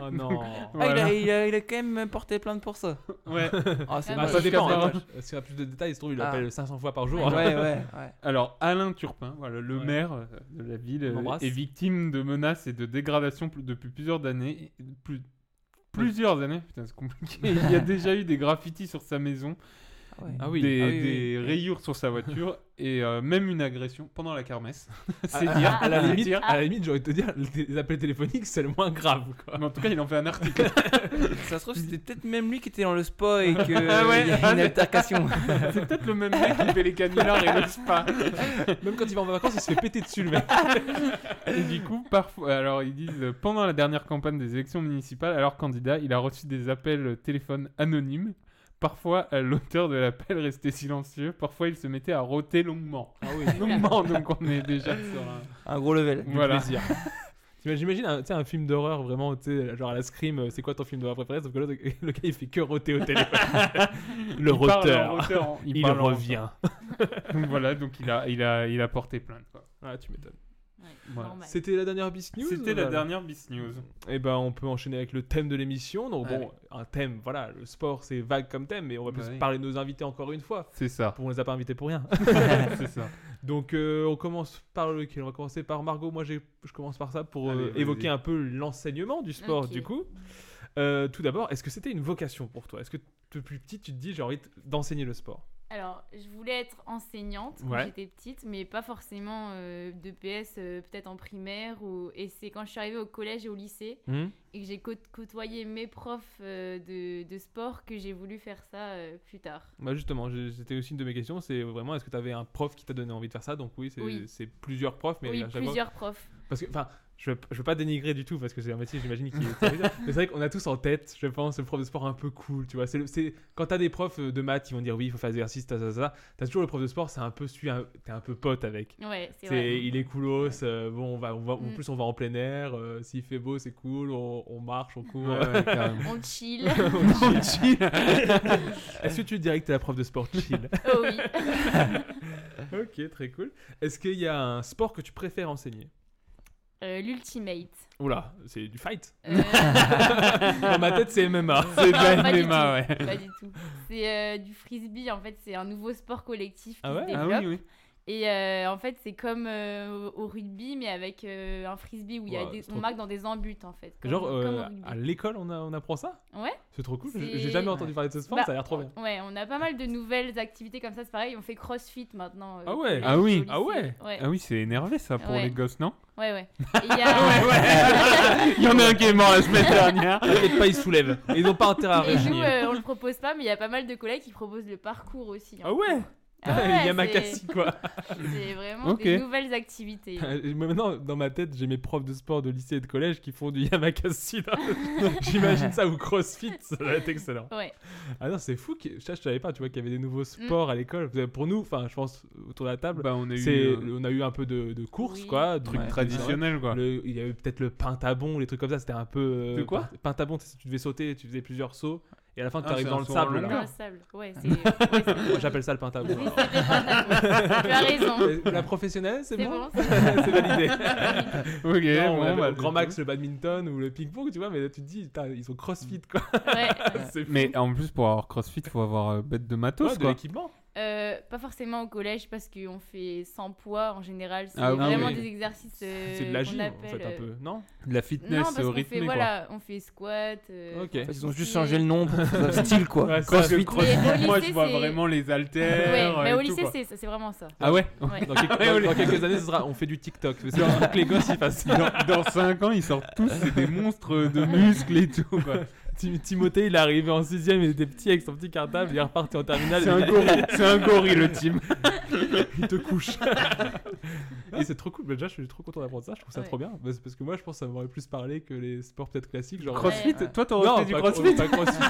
H: Oh non.
K: Ah, il,
M: Voilà.
K: a, il, a, il a quand même porté plainte pour ça.
M: Ouais.
K: Ah, c'est
I: Ah,
H: Bah,
K: mal.
H: ça
M: Parce
H: dépend.
M: qu'à
H: hein.
M: part-
H: Parce qu'il y a plus de détails, il se trouve, il
K: Ah.
H: l'appelle 500 fois par jour. hein.
K: Ouais, ouais, ouais.
M: Alors, Alain Turpin, voilà, le
H: Ouais.
M: maire euh, de la ville,
H: On
M: euh,
H: l'embrasse.
M: est victime de menaces et de dégradations pl- depuis plusieurs années. et Plus, plusieurs années, putain, c'est compliqué. Il y a déjà eu des graffitis sur sa maison. Ah, ouais. ah, oui. Des, ah oui, des oui. rayures sur sa voiture et euh, même une agression pendant la kermesse.
H: c'est à,
I: Ah,
H: dire, à la limite,
K: Ah.
H: à la limite, j'aurais te dire, les appels téléphoniques, c'est le moins grave. Quoi.
M: Mais en tout cas, il en fait un article.
K: ça se trouve, c'était peut-être même lui qui était dans le spa et qu'il
H: Ah
K: ouais, y a une altercation.
M: c'est peut-être le même mec qui fait les canulars et le spa.
H: même quand il va en vacances, il se fait péter dessus, le mec.
M: et du coup, parfois, alors ils disent, pendant la dernière campagne des élections municipales, alors candidat, il a reçu des appels téléphone anonymes. Parfois, euh, l'auteur de l'appel restait silencieux. Parfois, il se mettait à rôter longuement.
H: Ah oui.
M: longuement, donc on est déjà sur un,
K: un gros level.
M: Du voilà.
H: plaisir. J'imagine un, un, film d'horreur vraiment, genre à la scream, euh, c'est quoi ton film d'horreur préféré Sauf que le, le gars il fait que roter au téléphone. le roteur. il, il revient.
M: donc voilà, donc il a, il a, il a porté plainte. Quoi.
H: Ah, tu m'étonnes. Ouais, voilà. C'était la dernière bis news.
M: C'était la dernière bis news.
H: Et ben on peut enchaîner avec le thème de l'émission. Donc Allez. bon, un thème, voilà, le sport c'est vague comme thème, mais on va plus ouais. parler de nos invités encore une fois.
M: C'est ça.
H: On les a pas invités pour rien.
M: c'est ça.
H: Donc euh, on commence par lequel On va commencer par Margot. Moi je commence par ça pour Allez, euh, évoquer un peu l'enseignement du sport okay. du coup. Euh, tout d'abord, est-ce que c'était une vocation pour toi Est-ce que depuis petit tu te dis j'ai envie d'enseigner le sport
I: alors, je voulais être enseignante quand ouais. j'étais petite, mais pas forcément euh, de PS, euh, peut-être en primaire. Ou... Et c'est quand je suis arrivée au collège et au lycée
M: Hmm?
I: mmh. et que j'ai côtoyé mes profs euh, de, de, sport que j'ai voulu faire ça euh, plus tard.
H: Bah justement, c'était aussi une de mes questions. C'est vraiment, est-ce que tu avais un prof qui t'a donné envie de faire ça Donc oui, c'est
I: oui.
H: plusieurs profs. Mais
I: oui, plusieurs fois... profs.
H: Parce que, enfin, je veux, je veux pas dénigrer du tout parce que c'est un métier, j'imagine, qui est Mais c'est vrai qu'on a tous en tête, je pense, le prof de sport un peu cool, tu vois. C'est quand t'as des profs euh, de maths, ils vont dire oui, il faut faire exercice, ça, ça, ça. T'as toujours le prof de sport, c'est un peu celui, t'es un peu pote avec.
I: Ouais, c'est vrai.
H: Il est coolos, euh, bon, on va, on va, mm. en plus on va en plein air, euh, s'il fait beau, c'est cool, on, on, marche, on court.
I: Ouais, on chill.
H: on chill. Est-ce que tu dirais que t'es la prof de sport chill
I: Oh oui.
H: ok, très cool. Est-ce qu'il y a un sport que tu préfères enseigner
I: euh, l'ultimate.
H: Oula, c'est du fight. Euh... Dans ma tête, c'est MMA.
M: C'est de MMA,
I: ouais. Pas du tout. C'est euh, du frisbee, en fait, c'est un nouveau sport collectif qui ah ouais se développe.
M: Ah oui, oui.
I: Et euh, en fait, c'est comme euh, au rugby, mais avec euh, un frisbee où il y a ouais, des, on marque dans des embutes, en fait. Comme,
H: Genre, comme à l'école, on, on, apprend ça
I: Ouais.
H: C'est trop cool. J'ai jamais entendu ouais. parler de ce sport, bah, ça a l'air trop bien.
I: Ouais, on a pas mal de nouvelles activités comme ça. C'est pareil, on fait crossfit maintenant. euh,
H: ah ouais
M: Ah oui Ah ouais, Ah oui, c'est énervé ça pour les gosses, non
I: Ouais, ouais. Il y, a...
M: ouais, ouais. il y en a un qui est mort la semaine dernière.
H: Peut-être pas, ils soulèvent. Ils n'ont pas intérêt à
M: Ah,
I: réagir. Et nous, euh, on le propose pas, mais il y a pas mal de collègues qui proposent le parcours aussi.
H: Ah ouais
I: ah ouais,
H: il y a ma cassie, quoi.
I: C'est vraiment okay. des nouvelles activités.
H: Ah, Maintenant, dans ma tête, j'ai mes profs de sport de lycée et de collège qui font du Yamakasi. J'imagine ça ou CrossFit, ça va être excellent.
I: Ouais.
H: Ah non, c'est fou. Que... Ça, je savais pas, tu vois, qu'il y avait des nouveaux sports mm. à l'école. Pour nous, enfin, je pense, autour de la table,
M: bah, on, a eu, euh...
H: on a eu un peu de, de courses, oui. quoi.
M: Trucs ouais, traditionnels, quoi.
H: Le... Il y avait peut-être le pentabon, les trucs comme ça. C'était un peu. Euh...
M: De quoi
H: Pentabon, tu devais sauter, tu faisais plusieurs sauts. Et à la fin, tu arrives ah, dans le sable.
I: Dans le sable, ouais. ouais
H: Moi, j'appelle ça le pentable.
I: Oui, tu as raison.
H: La professionnelle, c'est bon,
I: bon C'est
H: validé.
M: ok, non,
H: bon, bah, le grand max, le badminton ou le ping-pong, tu vois, mais là, tu te dis, ils sont crossfit, quoi.
I: Ouais.
M: mais en plus, pour avoir crossfit, il faut avoir euh, bête de matos, ouais,
H: quoi. de l'équipement.
I: Euh, pas forcément au collège parce qu'on fait sans poids en général. C'est ah, vraiment oui. des exercices. Euh,
H: c'est de la gym en fait un peu, non
M: De la fitness
I: non,
M: rythmée.
I: On fait, voilà, on fait squat. Euh,
K: ok. Ils ont juste changé le nom pour style quoi. Bah,
M: Ouais, crossfit. Cross Moi je vois vraiment les haltères.
I: Ouais, mais au lycée c'est vraiment ça.
M: Ah ouais,
I: ouais.
H: Dans, quelques, dans, quelques, années ce sera on fait du TikTok. C'est que les gosses ils fassent.
M: Dans, 5 ans ils sortent tous des monstres de muscles et tout quoi.
H: Timothée, il est arrivé en 6 il était petit avec son petit cartable, il est reparti en terminale.
M: C'est un, gorille, c'est un gorille le Tim.
H: il te couche. et c'est trop cool, Bah, déjà je suis trop content d'apprendre ça, je trouve ça ouais. trop bien. Parce que moi je pense que ça m'aurait plus parlé que les sports peut-être classiques. Genre...
M: Crossfit ouais. Toi t'aurais fait du crossfit
H: pas crossfit.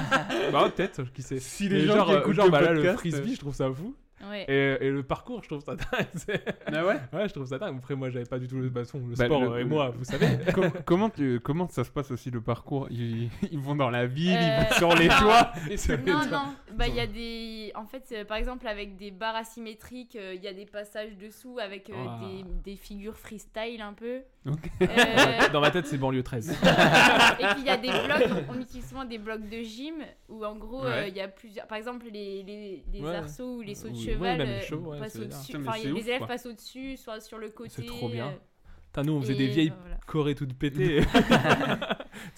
H: bah peut-être, qui sait.
M: Si les Mais gens genre, qui écoutent genre, le,
H: bah,
M: podcast, euh,
H: là, le frisbee, je trouve ça fou.
I: Ouais.
H: Et, et, le parcours, je trouve ça dingue.
M: Ah ouais
H: Ouais, je trouve ça dingue. Après, moi, j'avais pas du tout le, bah, son, le bah, sport le, et le... moi, vous savez.
M: euh, Com comment, tu, comment ça se passe aussi le parcours ils, ils, vont dans la ville, euh... ils vont sur les toits.
I: non, non. non. Bah, il y a des. En fait, euh, par exemple, avec des barres asymétriques, il euh, y a des passages dessous avec ah. des, des, figures freestyle un peu. Euh,
M: Okay.
H: Dans ma tête, c'est banlieue 13.
I: et puis, il y a des blocs, on utilise souvent des blocs de gym où, en gros, euh, il ouais. y a plusieurs. Par exemple, les, les, les ouais. arceaux ou les sauts de cheval.
H: Ouais, même show, ouais,
I: passe au-dessus. Enfin, les ouf, élèves quoi. passent au-dessus, soit sur le côté. euh,
H: C'est trop bien. Euh... Tain, nous, on faisait et des vieilles voilà. corées toutes pétées.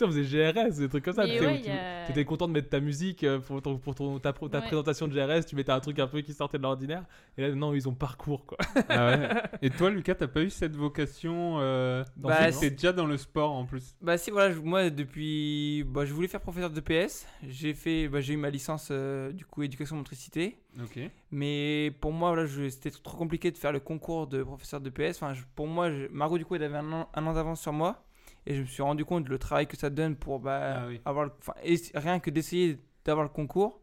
H: on faisait GRS, des trucs comme ça.
I: Mais
H: T'étais
I: ouais,
H: tu
I: y a-
H: t'étais content de mettre ta musique euh, pour, ton- pour ton- ta, pro- ta
I: Ouais.
H: présentation de GRS, tu mettais un truc un peu qui sortait de l'ordinaire. Et là, non, ils ont parcours, quoi.
M: Ah ouais. Et toi, Lucas, t'as pas eu cette vocation euh, dans
K: Bah,
M: le-
K: si.
M: T'es déjà dans le sport en plus.
K: Bah si voilà, je- moi depuis, bah, je voulais faire professeur de PS. J'ai fait, bah, j'ai eu ma licence euh, du coup éducation motricité.
M: Ok.
K: Mais pour moi voilà, je- c'était trop compliqué de faire le concours de professeur de PS. Enfin, je- pour moi, je- Margot du coup elle avait un an, un an d'avance sur moi et je me suis rendu compte le travail que ça donne pour bah,
M: Ah oui.
K: avoir, le- enfin, ess- rien que d'essayer d'avoir le concours,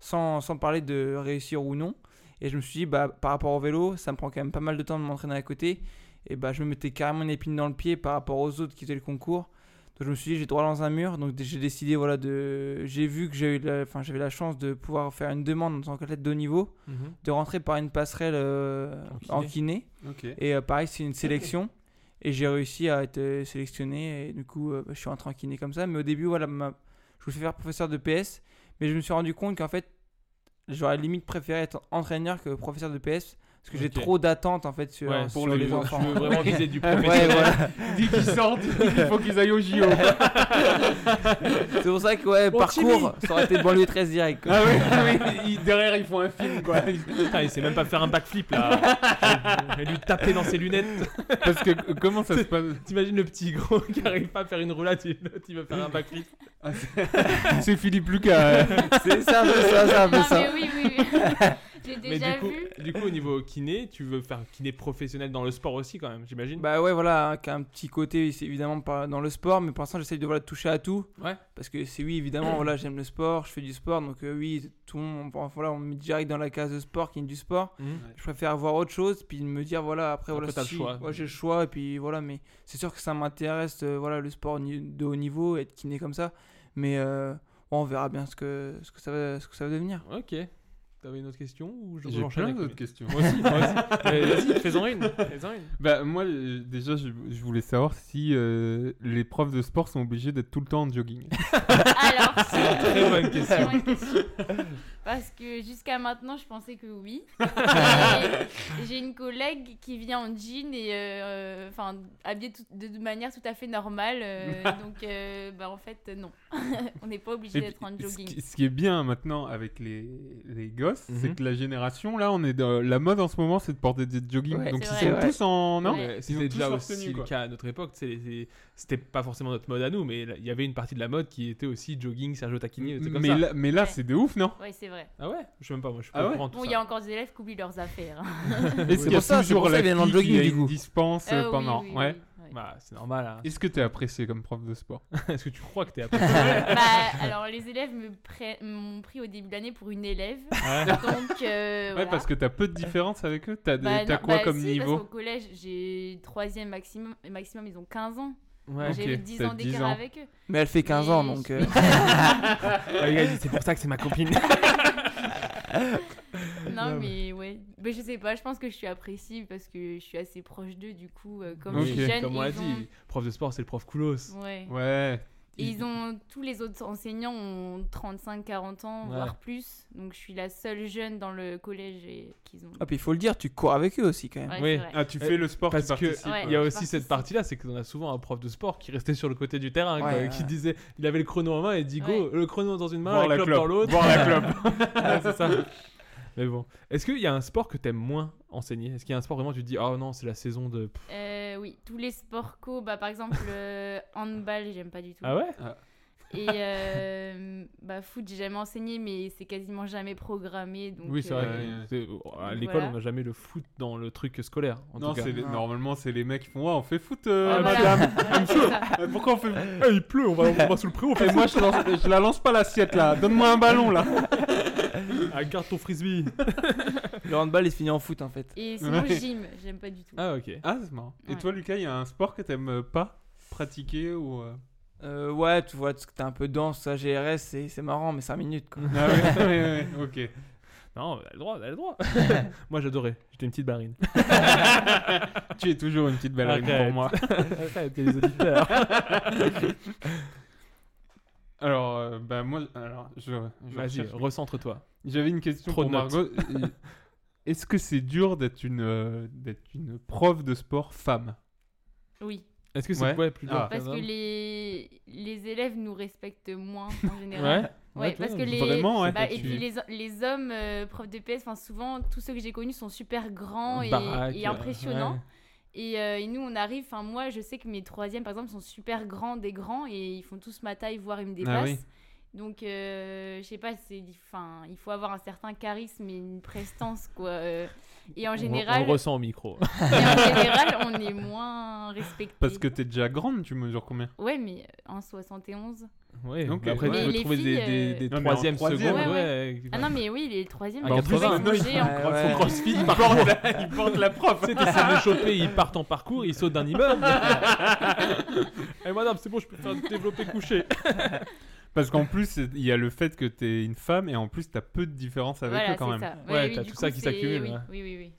K: sans, sans parler de réussir ou non. Et je me suis dit bah par rapport au vélo, ça me prend quand même pas mal de temps de m'entraîner à côté. Et bah je me mettais carrément une épine dans le pied par rapport aux autres qui faisaient le concours. Donc je me suis dit j'ai droit dans un mur, donc j'ai décidé voilà de, j'ai vu que j'ai eu la- enfin j'avais la chance de pouvoir faire une demande en tant qu'athlète de haut niveau,
H: Mhm.
K: de rentrer par une passerelle euh,
H: En
K: en
H: kiné.
K: kiné.
M: Ok.
K: Et euh, pareil c'est une sélection et j'ai réussi à être euh, sélectionné et du coup euh, bah, je suis rentré en kiné comme ça. Mais au début voilà ma- je voulais faire professeur de PS, mais je me suis rendu compte qu'en fait j'aurais limite préféré être entraîneur que professeur de PS. Parce que j'ai
H: Ok.
K: trop d'attentes en fait sur,
H: Ouais,
K: sur
H: pour le-
K: les
H: je
K: enfants.
H: veux vraiment viser du
K: Ouais,
H: professionnel.
K: voilà.
H: Dès qu'ils sortent, il faut qu'ils aillent au JO.
K: C'est pour ça que ouais,
H: Bon,
K: parcours,
H: Timmy.
K: ça aurait été banlieue 13 direct. quoi.
H: Ah oui, derrière ils font un film quoi. Putain, il sait même pas faire un backflip là. Je vais lui taper dans ses lunettes.
M: Parce que euh, comment ça se passe
H: T'imagines le petit gros qui arrive pas à faire une roulade, il l'autre, il veut faire un backflip.
M: C'est Philippe Lucas. euh.
K: C'est ça, un peu ça,
M: Ah,
K: c'est un peu
I: Non,
K: ça.
I: mais oui, oui, oui. J'ai
H: Mais
I: déjà
H: du coup,
I: vu.
H: du coup, au niveau kiné, tu veux faire kiné professionnel dans le sport aussi quand même, j'imagine.
K: Bah ouais, voilà, hein, qu'un petit côté, c'est évidemment pas dans le sport, mais pour l'instant, j'essaye de voilà, toucher à tout.
H: Ouais.
K: Parce que c'est oui, évidemment, voilà, j'aime le sport, je fais du sport, donc euh, oui, tout le monde, bon, voilà, on me met direct dans la case de sport qui est du sport.
H: Mhm.
K: Je préfère avoir autre chose, puis me dire, voilà,
H: Après,
K: après, voilà,
H: t'as le
K: si,
H: choix.
K: ouais, j'ai le choix, et puis voilà, mais c'est sûr que ça m'intéresse, euh, voilà, le sport ni- de haut niveau, être kiné comme ça, mais euh, ouais, on verra bien ce que, ce que, ça, va, ce que ça va devenir.
H: Ok. T'avais une autre question ou je
M: J'ai
H: j'enchaîne
M: plein
H: avec-
M: d'autres questions.
H: Moi aussi, moi aussi. Mais Vas-y, fais-en une. fais-en une.
M: Bah moi euh, déjà je, je voulais savoir si euh, les profs de sport sont obligés d'être tout le temps en jogging.
I: Alors,
H: Très bonne question.
I: Très bonne question. Parce que jusqu'à maintenant, je pensais que oui. Et J'ai une collègue qui vient en jean et euh, enfin habillée tout- de, de manière tout à fait normale. euh, donc, euh, bah, en fait, non. On n'est pas obligé
M: Et puis,
I: d'être en
M: ce,
I: jogging.
M: qui, ce qui est bien maintenant avec les, les gosses, c'est
H: Mhm.
M: que la génération là, on est dans- la mode en ce moment, c'est de porter des jogging.
I: Ouais,
M: Donc
I: c'est
M: ils
I: vrai,
M: sont
K: ouais.
M: tous en non
I: Ouais.
H: Mais
M: Ils ont
H: C'était
M: tous
H: déjà
M: leur
H: aussi
M: tenue,
H: le
M: quoi.
H: cas à notre époque. tu sais, les- les- C'était pas forcément notre mode à nous, mais il y avait une partie de la mode qui était aussi jogging, Sergio Tacchini, des trucs comme
M: Mais
H: ça.
M: là, mais là
I: Ouais.
M: c'est de ouf, non
I: Ouais, c'est vrai.
H: Ah ouais Je sais même pas, moi je suis
M: Ah
H: pas au
M: ouais
H: courant de tout
I: Bon, il
H: ça.
I: y a encore des élèves qui oublient leurs affaires. hein.
M: Est-ce
K: c'est
M: qu'il y a
K: pour ça- c'est
M: toujours
K: pour ça
M: la
K: qu'ils viennent en
M: fille qui
K: jogging,
M: a
K: du
M: une
K: coup.
M: dispense euh,
I: Euh, oui,
M: pendant
I: oui,
M: ouais.
I: oui, oui.
H: Bah, c'est normal. hein.
M: Est-ce que t'es apprécié comme prof de sport
H: Est-ce que tu crois que t'es appris
I: Bah, alors, les élèves me pre- m'ont pris au début de l'année pour une élève.
H: Ouais.
I: Donc, euh,
M: Ouais,
I: voilà.
M: parce que t'as peu de différence avec eux. T'as des-
I: Bah,
M: t'as
I: non,
M: quoi
I: bah,
M: comme
I: si,
M: niveau
I: parce qu'au collège, j'ai 3 maximum, et maximum, ils ont 15 ans.
H: Ouais.
M: Ah, Ok,
I: J'ai 10
M: t'as
I: ans
M: 10
I: d'écart
M: ans.
I: avec eux.
K: Mais elle fait 15 ans,
I: Mais-
K: donc... euh,
H: Ah, le gars, il dit, c'est pour ça que c'est ma copine.
M: Ah,
I: non, mais
M: bah.
I: ouais. Mais je sais pas, je pense que je suis appréciée parce que je suis assez proche d'eux, du coup, euh, comme
M: Ok.
I: je suis jeune.
H: Comme on l'a
I: ils ont...
H: dit, prof de sport, c'est le prof coolos.
I: Ouais.
M: Ouais.
I: Et ils ont, tous les autres enseignants ont 35-40 ans,
H: Ouais.
I: voire plus. Donc je suis la seule jeune dans le collège et... qu'ils ont.
K: Ah, puis il faut le dire, tu cours avec eux aussi quand même.
I: Ouais,
H: oui.
I: c'est vrai.
M: Ah, tu fais le sport,
H: Euh, Parce
M: tu
H: que
M: participes.
I: Ouais.
H: il y a
I: je
H: aussi cette
I: participe.
H: partie-là, c'est qu'on a souvent un prof de sport qui restait sur le côté du terrain, quoi,
K: Ouais,
H: qui
K: ouais.
H: disait, il avait le chrono en main et il dit go,
I: Ouais.
H: le chrono dans une main,
M: Voir
H: la clope dans l'autre.
M: Voir la clope.
H: Ouais, c'est ça. Mais bon, est-ce qu'il y a un sport que t'aimes moins enseigner Est-ce qu'il y a un sport vraiment tu te dis oh non c'est la saison de Pff.
I: Euh, oui, tous les sports co, bah, par exemple, euh, handball, j'aime pas du tout.
H: ah ouais
I: Et euh, bah, foot, j'ai jamais enseigné, mais c'est quasiment jamais programmé. Donc,
H: oui c'est vrai
I: euh,
H: que c'est- oh, à
I: donc
H: l'école
I: voilà.
H: on n'a jamais le foot dans le truc scolaire en
M: Non,
H: tout cas
M: c'est les-
K: Non.
M: normalement, c'est les mecs qui font Ouais, on fait foot, euh,
K: Ah,
I: Ouais, ah, voilà.
M: madame.
I: Voilà, c'est ça.
M: Euh, Pourquoi on fait foot
H: Eh, il pleut on va, on va sous le préau
M: Et moi, je, lance- je la lance pas l'assiette là. Donne-moi un ballon là.
H: ah, garde ton frisbee
K: Le handball, il se finit en foot en fait.
I: Et sinon,
M: Ouais.
I: gym, j'aime pas du tout.
H: ah ok
M: Ah, c'est marrant. Et
I: Ouais.
M: toi, Lucas, il y a un sport que t'aimes euh, pas pratiquer ou. euh,
K: Euh, ouais, tu vois, parce que t'es un peu dense, ça, GRS, c'est c'est marrant, mais 5 minutes quoi.
M: Ah, ouais, ouais, ouais, ok.
H: non elle a le droit elle a le droit moi j'adorais j'étais une petite barine
M: Tu es toujours une petite ballerine
H: Arrête.
M: pour moi.
H: Arrête, il y a des auditeurs
M: Alors, euh, bah, moi, alors, je. je
H: vas-y
M: recherche-
H: recentre-toi
M: J'avais une question
H: Trop
M: pour
H: de notes.
M: Margot. Est-ce que c'est dur d'être une, euh, d'être une prof de sport femme
I: Oui.
H: Est-ce que c'est ouais. ouais, plus dur
I: ah. Parce que les... les élèves nous respectent moins en général. ouais. ouais parce que les,
H: Vraiment,
I: bah, et puis les, les hommes euh, profs de PS, souvent tous ceux que j'ai connus sont super grands et,
H: Baraque,
I: et impressionnants. Et, euh, et, nous, on arrive. Enfin, moi, je sais que mes troisièmes, par exemple, sont super grands, des grands, et ils font tous ma taille, voire ils me dépassent. Ah oui. Donc, euh, je sais pas, c'est, enfin, il faut avoir un certain charisme et une prestance, quoi. Euh, et en général,
H: on, on ressent au micro.
I: et en général, on est moins respecté.
M: Parce que t'es déjà grande, tu mesures combien
I: Ouais, mais 1,71.
H: Ouais, donc après ouais. tu peux trouver filles, des, des, des non, troisièmes, secondes. Ouais, ouais.
I: euh, Ah non, mais oui, les troisièmes,
H: ah, 80,
I: ils sont
H: en crossfit, ils portent la, ils portent la prof. tu sais, t'essaies de choper, ils partent en parcours, ils sautent d'un immeuble. Et madame, c'est bon, je peux faire développer couché.
M: Parce qu'en plus, il y a le fait que t'es une femme et en plus t'as peu de différence avec
I: voilà,
M: eux quand même.
I: Ça.
H: Ouais,
I: oui,
H: t'as
I: tout
H: coup, ça qui s'accumule.
I: Oui, oui, oui. oui.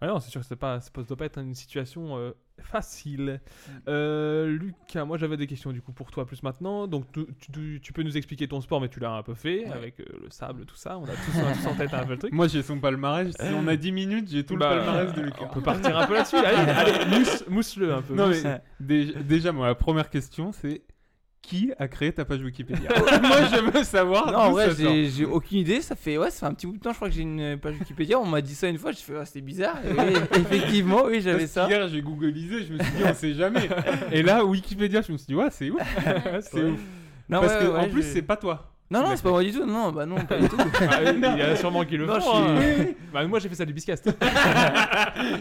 H: Ah non, c'est sûr que c'est pas, ça doit pas être une situation euh, facile. Euh, Lucas, moi j'avais des questions du coup pour toi plus maintenant. Donc tu, tu, tu peux nous expliquer ton sport, mais tu l'as un peu fait ouais. avec euh, le sable, tout ça. On a tous, on a tous en tête un peu le truc.
M: Moi j'ai son palmarès. Si on a 10 minutes, j'ai tout bah, le palmarès de Lucas.
H: On peut partir un peu là-dessus. Allez, allez mousse, mousse-le un peu.
M: Non,
H: mousse.
M: mais, déjà, déjà, moi la première question c'est qui a créé ta page Wikipédia Moi, je veux savoir.
K: Non, en vrai, j'ai, j'ai aucune idée. Ça fait, ouais, ça fait un petit bout de temps, je crois que j'ai une page Wikipédia. On m'a dit ça une fois, je fais, ah, c'est bizarre. Et oui, effectivement, oui, j'avais
M: Parce
K: ça.
M: Hier, j'ai googlisé, je me suis dit, on sait jamais. Et là, Wikipédia, je me suis dit, ouais, c'est ouf. c'est ouf.
K: Ah
M: Non, Parce ouais, que, ouais, en plus,
K: je...
M: c'est pas toi.
K: Non, non, c'est pas moi du tout. Non, bah non, pas du tout.
H: Ah, il y a sûrement qui le
K: non,
M: Ah,
H: font. Suis... Hein. Bah, moi, j'ai fait ça du biscast.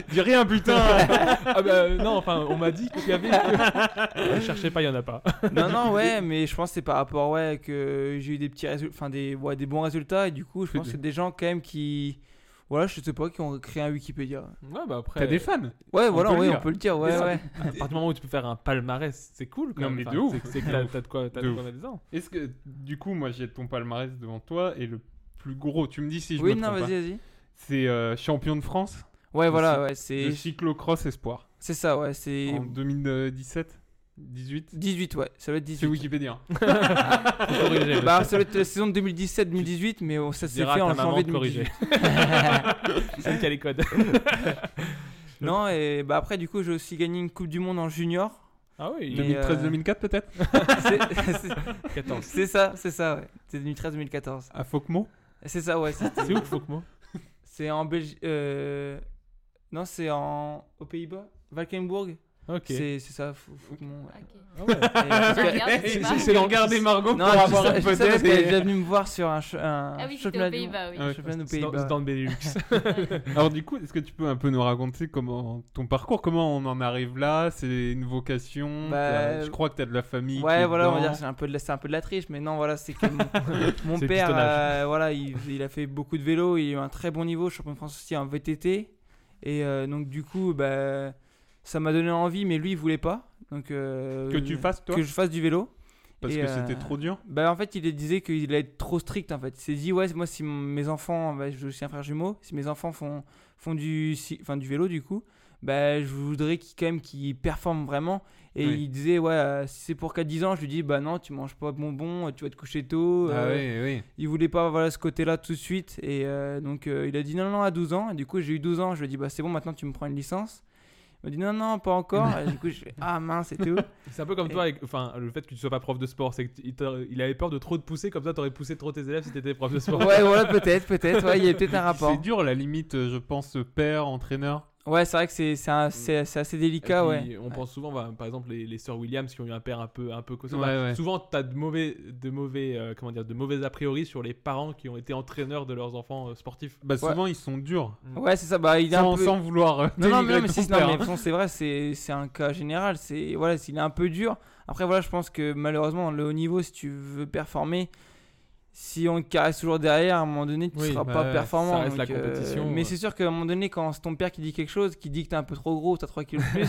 M: Dis rien, putain.
H: ah, bah, non, enfin, on m'a dit qu'il y avait. Que... Cherchez pas, il y en a pas.
K: non, non, ouais, mais je pense que c'est par rapport, ouais, que j'ai eu des petits résultats, enfin, des, ouais, des bons résultats. Et du coup, je pense que c'est des gens quand même qui voilà, je sais pas, qui ont créé un Wikipédia.
H: Ouais, bah après.
M: T'as des fans
K: Ouais, on voilà, ouais, on peut le dire, ouais, ouais.
H: À partir du moment où tu peux faire un palmarès, c'est cool quand
M: Non,
H: même.
M: mais enfin, de ouf
H: C'est, c'est que là, t'as de quoi, t'as de, de quoi dedans.
M: Est-ce que, du coup, moi j'ai ton palmarès devant toi et le plus gros, tu me dis si je
K: oui,
M: me
K: non,
M: trompe
K: vas-y,
M: pas.
K: vas-y.
M: C'est euh, champion de France
K: Ouais, de voilà, ouais, c'est.
M: Le cyclocross espoir.
K: C'est ça, ouais, c'est.
M: En 2017 18
K: 18, ouais, ça va être 18.
M: C'est Wikipédia. hein.
K: corrigé, bah, ça va être la saison 2017-2018, mais oh, ça s'est fait en janvier 2018.
H: c'est le cas les codes.
K: non, et bah après, du coup, j'ai aussi gagné une Coupe du Monde en junior.
H: Ah oui,
M: 2013-2004 euh... peut-être
K: c'est, c'est... 14. c'est ça, c'est ça, ouais. C'est 2013-2014.
M: À Fauquemont
K: C'est ça, ouais.
H: C'est où Fauquemont
K: C'est en Belgique. Euh... Non, c'est en. aux Pays-Bas Valkenburg Okay. C'est, c'est ça, faut, faut okay.
M: okay. ouais. C'est regarder Margot non, pour avoir une peut-être.
K: Parce qu'elle est venue me voir sur un, ch- un
I: ah oui,
K: championnat
I: aux Pays-Bas. Oui.
K: Un
H: Ah
K: championnat aux Pays-Bas.
H: C'est dans le Benelux.
M: Alors du coup, est-ce que tu peux un peu nous raconter comment ton parcours, comment on en arrive là C'est une vocation
K: bah,
M: Je crois que tu as de la famille.
K: Ouais, voilà, on va dire c'est un peu de la, c'est un peu de la triche, mais non, voilà, c'est que mon, mon père, euh, voilà, il, il, a fait beaucoup de vélo, il a eu un très bon niveau, champion de France aussi en VTT, et euh, donc du coup, bah ça m'a donné envie, mais lui, il voulait pas. Donc, euh,
M: que tu fasses, toi
K: Que je fasse du vélo.
M: Parce
K: et,
M: que c'était trop dur
K: euh, bah, En fait, il disait qu'il allait être trop strict. En fait. Il s'est dit Ouais, moi, si mes enfants, bah, je suis un frère jumeau, si mes enfants font, font du, si, enfin, du vélo, du coup, bah, je voudrais qu'ils, quand même qu'ils performent vraiment. Et
M: Oui.
K: il disait Ouais, euh, si c'est pour qu'à 10 ans, je lui dis Bah non, tu manges pas de bonbons, tu vas te coucher tôt. euh,
M: Ah oui, oui.
K: Il voulait pas voilà, ce côté-là tout de suite. Et euh, donc, il a dit Non, non, à 12 ans. Et du coup, j'ai eu 12 ans. Je lui ai dit Bah c'est bon, maintenant, tu me prends une licence. Il m'a dit non, non, pas encore. Et du coup, je fais ah mince, c'était où
H: C'est un peu comme et... toi, avec, enfin, le fait que tu sois pas prof de sport, c'est qu'il avait peur de trop te pousser, comme ça, t'aurais poussé trop tes élèves si t'étais prof de sport.
K: ouais, voilà, peut-être, peut-être, ouais, il y a peut-être un rapport.
M: C'est dur, la limite, euh, je pense, père, entraîneur.
K: Ouais, c'est vrai que c'est, c'est, un, c'est, c'est assez délicat,
H: puis,
K: ouais.
H: On pense souvent, bah, par exemple, les, les sœurs Williams qui ont eu un père un peu, un peu costaud.
M: Ouais,
H: bah,
M: ouais.
H: Souvent, t'as de mauvais, de mauvais, euh, comment dire, de mauvais a priori sur les parents qui ont été entraîneurs de leurs enfants euh, sportifs.
M: Bah, souvent, ils sont durs.
K: Ouais, c'est ça. Bah, il est
M: sans,
K: un peu...
M: sans vouloir. Euh,
K: non, non, mais, non, mais,
M: ton
K: si,
M: père. hein.
H: hein.
K: non, mais bon, c'est vrai, c'est, c'est un cas général. C'est voilà, il est un peu dur. Après, voilà, je pense que malheureusement, le haut niveau, si tu veux performer, si on te caresse toujours derrière, à un moment donné, tu ne
H: Oui,
K: seras
H: bah,
K: pas performant.
H: ça reste la
K: donc, euh,
H: compétition,
K: mais
H: ouais.
K: c'est sûr qu'à un moment donné, quand c'est ton père qui dit quelque chose, qui dit que t'es un peu trop gros, t'as 3 kilos de plus,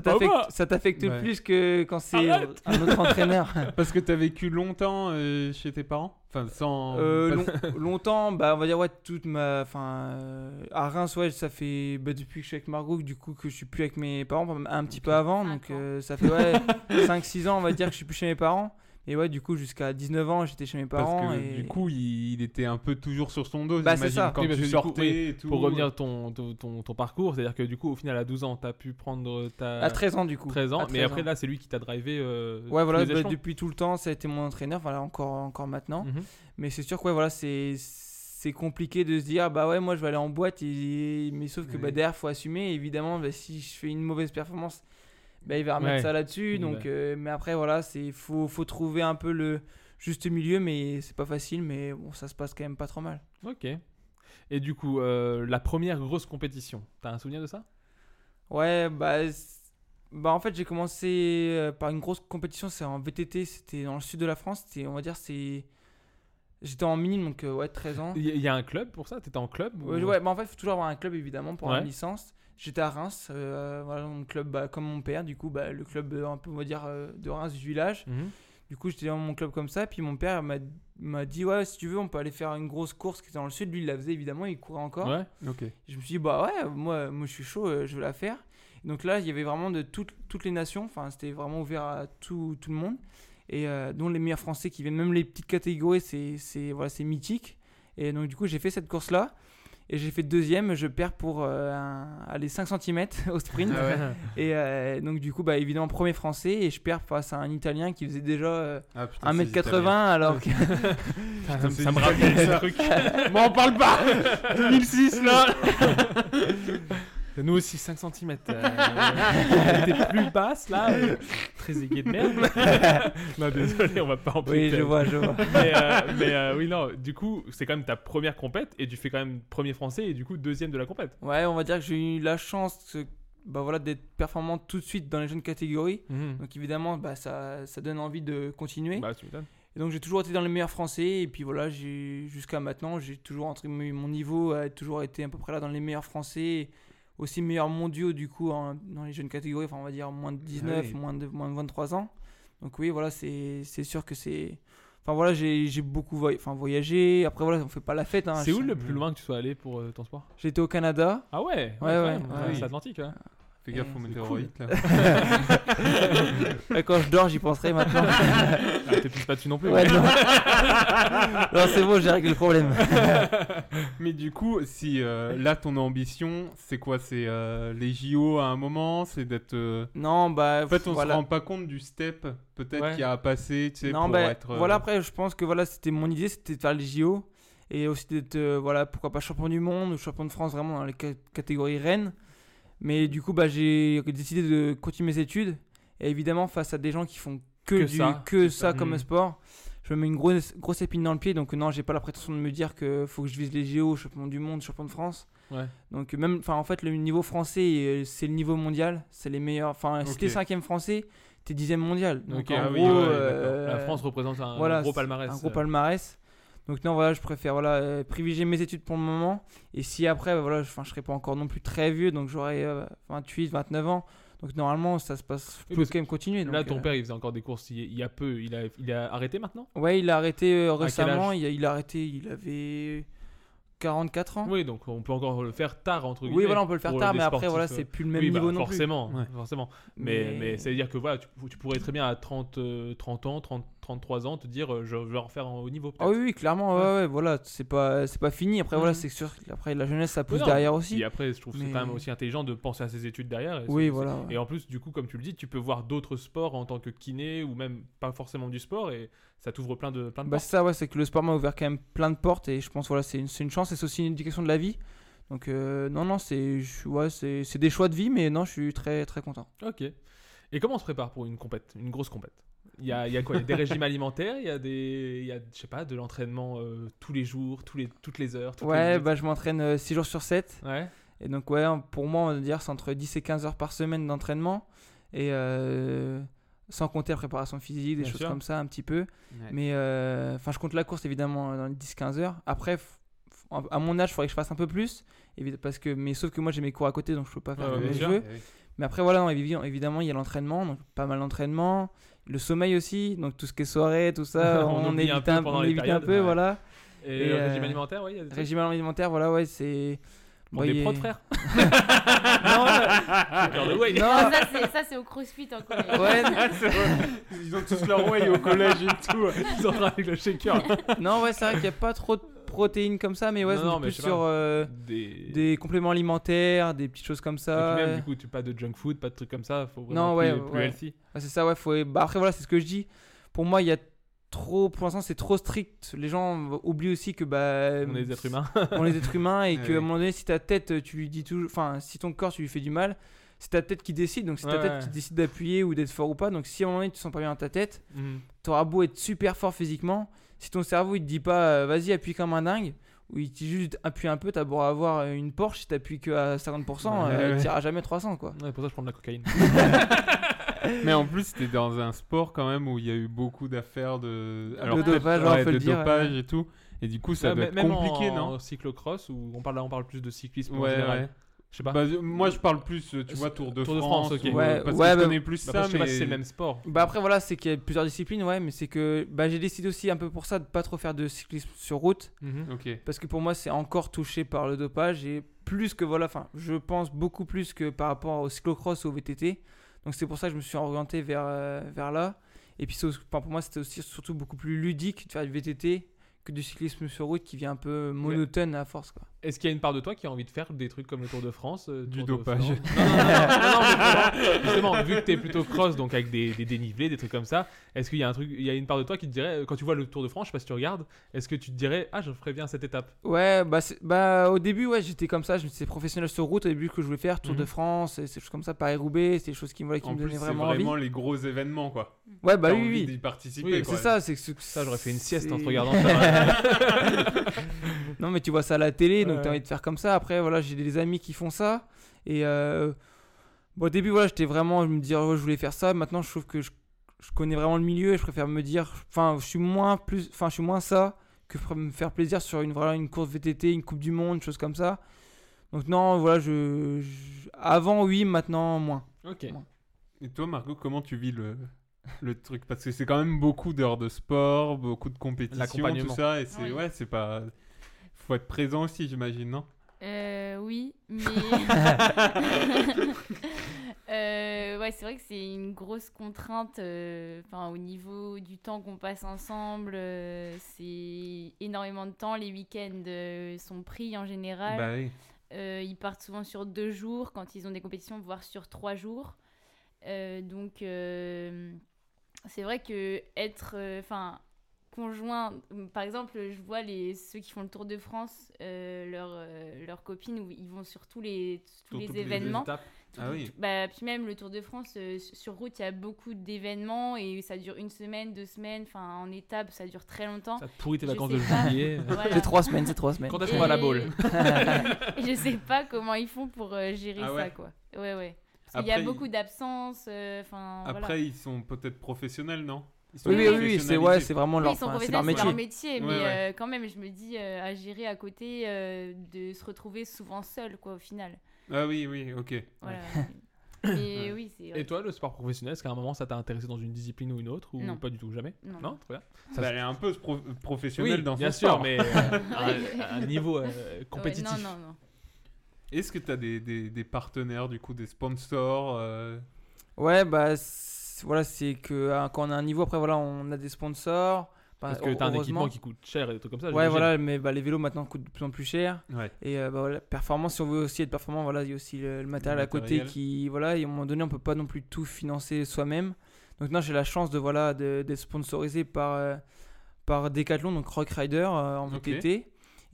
H: Bah,
K: t'affecte,
H: bah.
K: ça t'affecte
M: Ouais.
K: plus que quand c'est un autre entraîneur.
M: Parce que t'as vécu longtemps euh, chez tes parents Enfin, sans.
K: Euh,
M: pas-
K: long- longtemps, bah, on va dire, ouais, toute ma. Enfin, euh, à Reims, ouais, ça fait. Bah, depuis que je suis avec Margot, du coup, que je suis plus avec mes parents, un petit peu avant,
I: Cinq
K: donc
I: ans.
K: euh, ça fait, ouais, 5-6 ans, on va dire, que je suis plus chez mes parents. Et ouais, du coup, jusqu'à 19 ans, j'étais chez mes parents.
M: Parce que
K: et...
M: du coup, il, il était un peu toujours sur son dos.
K: Bah, c'est
M: j'imagine,
K: ça.
M: Quand
K: Oui,
H: parce
M: tu
H: que du
M: sortais
H: coup, oui,
M: et tout.
H: Pour revenir à ton, ton, ton- ton parcours, c'est-à-dire que du coup, au final, à 12 ans, t'as pu prendre ta.
K: À 13 ans, du coup.
H: 13 ans,
K: À
H: mais
K: 13
H: après,
K: ans.
H: là, c'est lui qui t'a drivé. euh,
K: Ouais,
H: tous
K: voilà,
H: les
K: bah, hein.
H: échelons.
K: depuis tout le temps, ça a été mon entraîneur, voilà, encore, encore maintenant.
H: Mhm.
K: Mais c'est sûr que ouais, voilà, c'est c'est compliqué de se dire, bah ouais, moi je vais aller en boîte, et... mais sauf que bah,
H: Ouais.
K: derrière, faut assumer. Et évidemment, bah, si je fais une mauvaise performance, bah, il va remettre
H: Ouais.
K: ça là-dessus.
H: Ouais.
K: Donc, euh, mais après, voilà, c'est faut, faut trouver un peu le juste milieu, mais c'est pas facile, mais bon, ça se passe quand même pas trop mal.
H: Ok. Et du coup, euh, la première grosse compétition, t'as un souvenir de ça
K: Ouais, bah, c- bah en fait, j'ai commencé euh, par une grosse compétition, c'est en VTT, c'était dans le sud de la France, c'était, on va dire, c'est... J'étais en minime, donc euh, ouais, 13 ans.
H: Il y, il y a un club pour ça T'étais en club ou-
K: Ouais, ouais, bah, en fait, il faut toujours avoir un club, évidemment, pour avoir
H: Ouais.
K: une licence. J'étais à Reims, euh, voilà, mon club, bah, comme mon père, du coup, bah, le club, euh, un peu, on va dire, euh, de Reims, du village.
H: Mhm.
K: Du coup, j'étais dans mon club comme ça, puis mon père m'a- m'a dit, ouais, si tu veux, on peut aller faire une grosse course qui était dans le sud. Lui, il la faisait, évidemment, il courait encore.
H: Ouais,
M: ok.
K: Je me suis dit, bah ouais, moi, moi je suis chaud, euh, je veux la faire. Donc là, il y avait vraiment de toutes- toutes les nations, enfin, c'était vraiment ouvert à tout, tout le monde, et euh, dont les meilleurs français qui viennent, même les petites catégories, c'est c'est- voilà, c'est mythique. Et donc, du coup, j'ai fait cette course-là, et j'ai fait deuxième, je perds pour euh, un- allez, 5 cm au sprint.
H: Ah ouais.
K: Et euh, donc, du coup, bah, évidemment, premier français, et je perds face à un Italien qui faisait déjà euh,
M: Ah, putain,
K: 1m80,
M: c'est
K: alors que.
H: Putain, ça me- ça me rappelle un truc. Moi, on parle pas 2006, là Nous aussi, 5 cm. Elle était plus basse, là. euh, Très aigué de merde. non, désolé, on va pas en parler.
K: Oui, je vois, je vois.
H: Mais, euh, mais, euh, oui, non, du coup, c'est quand même ta première compète et tu fais quand même premier français et du coup deuxième de la compète.
K: Ouais, on va dire que j'ai eu la chance euh, bah voilà, d'être performant tout de suite dans les jeunes catégories.
H: Mhm.
K: Donc évidemment, bah, ça, ça donne envie de continuer.
H: Bah, tu m'étonnes.
K: Et donc j'ai toujours été dans les meilleurs français. Et puis voilà, j'ai- jusqu'à maintenant, j'ai toujours entre guillemets, mon niveau a toujours été à peu près là dans les meilleurs français. Aussi meilleurs mondiaux du coup en- dans les jeunes catégories, enfin on va dire moins de 19,
H: Ah oui.
K: moins, de, moins de 23 ans. Donc oui, voilà, c'est c'est sûr que c'est... Enfin voilà, j'ai j'ai beaucoup voy- enfin, voyagé. Après voilà, on fait pas la fête. hein.
H: c'est où
K: Je-
H: le plus loin que tu sois allé pour euh, ton sport
K: J'étais au Canada.
H: Ah ouais,
K: Ouais,
H: quand
K: ouais,
H: même,
K: ouais.
H: C'est Atlantique, ouais.
M: Fais gaffe
K: Mm,
M: aux
H: C'est
M: météorites,
H: cool.
K: Ouais, quand je dors, j'y penserai maintenant.
H: Ah, t'épuises pas dessus non plus.
K: Ouais, non. Non, c'est bon, j'ai réglé le problème.
M: Mais du coup, si euh, là ton ambition, c'est quoi C'est euh, les JO à un moment, c'est d'être. euh,
K: Non, bah.
M: En fait, on
K: voilà.
M: se rend pas compte du step peut-être
K: Ouais.
M: qu'il y a à passer, tu sais,
K: Non,
M: pour
K: bah,
M: être. euh,
K: voilà, après, je pense que voilà, c'était mon idée, c'était de faire les JO. Et aussi d'être, euh, voilà, pourquoi pas champion du monde ou champion de France, vraiment dans les ca- catégories reines. Mais du coup, bah, j'ai décidé de continuer mes études. Et évidemment, face à des gens qui font que,
H: Que
K: du-
H: ça,
K: que
H: c'est ça.
K: ça comme
M: Hmm.
H: Mhm.
K: sport, je me mets une grosse, grosse épine dans le pied. Donc, non, j'ai pas la prétention de me dire que faut que je vise les JO, champion du monde, champion de France.
H: Ouais.
K: Donc euh, même, enfin en fait le niveau français euh, c'est le niveau mondial, c'est les meilleurs. Enfin si
M: Ok.
K: t'es cinquième français, t'es dixième mondial. Donc
H: Ok,
K: en
H: ah oui,
K: gros,
H: ouais, d'accord.
K: euh,
H: La France représente un
K: voilà,
H: gros
K: c'est
H: palmarès. euh.
K: Un gros palmarès. Donc non voilà, je préfère voilà euh, privilégier mes études pour le moment. Et si après bah, voilà, je, 'fin, je serai pas encore non plus très vieux, donc j'aurai euh, 28, 29 ans. Donc normalement ça se passe. Je
H: Oui,
K: peux
H: parce
K: quand même continuer.
H: Là,
K: donc,
H: ton
K: euh,
H: père, il faisait encore des courses il y a, il y a peu. Il a, il a arrêté maintenant
K: Ouais, il a arrêté euh,
H: quel
K: récemment.
H: âge
K: Il a, il a arrêté. Il avait 44 ans.
H: Oui, donc on peut encore le faire tard, entre
K: Oui,
H: guillemets.
K: voilà, on peut le faire
H: pour,
K: tard,
H: des
K: mais après,
H: sportifs,
K: voilà,
H: euh,
K: c'est plus le même
H: oui, bah,
K: niveau non plus.
H: forcément,
M: Ouais.
H: Forcément. Mais,
K: Mais-
H: mais ça veut dire que voilà, tu, tu pourrais très bien à 30, euh, 30 ans, 30, 33 ans te dire euh, je, je vais refaire en haut niveau.
K: Ah oui, oui, clairement, ouais, ouais, voilà, c'est pas, c'est pas fini. Après, voilà, c'est sûr, après la jeunesse, ça pousse
H: Mhm. non,
K: derrière aussi.
H: Et après, je trouve que c'est
K: Mais-
H: quand même aussi intelligent de penser à ses études derrière. et
K: Oui,
H: c'est-
K: voilà,
H: c'est-
K: ouais.
H: Et en plus, du coup, comme tu le dis, tu peux voir d'autres sports en tant que kiné ou même pas forcément du sport et ça t'ouvre plein de, plein de
K: Bah,
H: portes.
K: c'est ça, ouais, c'est que le sport m'a ouvert quand même plein de portes et je pense, voilà, c'est une, c'est une chance et c'est aussi une éducation de la vie. Donc, euh, non, non, c'est je suis- ouais, c'est- c'est des choix de vie, mais non, je suis très, très content.
H: Ok. Et comment on se prépare pour une compète, une grosse compète Il y a, il y a quoi Il y a des régimes alimentaires, il y a des, il y a, je sais pas, de l'entraînement euh, tous les jours, tous les, toutes les heures. toutes les
K: Ouais,
H: minutes.
K: bah, je m'entraîne 6 jours sur 7.
H: ouais.
K: Et donc, ouais, hein, pour moi, on va dire, c'est entre 10 et 15 heures par semaine d'entraînement. Et euh, sans compter la préparation physique, des
H: Bien
K: choses
H: sûr.
K: comme ça, un petit peu. Mais euh, enfin, je compte la course évidemment dans les 10-15 heures. Après, f- f- à mon âge, il faudrait que je fasse un peu plus. évi- Parce que, mais sauf que moi j'ai mes cours à côté donc je peux pas faire
H: Ouais, ouais,
K: mes
H: bien sûr. Eh
K: jeux. Mais après, voilà, non, évi- évidemment, il y a l'entraînement, donc pas mal d'entraînement. Le sommeil aussi, donc tout ce qui est soirée, tout ça,
H: On
K: on,
H: oublie
K: évite
H: un
K: un
H: peu
K: peu,
H: pendant
K: on
H: les
K: évite un
H: périodes,
K: peu
H: ouais.
K: voilà.
H: Et,
K: Et,
H: euh, régime
K: euh,
H: alimentaire, ouais. il y a des trucs
K: Régime alimentaire, voilà, ouais, c'est.
H: Bon, des prods, frère.
I: non,
H: là- J'ai peur de Wayne.
K: Ah.
I: Non, Ah, ça, c'est- ça, c'est au crossfit hein, en collège.
K: Ouais.
H: Ils ont tous leur way au collège et tout. Ils entrent avec le shaker.
K: non, ouais, c'est vrai qu'il n'y a pas trop de protéines comme ça, mais ouais,
H: Non,
K: c'est
H: non, mais
K: plus
H: je sais
K: sur
H: pas.
K: euh,
H: Des- euh,
K: des... compléments alimentaires, des petites choses comme
H: Et
K: ça.
H: puis même,
K: ouais.
H: du coup, tu pas de junk food, pas de trucs comme ça. Faut vraiment
K: non, ouais,
H: plus, plus
K: ouais.
H: healthy.
K: Ouais, c'est ça, ouais. Faut... Bah, après, voilà, c'est ce que je dis. Pour moi, il y a trop. Pour l'instant, c'est trop strict. Les gens oublient aussi que. Bah,
H: On est des êtres humains.
K: on est des êtres humains et
H: Ouais,
K: qu'à
H: ouais.
K: un moment donné, si ta tête, tu lui dis toujours. Enfin, si ton corps, tu lui fais du mal, c'est ta tête qui décide. Donc, c'est ta
H: Ouais,
K: tête
H: ouais.
K: qui décide d'appuyer ou d'être fort ou pas. Donc, si à un moment donné, tu te sens pas bien dans ta tête,
H: Mhm.
K: t'auras beau être super fort physiquement. Si ton cerveau, il te dit pas, euh, vas-y, appuie comme un dingue. Ou il te dit juste appuie un peu, t'as beau avoir euh, une Porsche, si t'appuies que à 50%,
M: Ouais,
K: euh,
M: ouais.
K: t'iras jamais 300 quoi.
H: Ouais, pour ça, je prends de la cocaïne.
M: Mais en plus, c'était dans un sport quand même où il y a eu beaucoup d'affaires de.
K: De
M: peut-être-
K: dopage,
M: ouais,
K: alors, faut
M: de
K: le dire,
M: dopage
K: ouais.
M: et tout. Et du coup, ça
H: Ouais,
M: doit
H: mais-
M: être
H: Bah, même
M: compliqué,
H: en,
M: non
H: cyclocross, où on parle là, on parle plus de cyclisme en
M: Ouais,
H: général.
M: ouais.
H: Je sais pas.
M: Bah, euh, moi, je parle plus, euh, tu
H: Euh,
M: vois, Tour de France,
H: ok.
M: ou- Ouais, parce que je
K: bah-
M: connais plus
H: Bah,
M: ça,
H: je sais pas
M: mais-
H: si c'est le même sport.
K: Bah après voilà, c'est qu'il y a plusieurs disciplines, ouais, mais c'est que bah, j'ai décidé aussi un peu pour ça de pas trop faire de cyclisme sur route,
H: Mhm.
M: Ok.
K: parce que pour moi c'est encore touché par le dopage et plus que voilà, enfin je pense beaucoup plus que par rapport au cyclocross ou au VTT, donc c'est pour ça que je me suis orienté vers euh, vers là. Et puis c'est aussi- enfin, pour moi c'était aussi surtout beaucoup plus ludique de faire du VTT que du cyclisme sur route qui vient un peu monotone à force quoi.
H: Est-ce qu'il y a une part de toi qui a envie de faire des trucs comme le Tour de France euh,
M: Du
H: Tour de-
M: dopage.
H: Non, non, non, non, non, mais vraiment, justement, vu que t'es plutôt cross, donc avec des, des dénivelés, des trucs comme ça, est-ce qu'il y a un truc, il y a une part de toi qui te dirait, euh, quand tu vois le Tour de France, je sais pas si tu regardes, est-ce que tu te dirais, ah, je ferais bien cette étape
K: Ouais, bah, c'est- bah au début, ouais, j'étais comme ça, je me disais professionnel sur route au début que je voulais faire, Tour
M: Mhm.
K: de France, et ces choses comme ça, Paris-Roubaix, c'est des choses qui, me- voilà, qui
M: En
K: me
M: plus,
K: donnaient
M: c'est
K: vraiment,
M: vraiment,
K: envie.
M: les gros événements, quoi.
K: Ouais, bah
M: T'as
K: oui,
M: envie
K: oui.
M: d'y participer,
K: Oui,
M: quoi.
K: c'est ça, c'est que
H: Ça, j'aurais fait une sieste en te
K: c'est-
H: regardant faire
K: non, mais tu vois ça à la télé, donc
H: Ouais.
K: t'as envie de faire comme ça. Après, voilà, j'ai des amis qui font ça. Et euh, bon, au début, voilà, j'étais vraiment, je me disais, ouais, je voulais faire ça. Maintenant, je trouve que je, je connais vraiment le milieu et je préfère me dire, enfin, je suis moins plus, enfin, je suis moins ça que pr- me faire plaisir sur une, voilà, une course VTT, une Coupe du Monde, choses comme ça. Donc non, voilà, je, je- avant oui, maintenant moins.
H: Ok.
M: Et toi, Margot, comment tu vis le, le truc Parce que c'est quand même beaucoup d'heures de sport, beaucoup de compétition,
H: L'accompagnement.
M: tout ça. Et c'est,
I: Oui.
M: ouais, c'est pas. Faut être présent aussi, j'imagine, non
I: Euh, oui, mais. Euh, ouais, c'est vrai que c'est une grosse contrainte euh, enfin, au niveau du temps qu'on passe ensemble. euh, c'est énormément de temps. Les week-ends euh, sont pris en général.
M: Bah oui.
I: Euh, ils partent souvent sur deux jours quand ils ont des compétitions, voire sur trois jours. Euh, donc, euh, c'est vrai que être. euh, Enfin conjoint par exemple je vois les ceux qui font le tour de France euh, leurs euh, leurs copines où ils vont sur tous les tous
M: Sur
I: les
M: toutes les
I: événements
M: étapes.
I: Tout-
M: Ah oui.
I: tout- bah, puis même le Tour de France euh, sur sur route il y a beaucoup d'événements et ça dure une semaine deux semaines enfin en étape ça dure très longtemps
H: Ça pourrit tes
I: Je
H: vacances
I: sais
H: de
I: pas.
H: juillet.
I: Voilà.
K: C'est trois semaines, c'est trois semaines.
H: Quand est-ce qu'on va à la boule
I: Et je sais pas comment ils font pour euh, gérer
M: Ah ouais.
I: ça quoi ouais ouais parce qu'il y a
M: Après, ils-
I: beaucoup d'absences euh, enfin
M: Après,
I: voilà.
M: ils sont peut-être professionnels, non Ils sont
K: Oui, oui, oui, c'est ouais,
M: professionnalisés.
K: c'est vraiment
I: Oui,
K: leur,
I: ils sont
K: enfin, c'est
I: professionnels,
K: leur métier.
I: mais
M: Ouais, ouais.
I: euh, quand même, je me dis euh, à gérer à côté, euh, de se retrouver souvent seul, quoi, au final.
M: Ah oui, oui, ok.
I: Voilà.
M: Ouais.
I: mais oui, c'est.
H: Et toi, le sport professionnel, est-ce qu'à un moment ça t'a intéressé dans une discipline ou une autre ou
I: Non.
H: pas du tout jamais
I: Non.
H: très bien.
M: Ça, bah, elle est un peu pro- professionnelle
H: Oui,
M: dans son
H: bien sûr,
M: sport.
H: mais, euh, à- à un niveau, euh,
I: Ouais,
H: compétitif.
I: non, non, non.
M: Est-ce que tu as des, des- des partenaires, du coup, des sponsors euh,
K: Ouais, bah c'est- voilà, c'est que hein, quand on a un niveau, après voilà, on a des sponsors. Bah,
H: Parce que t'as un
K: heureusement.
H: équipement qui coûte cher et des trucs comme ça.
K: Ouais,
H: j'imagine.
K: voilà, mais bah, les vélos maintenant coûtent de plus en plus cher.
M: Ouais.
K: Et euh, bah, voilà, performance, si on veut aussi être performant, voilà, il y a aussi le, le matériel à côté
M: matériel.
K: qui, voilà, et à un moment donné, on peut pas non plus tout financer soi-même. Donc non, j'ai la chance de voilà de- d'être sponsorisé par euh, par Decathlon, donc Rock Rider euh, en
M: Ok.
K: VTT.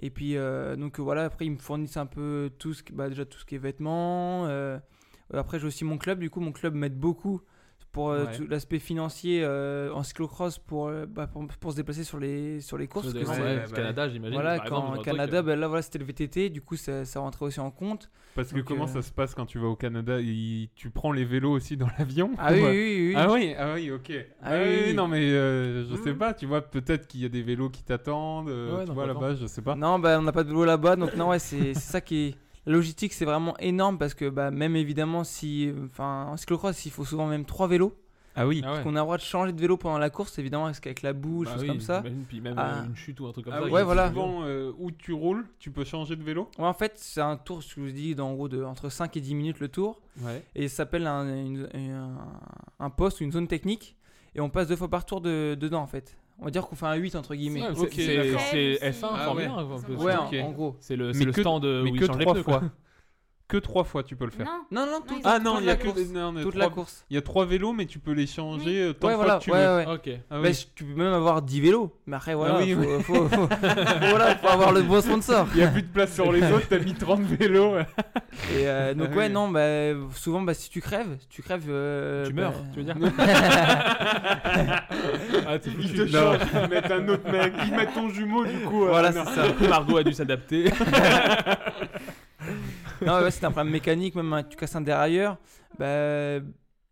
K: Et puis euh, donc euh, voilà, après ils me fournissent un peu tout ce qui, bah, déjà tout ce qui est vêtements. euh, euh, après j'ai aussi mon club, du coup mon club m'aide beaucoup pour euh,
M: Ouais.
K: tout l'aspect financier euh, en cyclocross pour, euh, bah, pour pour se déplacer sur les sur les courses.
H: Sur
K: parce
H: des-
K: que
H: ouais,
K: c'est-
H: parce que Canada, j'imagine,
K: Voilà,
H: par exemple,
K: quand
H: ou un
K: Canada,
H: truc, euh,
K: bah, là voilà c'était le VTT, du coup ça, ça rentrait aussi en compte.
M: Parce que
K: Donc,
M: comment
K: euh,
M: ça se passe quand tu vas au Canada Il- Tu prends les vélos aussi dans l'avion
K: Ah
M: ou,
K: oui,
M: euh,
K: oui, oui, oui.
M: Ah oui, ah oui, ok.
K: Ah
M: Ah oui,
K: oui, oui.
M: non, mais euh, je sais
K: Mm.
M: pas, tu vois, peut-être qu'il y a des vélos qui t'attendent, euh,
H: Ouais,
M: tu
H: non,
M: vois,
H: pas tant.
M: là-bas, je sais pas.
K: Non, bah, on n'a pas de boulot là-bas, donc non, ouais, c'est c'est ça qui est. La logistique, c'est vraiment énorme parce que, bah, même évidemment, si. Enfin, en cyclocross, il faut souvent même trois vélos. Ah oui.
H: Ah ouais.
K: Parce qu'on a le droit de changer de vélo pendant la course, évidemment, parce qu'avec la boue,
H: Bah
K: choses
H: oui,
K: comme ça.
H: j'imagine, puis même, euh, une chute ou un truc comme
K: Ah
H: ça,
K: oui,
H: il y a
K: Ouais,
H: une
K: voilà.
M: Suivant euh, où tu roules, tu peux changer de vélo
K: Ouais, en fait, c'est un tour, ce que je vous dis, d'en gros, de, entre 5 et 10 minutes le tour.
M: Ouais.
K: Et ça s'appelle un, une- un- un poste ou une zone technique. Et on passe deux fois par tour de, dedans, en fait. On va dire qu'on fait un 8 entre guillemets.
H: Ouais, c'est- Ok, c'est- d'accord. c'est F1 Ah Formule ouais. un, un peu,
K: Ouais,
H: c'est
K: en-
H: ok.
K: en gros.
H: C'est le- Mais c'est le que- stand, euh,
K: de
H: mais où ils que changent les trois pneus, quoi. fois.
M: Que trois fois tu peux le faire.
K: Non. Non, non, tout-
M: ah
K: toute
M: non, il y
K: la
M: a que
K: course.
M: non, mais
K: Toute
M: trois-
K: la course.
M: Il y a trois vélos, mais tu peux les changer euh, tant
K: Ouais,
M: de
K: voilà,
M: fois que tu
K: ouais,
M: veux.
K: ouais.
M: Ah
K: Bah,
M: oui.
K: je- tu peux même avoir 10 vélos. Mais après, voilà,
M: Ah oui,
K: faut,
M: oui.
K: faut- faut- voilà, faut avoir le bon sponsor.
M: Il y a plus de place sur les autres, t'as mis 30 vélos.
K: Et euh, donc,
M: Ah
K: ouais,
M: oui.
K: non, bah, souvent, bah, si tu crèves, tu crèves. euh,
H: Tu
K: bah-
H: meurs, tu veux dire
K: Ah, t'es
M: Ils
K: foutu.
M: te
K: Non.
M: changent, ils mettent un autre mec, ils mettent ton jumeau du coup. euh,
K: Voilà,
M: non.
K: c'est ça.
H: Margot a dû s'adapter.
K: non, ouais, c'est un problème mécanique, même hein, tu casses un dérailleur. Bah,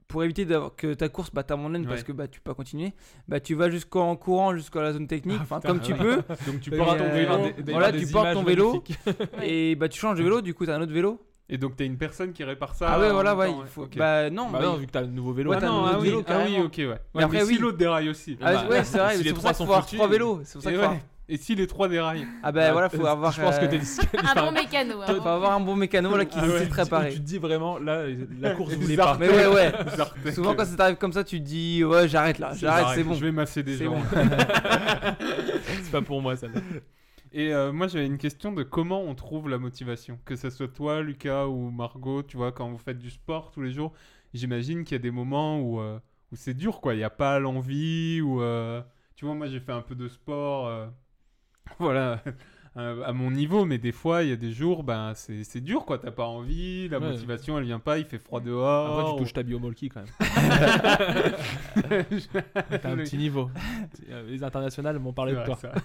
K: pour éviter d'avoir que ta course bah, t'abandonnes parce
H: Ouais.
K: que bah, tu peux pas continuer, bah, tu vas jusqu'en courant, jusqu'à la zone technique, enfin,
H: putain,
K: comme
H: ah
K: tu
H: ouais.
K: peux.
H: Donc tu
K: Et,
H: portes ton vélo. Il doit y avoir
K: Voilà,
H: des
K: tu portes
H: images
K: ton vélo
H: magnifiques.
K: et bah, tu changes de vélo, du coup, t'as un autre vélo.
M: Et donc t'as une personne qui répare ça.
K: Ah ouais,
M: en
K: voilà,
M: même
K: ouais,
M: temps,
K: il faut-
M: ok.
K: bah, non, Bah mais- non,
H: vu que t'as le nouveau vélo.
K: Ouais,
M: ah
K: t'as le
M: non,
K: nouveau
M: ah oui,
K: vélo,
M: ah oui,
K: carrément.
M: ok, ouais.
K: Mais
M: ouais
K: après,
M: mais
K: oui.
M: si l'autre déraille aussi.
K: Ah, ouais, c'est vrai,
M: Si
K: c'est
M: les
K: pour
M: trois
K: ça qu'il
M: sont
K: faut avoir
M: foutus,
K: trois vélos, c'est pour ça
M: et
K: qu'il faut
M: ouais.
K: avoir-
M: Et si les trois déraillent
K: Ah bah, voilà, faut avoir,
H: Je pense que
K: euh,
H: t'es
I: Un bon Ah, mécano.
K: Faut avoir un bon mécano là qui
H: Ah
K: sait
H: ouais,
K: te
H: tu-
K: réparer.
H: Tu te dis vraiment, là, la course voulait
K: Zartek.
H: pas.
K: Mais ouais, ouais. Souvent, quand ça t'arrive comme ça, tu te dis Ouais, j'arrête là, j'arrête, c'est bon.
M: Je vais masser des
K: C'est
M: gens.
K: bon.
H: C'est pas pour moi, ça.
M: Et euh, moi j'avais une question de comment on trouve la motivation. Que ce soit toi, Lucas ou Margot, Oh, tu vois, quand vous faites du sport tous les jours, j'imagine qu'il y a des moments où, euh, où c'est dur, quoi. Il n'y a pas l'envie, ou... euh, Tu vois, moi j'ai fait un peu de sport, euh, voilà, euh, à mon niveau, mais des fois, il y a des jours, ben c'est c'est dur, quoi. T'as pas envie, la
H: Ouais.
M: motivation, elle vient pas, il fait froid dehors.
K: Oh.
H: Après, tu touches
M: ou-
H: ta biomolki quand même. T'as un
M: Le-
H: petit niveau. Les internationales m'ont parlé de
M: C'est
H: toi.
M: vrai,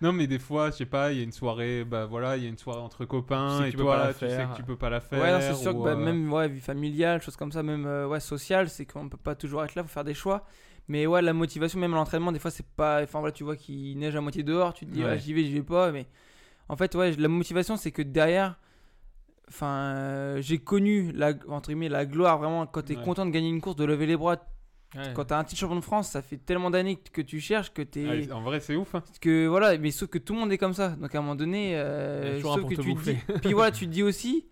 M: non, mais des fois, je sais pas, il y a une soirée, bah voilà, il y a une soirée entre
K: Ah,
M: copains,
H: Tu sais que
M: et
H: tu peux pas
M: toi,
H: la
M: tu sais
H: faire.
M: que tu peux pas la faire.
K: Ouais, non, c'est sûr
M: ou,
K: que bah,
M: euh,
K: même ouais, vie familiale, choses comme ça, même euh, ouais, sociale, c'est qu'on peut pas toujours être là, faut faire des choix. Mais ouais, la motivation, même à l'entraînement, des fois, c'est pas. Enfin voilà, tu vois qu'il neige à moitié dehors, tu te dis
H: Ouais.
K: ouais, j'y vais, j'y vais pas. Mais en fait, ouais, la motivation, c'est que derrière, enfin, euh, j'ai connu la, entre guillemets, la gloire vraiment quand t'es
H: Ouais.
K: content de gagner une course, de lever les bras.
H: Ouais.
K: Quand t'as un titre champion de France, ça fait tellement d'années que tu cherches que t'es.
M: Ah, en vrai, c'est ouf. hein.
K: que voilà mais sauf que tout le monde est comme ça donc à un moment donné euh,
H: Il y a toujours un
K: sauf
H: pour
K: que
H: te
K: tu te
H: bouffer.
K: dis puis voilà tu te dis aussi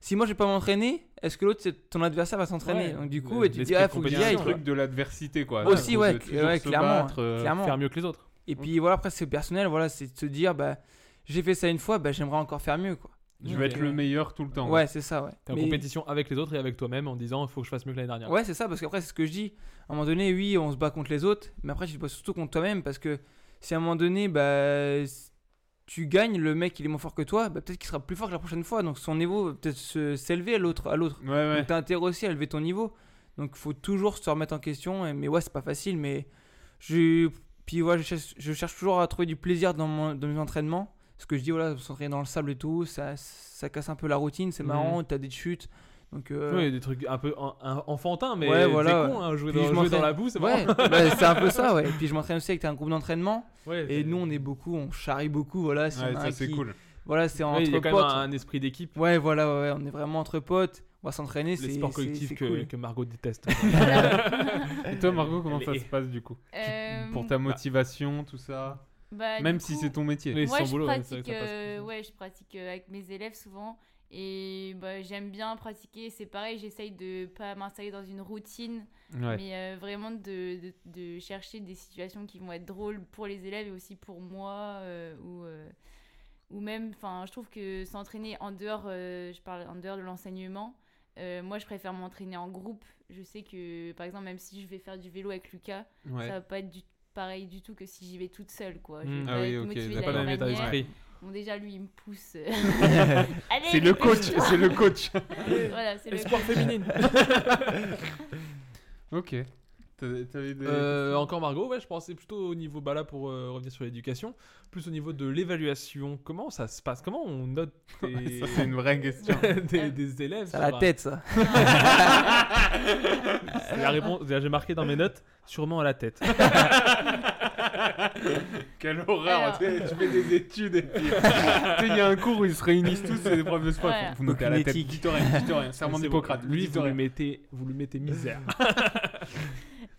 K: si moi je vais pas m'entraîner est-ce que l'autre c'est- ton adversaire va s'entraîner
H: Ouais,
K: donc du coup
H: le-
K: et tu te dis
H: l'esprit
K: ah
H: de
K: faut que j'y
H: compétition,
K: aille
M: Le
H: quoi.
M: truc de l'adversité, quoi.
K: aussi
M: de
K: ouais,
M: toujours
K: ouais,
M: se
K: clairement,
M: battre, euh,
K: clairement.
H: faire mieux que les autres.
K: et puis voilà après c'est personnel voilà c'est de se dire bah j'ai fait ça une fois bah j'aimerais encore faire mieux quoi
M: Je vais
K: Donc,
M: être
K: euh,
M: le meilleur tout le temps.
K: ouais c'est ça ouais
H: T'es en
K: Mais-
H: compétition avec les autres et avec toi-même en disant, il faut que je fasse mieux que l'année dernière.
K: Ouais, c'est ça, parce qu'après, c'est ce que je dis. À un moment donné, oui, on se bat contre les autres, mais après, tu te bats surtout contre toi-même, parce que si à un moment donné, bah, s- tu gagnes, le mec, il est moins fort que toi, bah, peut-être qu'il sera plus fort que la prochaine fois, donc son niveau va peut-être se- s'élever à l'autre. À l'autre.
M: Ouais, ouais.
K: Donc, t'as intérêt aussi à élever ton niveau. Donc, faut toujours se remettre en question, et- mais ouais, c'est pas facile, mais je. Puis ouais, je cherche, je cherche toujours à trouver du plaisir dans, mon- dans mes entraînements. Ce que je dis, voilà, s'entraîner dans le sable et tout, ça, ça casse un peu la routine, c'est
H: Mhm.
K: marrant, t'as des chutes. Donc, euh,
H: Oui, des trucs un peu en- un- enfantins, mais
K: ouais,
H: c'est
K: voilà.
H: con, hein, jouer,
K: Puis
H: dans,
K: je
H: jouer dans
K: m'entraîne-
H: la boue, c'est
K: ouais,
H: marrant.
K: bah, c'est un peu ça, ouais. Puis je m'entraîne aussi avec un groupe d'entraînement.
H: Ouais,
K: et nous, on est beaucoup, on charrie beaucoup, voilà. si
H: Ouais,
K: on a
H: ça,
K: un
H: c'est
K: qui-
H: cool.
K: Voilà, c'est
H: Ouais,
K: entre
H: il y a quand même
K: potes.
H: un esprit d'équipe.
K: Ouais, voilà, ouais, ouais, on est vraiment entre potes. On va s'entraîner, c'est
H: Les sports
K: c'est-
H: collectifs
K: c'est
H: que,
K: cool.
H: que Margot déteste.
M: Et toi, Margot, comment ça
H: Les-
M: se passe du coup Bah.
I: Euh,
M: Pour ta motivation, tout ça
I: Bah,
M: Même
I: du
M: si
I: coup,
M: c'est ton métier.
I: moi, je
M: hein,
I: pratique, euh, ouais, je pratique euh, avec mes élèves souvent. Et bah, j'aime bien pratiquer. C'est pareil, j'essaye de pas m'installer dans une routine,
M: Ouais.
I: mais euh, vraiment de, de- de chercher des situations qui vont être drôles pour les élèves et aussi pour moi. euh, ou, euh, ou même, enfin, je trouve que s'entraîner en dehors, euh, je parle en dehors de l'enseignement. euh, moi, je préfère m'entraîner en groupe. Je sais que, par exemple, même si je vais faire du vélo avec Lucas,
M: Ouais.
I: ça va pas être du- pareil du tout que si j'y vais toute seule, quoi. Je
M: Mm.
I: vais
M: Ah
I: pas
M: oui,
I: être
M: ok,
I: motivée de
M: t'as
I: la
M: pas le
I: même
M: même état
I: manière.
M: d'esprit.
I: Bon, déjà, lui, il me pousse. Allez,
M: C'est le coach,
I: dépêche-toi.
M: c'est le coach.
I: voilà, c'est le
H: Espoir
I: coach.
H: féminine.
M: Ok. T'avais- t'avais des-
H: Euh, encore Margot, ouais, je pensais plutôt au niveau, bah là pour euh, revenir sur l'éducation, plus au niveau de l'évaluation, comment ça se passe Comment on note tes-
M: Ça, c'est une vraie question.
H: des, des élèves
K: Ça a la
H: sur un-
K: tête, ça.
H: C'est la réponse, j'ai marqué dans mes notes, sûrement à la tête.
M: Quelle horreur
H: Alors.
M: tu sais, Je fais des études et puis... tu sais, Il y a un cours où ils se réunissent tous, c'est des profs de sport.
I: Ouais.
M: Vous notez à la
H: Aucune
M: tête,
H: éthique.
M: dites rien, Ah dites rien, serment
H: C'est
M: d'Hippocrate.
H: bon. Lui,
M: dites
H: vous lui
M: rien.
H: mettez, vous lui mettez misère.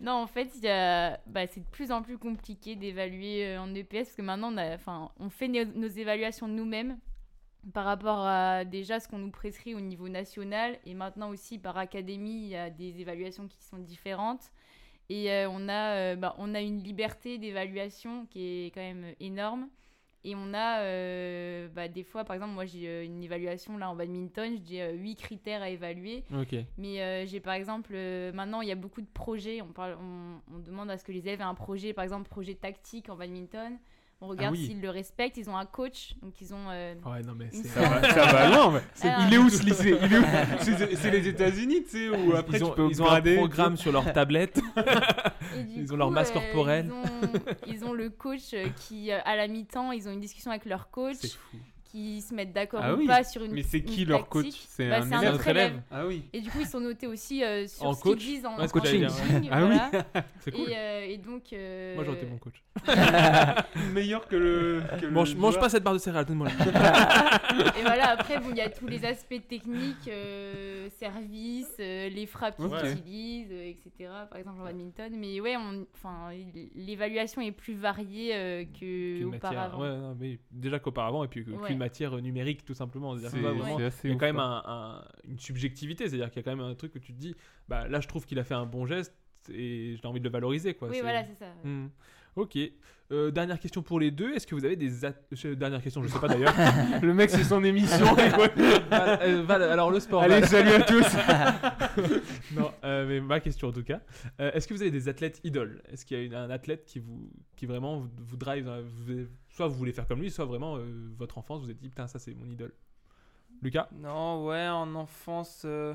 I: Non, en fait, il y a- bah, c'est de plus en plus compliqué d'évaluer euh, en EPS parce que maintenant, on, a- enfin, on fait nos, nos évaluations nous-mêmes par rapport à déjà ce qu'on nous prescrit au niveau national et maintenant aussi par académie, il y a des évaluations qui sont différentes. Et euh, on, a, euh, bah, on a une liberté d'évaluation qui est quand même énorme. Et on a euh, bah, des fois, par exemple, moi j'ai euh, une évaluation là en badminton, j'ai euh, huit critères à évaluer.
H: Ok.
I: Mais euh, j'ai par exemple, euh, maintenant il y a beaucoup de projets, on, parle, on, on demande à ce que les élèves aient un projet, par exemple projet tactique en badminton. On regarde
H: Ah oui.
I: s'ils le respectent, ils ont un coach, donc ils ont. euh,
H: Ouais, non, mais
I: une Ah,
H: c'est-
I: sorte-
H: Ça va- ça va loin, mais c'est-
I: Alors-
H: il est où, ce lycée Il est où
M: C'est c'est les États-Unis, tu sais, où après
H: ils ont,
M: tu peux
H: ils ont un
M: upgrader et
H: programme
M: tout.
H: sur leur tablette.
I: Et du
H: ils ont leur
I: coup,
H: masse
I: euh,
H: corporelle.
I: Ils ont, ils ont le coach euh, qui, euh, à la mi-temps, ils ont une discussion avec leur
H: C'est
I: coach,
H: fou.
I: qui se mettent d'accord
M: Ah
I: ou
M: oui.
I: pas sur une.
M: Mais c'est
I: une
M: qui leur coach
I: tactique.
M: C'est
I: Bah,
M: un élève
I: autre élève.
M: Ah oui.
I: Et du coup, ils sont notés aussi euh, sur
H: En
I: ce qu'ils
H: coach
I: disent en,
H: Ouais, ce
I: en
H: que j'allais
I: coaching.
H: dire, ouais. Ah oui.
I: voilà.
H: C'est cool.
I: Et, euh, et donc. euh,
H: Moi, j'aurais été bon coach.
M: Meilleur que le. que le
H: mange, mange
M: joueur.
H: pas cette barre de céréales, donne-moi
I: Et voilà, après, bon, il y a tous les aspects techniques, euh, services, euh, les frappes qu'ils
H: Ouais.
I: utilisent, euh, etc. Par exemple, en badminton. Mais ouais, on- enfin, il- l'évaluation est plus variée euh, que
H: Qu'une matière.
I: auparavant.
H: Ouais, non, mais déjà qu'auparavant, et puis que- qu'une
I: Ouais.
H: matière euh, numérique, tout simplement. C'est-à-dire que
M: C'est-
H: là, vraiment,
M: c'est assez
H: Il y a
M: ouf,
H: quand même
M: quoi.
H: un- un- une subjectivité, c'est-à-dire qu'il y a quand même un truc où tu te dis, bah, là, je trouve qu'il a fait un bon geste et j'ai envie de le valoriser. Quoi.
I: Oui, voilà, c'est ça, ouais.
H: Hmm. Ok. Euh, dernière question pour les deux. Est-ce que vous avez des. at- euh, Dernière question, je sais pas d'ailleurs.
M: Le mec, c'est son émission, écoute.
H: Val- euh, Val, alors le sport.
M: Allez,
H: Val.
M: salut à
H: tous. non, euh, mais ma question en tout cas. Euh, Est-ce que vous avez des athlètes idoles Est-ce qu'il y a une- un athlète qui vous, qui vraiment vous, vous drive dans la- vous- Soit vous voulez faire comme lui, soit vraiment euh, votre enfance vous êtes dit putain ça c'est mon idole. Lucas.
K: Non, ouais, en enfance, euh,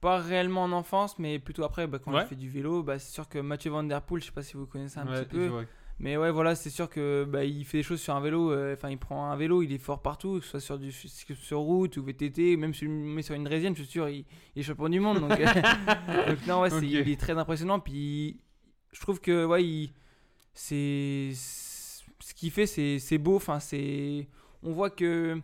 K: pas réellement en enfance, mais plutôt après, bah, quand
H: Ouais.
K: j'ai fait du vélo, bah, c'est sûr que Mathieu Van Der Poel, je sais pas si vous connaissez un
H: Ouais,
K: petit
H: je
K: peu.
H: vois.
K: Mais ouais, voilà, c'est sûr que bah, il fait des choses sur un vélo, euh, enfin, il prend un vélo, il est fort partout, que ce soit sur, du, sur route ou VTT, ou même sur, mais sur une draisienne, je suis sûr, il, il est champion du monde. Donc, donc non, ouais, c'est-
H: Ok.
K: il est très impressionnant, puis je trouve que, ouais, il- c'est. Ce qu'il fait, c'est c'est beau, enfin, c'est. On voit que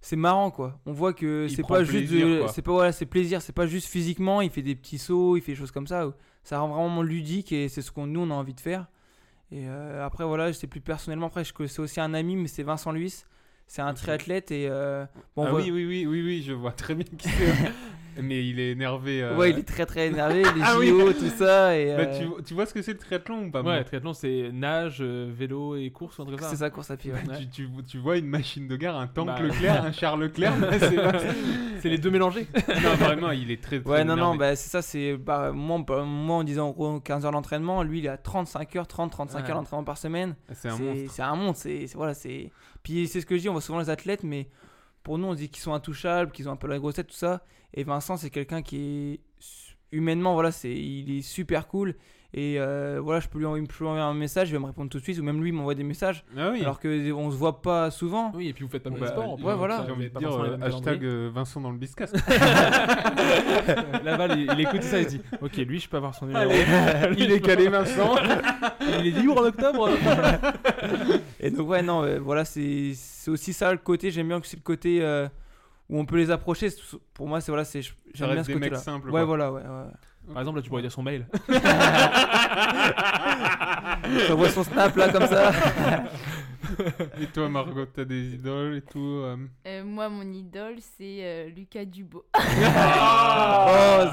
K: c'est marrant quoi. On voit que
H: Il
K: c'est
H: prend
K: pas juste
H: plaisir,
K: de-
H: quoi.
K: c'est pas voilà, c'est plaisir, c'est pas juste physiquement, il fait des petits sauts, il fait des choses comme ça. Ça rend vraiment ludique et c'est ce qu'on nous on a envie de faire. Et euh, après voilà, je sais plus personnellement après je c'est aussi un ami mais c'est Vincent Luis, c'est un triathlète et euh, bon
M: ah
K: voilà.
M: oui, oui, oui, oui, oui, je vois très bien qui c'est. Mais il est énervé. euh.
K: Ouais, il est très très énervé, les
M: Ah oui.
K: JO, tout ça et
M: Bah,
K: euh,
M: tu, tu vois ce que c'est le triathlon ou pas
H: Ouais,
M: moi
H: triathlon c'est nage, euh, vélo et course ou un truc comme ça.
K: C'est ça, course à pied, ouais.
M: tu, tu, tu vois une machine de guerre, un tank
H: Bah,
M: Leclerc, un char Leclerc, bah, c'est pas-
H: C'est les deux mélangés.
M: non, vraiment, il est très. très
K: Ouais, non, non,
M: énervé.
K: bah, c'est ça, c'est. Bah, moi, on peut- moi, on disait en gros 15 heures d'entraînement, lui, il a 35 heures, 30, 35
M: Ouais.
K: heures d'entraînement par semaine.
M: C'est un monstre.
K: bah, C'est un monstre, c'est. c'est- Voilà, c'est. Puis c'est ce que je dis, on voit souvent les athlètes, mais pour nous, on dit qu'ils sont intouchables, qu'ils ont un peu la grossette, tout ça. Et Vincent, c'est quelqu'un qui est. su- Humainement, voilà, c'est, il est super cool. Et euh, voilà, je peux lui envoyer, je peux lui envoyer un message, il va me répondre tout de suite, ou même lui il m'envoie des messages.
M: Ah oui.
K: Alors qu'on se voit pas souvent.
H: Oui, et puis vous faites pas
M: Bah,
H: mal de sport. en plus,
K: ouais,
H: donc
K: voilà.
H: ça,
M: J'ai
H: vous
M: envie
H: avez
M: de
H: pas
M: dire
H: forcément les
M: euh,
H: mêmes
M: hashtag
H: calendriers.
M: euh, Vincent dans le biscas.
H: Laval, il, il écoute ça, il se dit Ok, lui, je peux avoir son numéro.
M: Allez, il est calé, Vincent.
H: il est libre en octobre.
K: Et donc, ouais, non, euh, voilà, c'est c'est aussi ça le côté. J'aime bien que c'est le côté euh, où on peut les approcher. C'est- Pour moi, c'est voilà, c'est j'aime bien
M: reste
K: ce
M: des mecs
K: côté-là.
M: simples,
K: Ouais,
M: quoi.
K: voilà, ouais. ouais.
H: Par exemple, là, tu pourrais dire son mail.
K: On voit son snap là comme ça.
M: Et toi, Margot, t'as des idoles et tout euh
I: Euh, moi, mon idole, c'est euh, Lucas Dubo.
K: oh,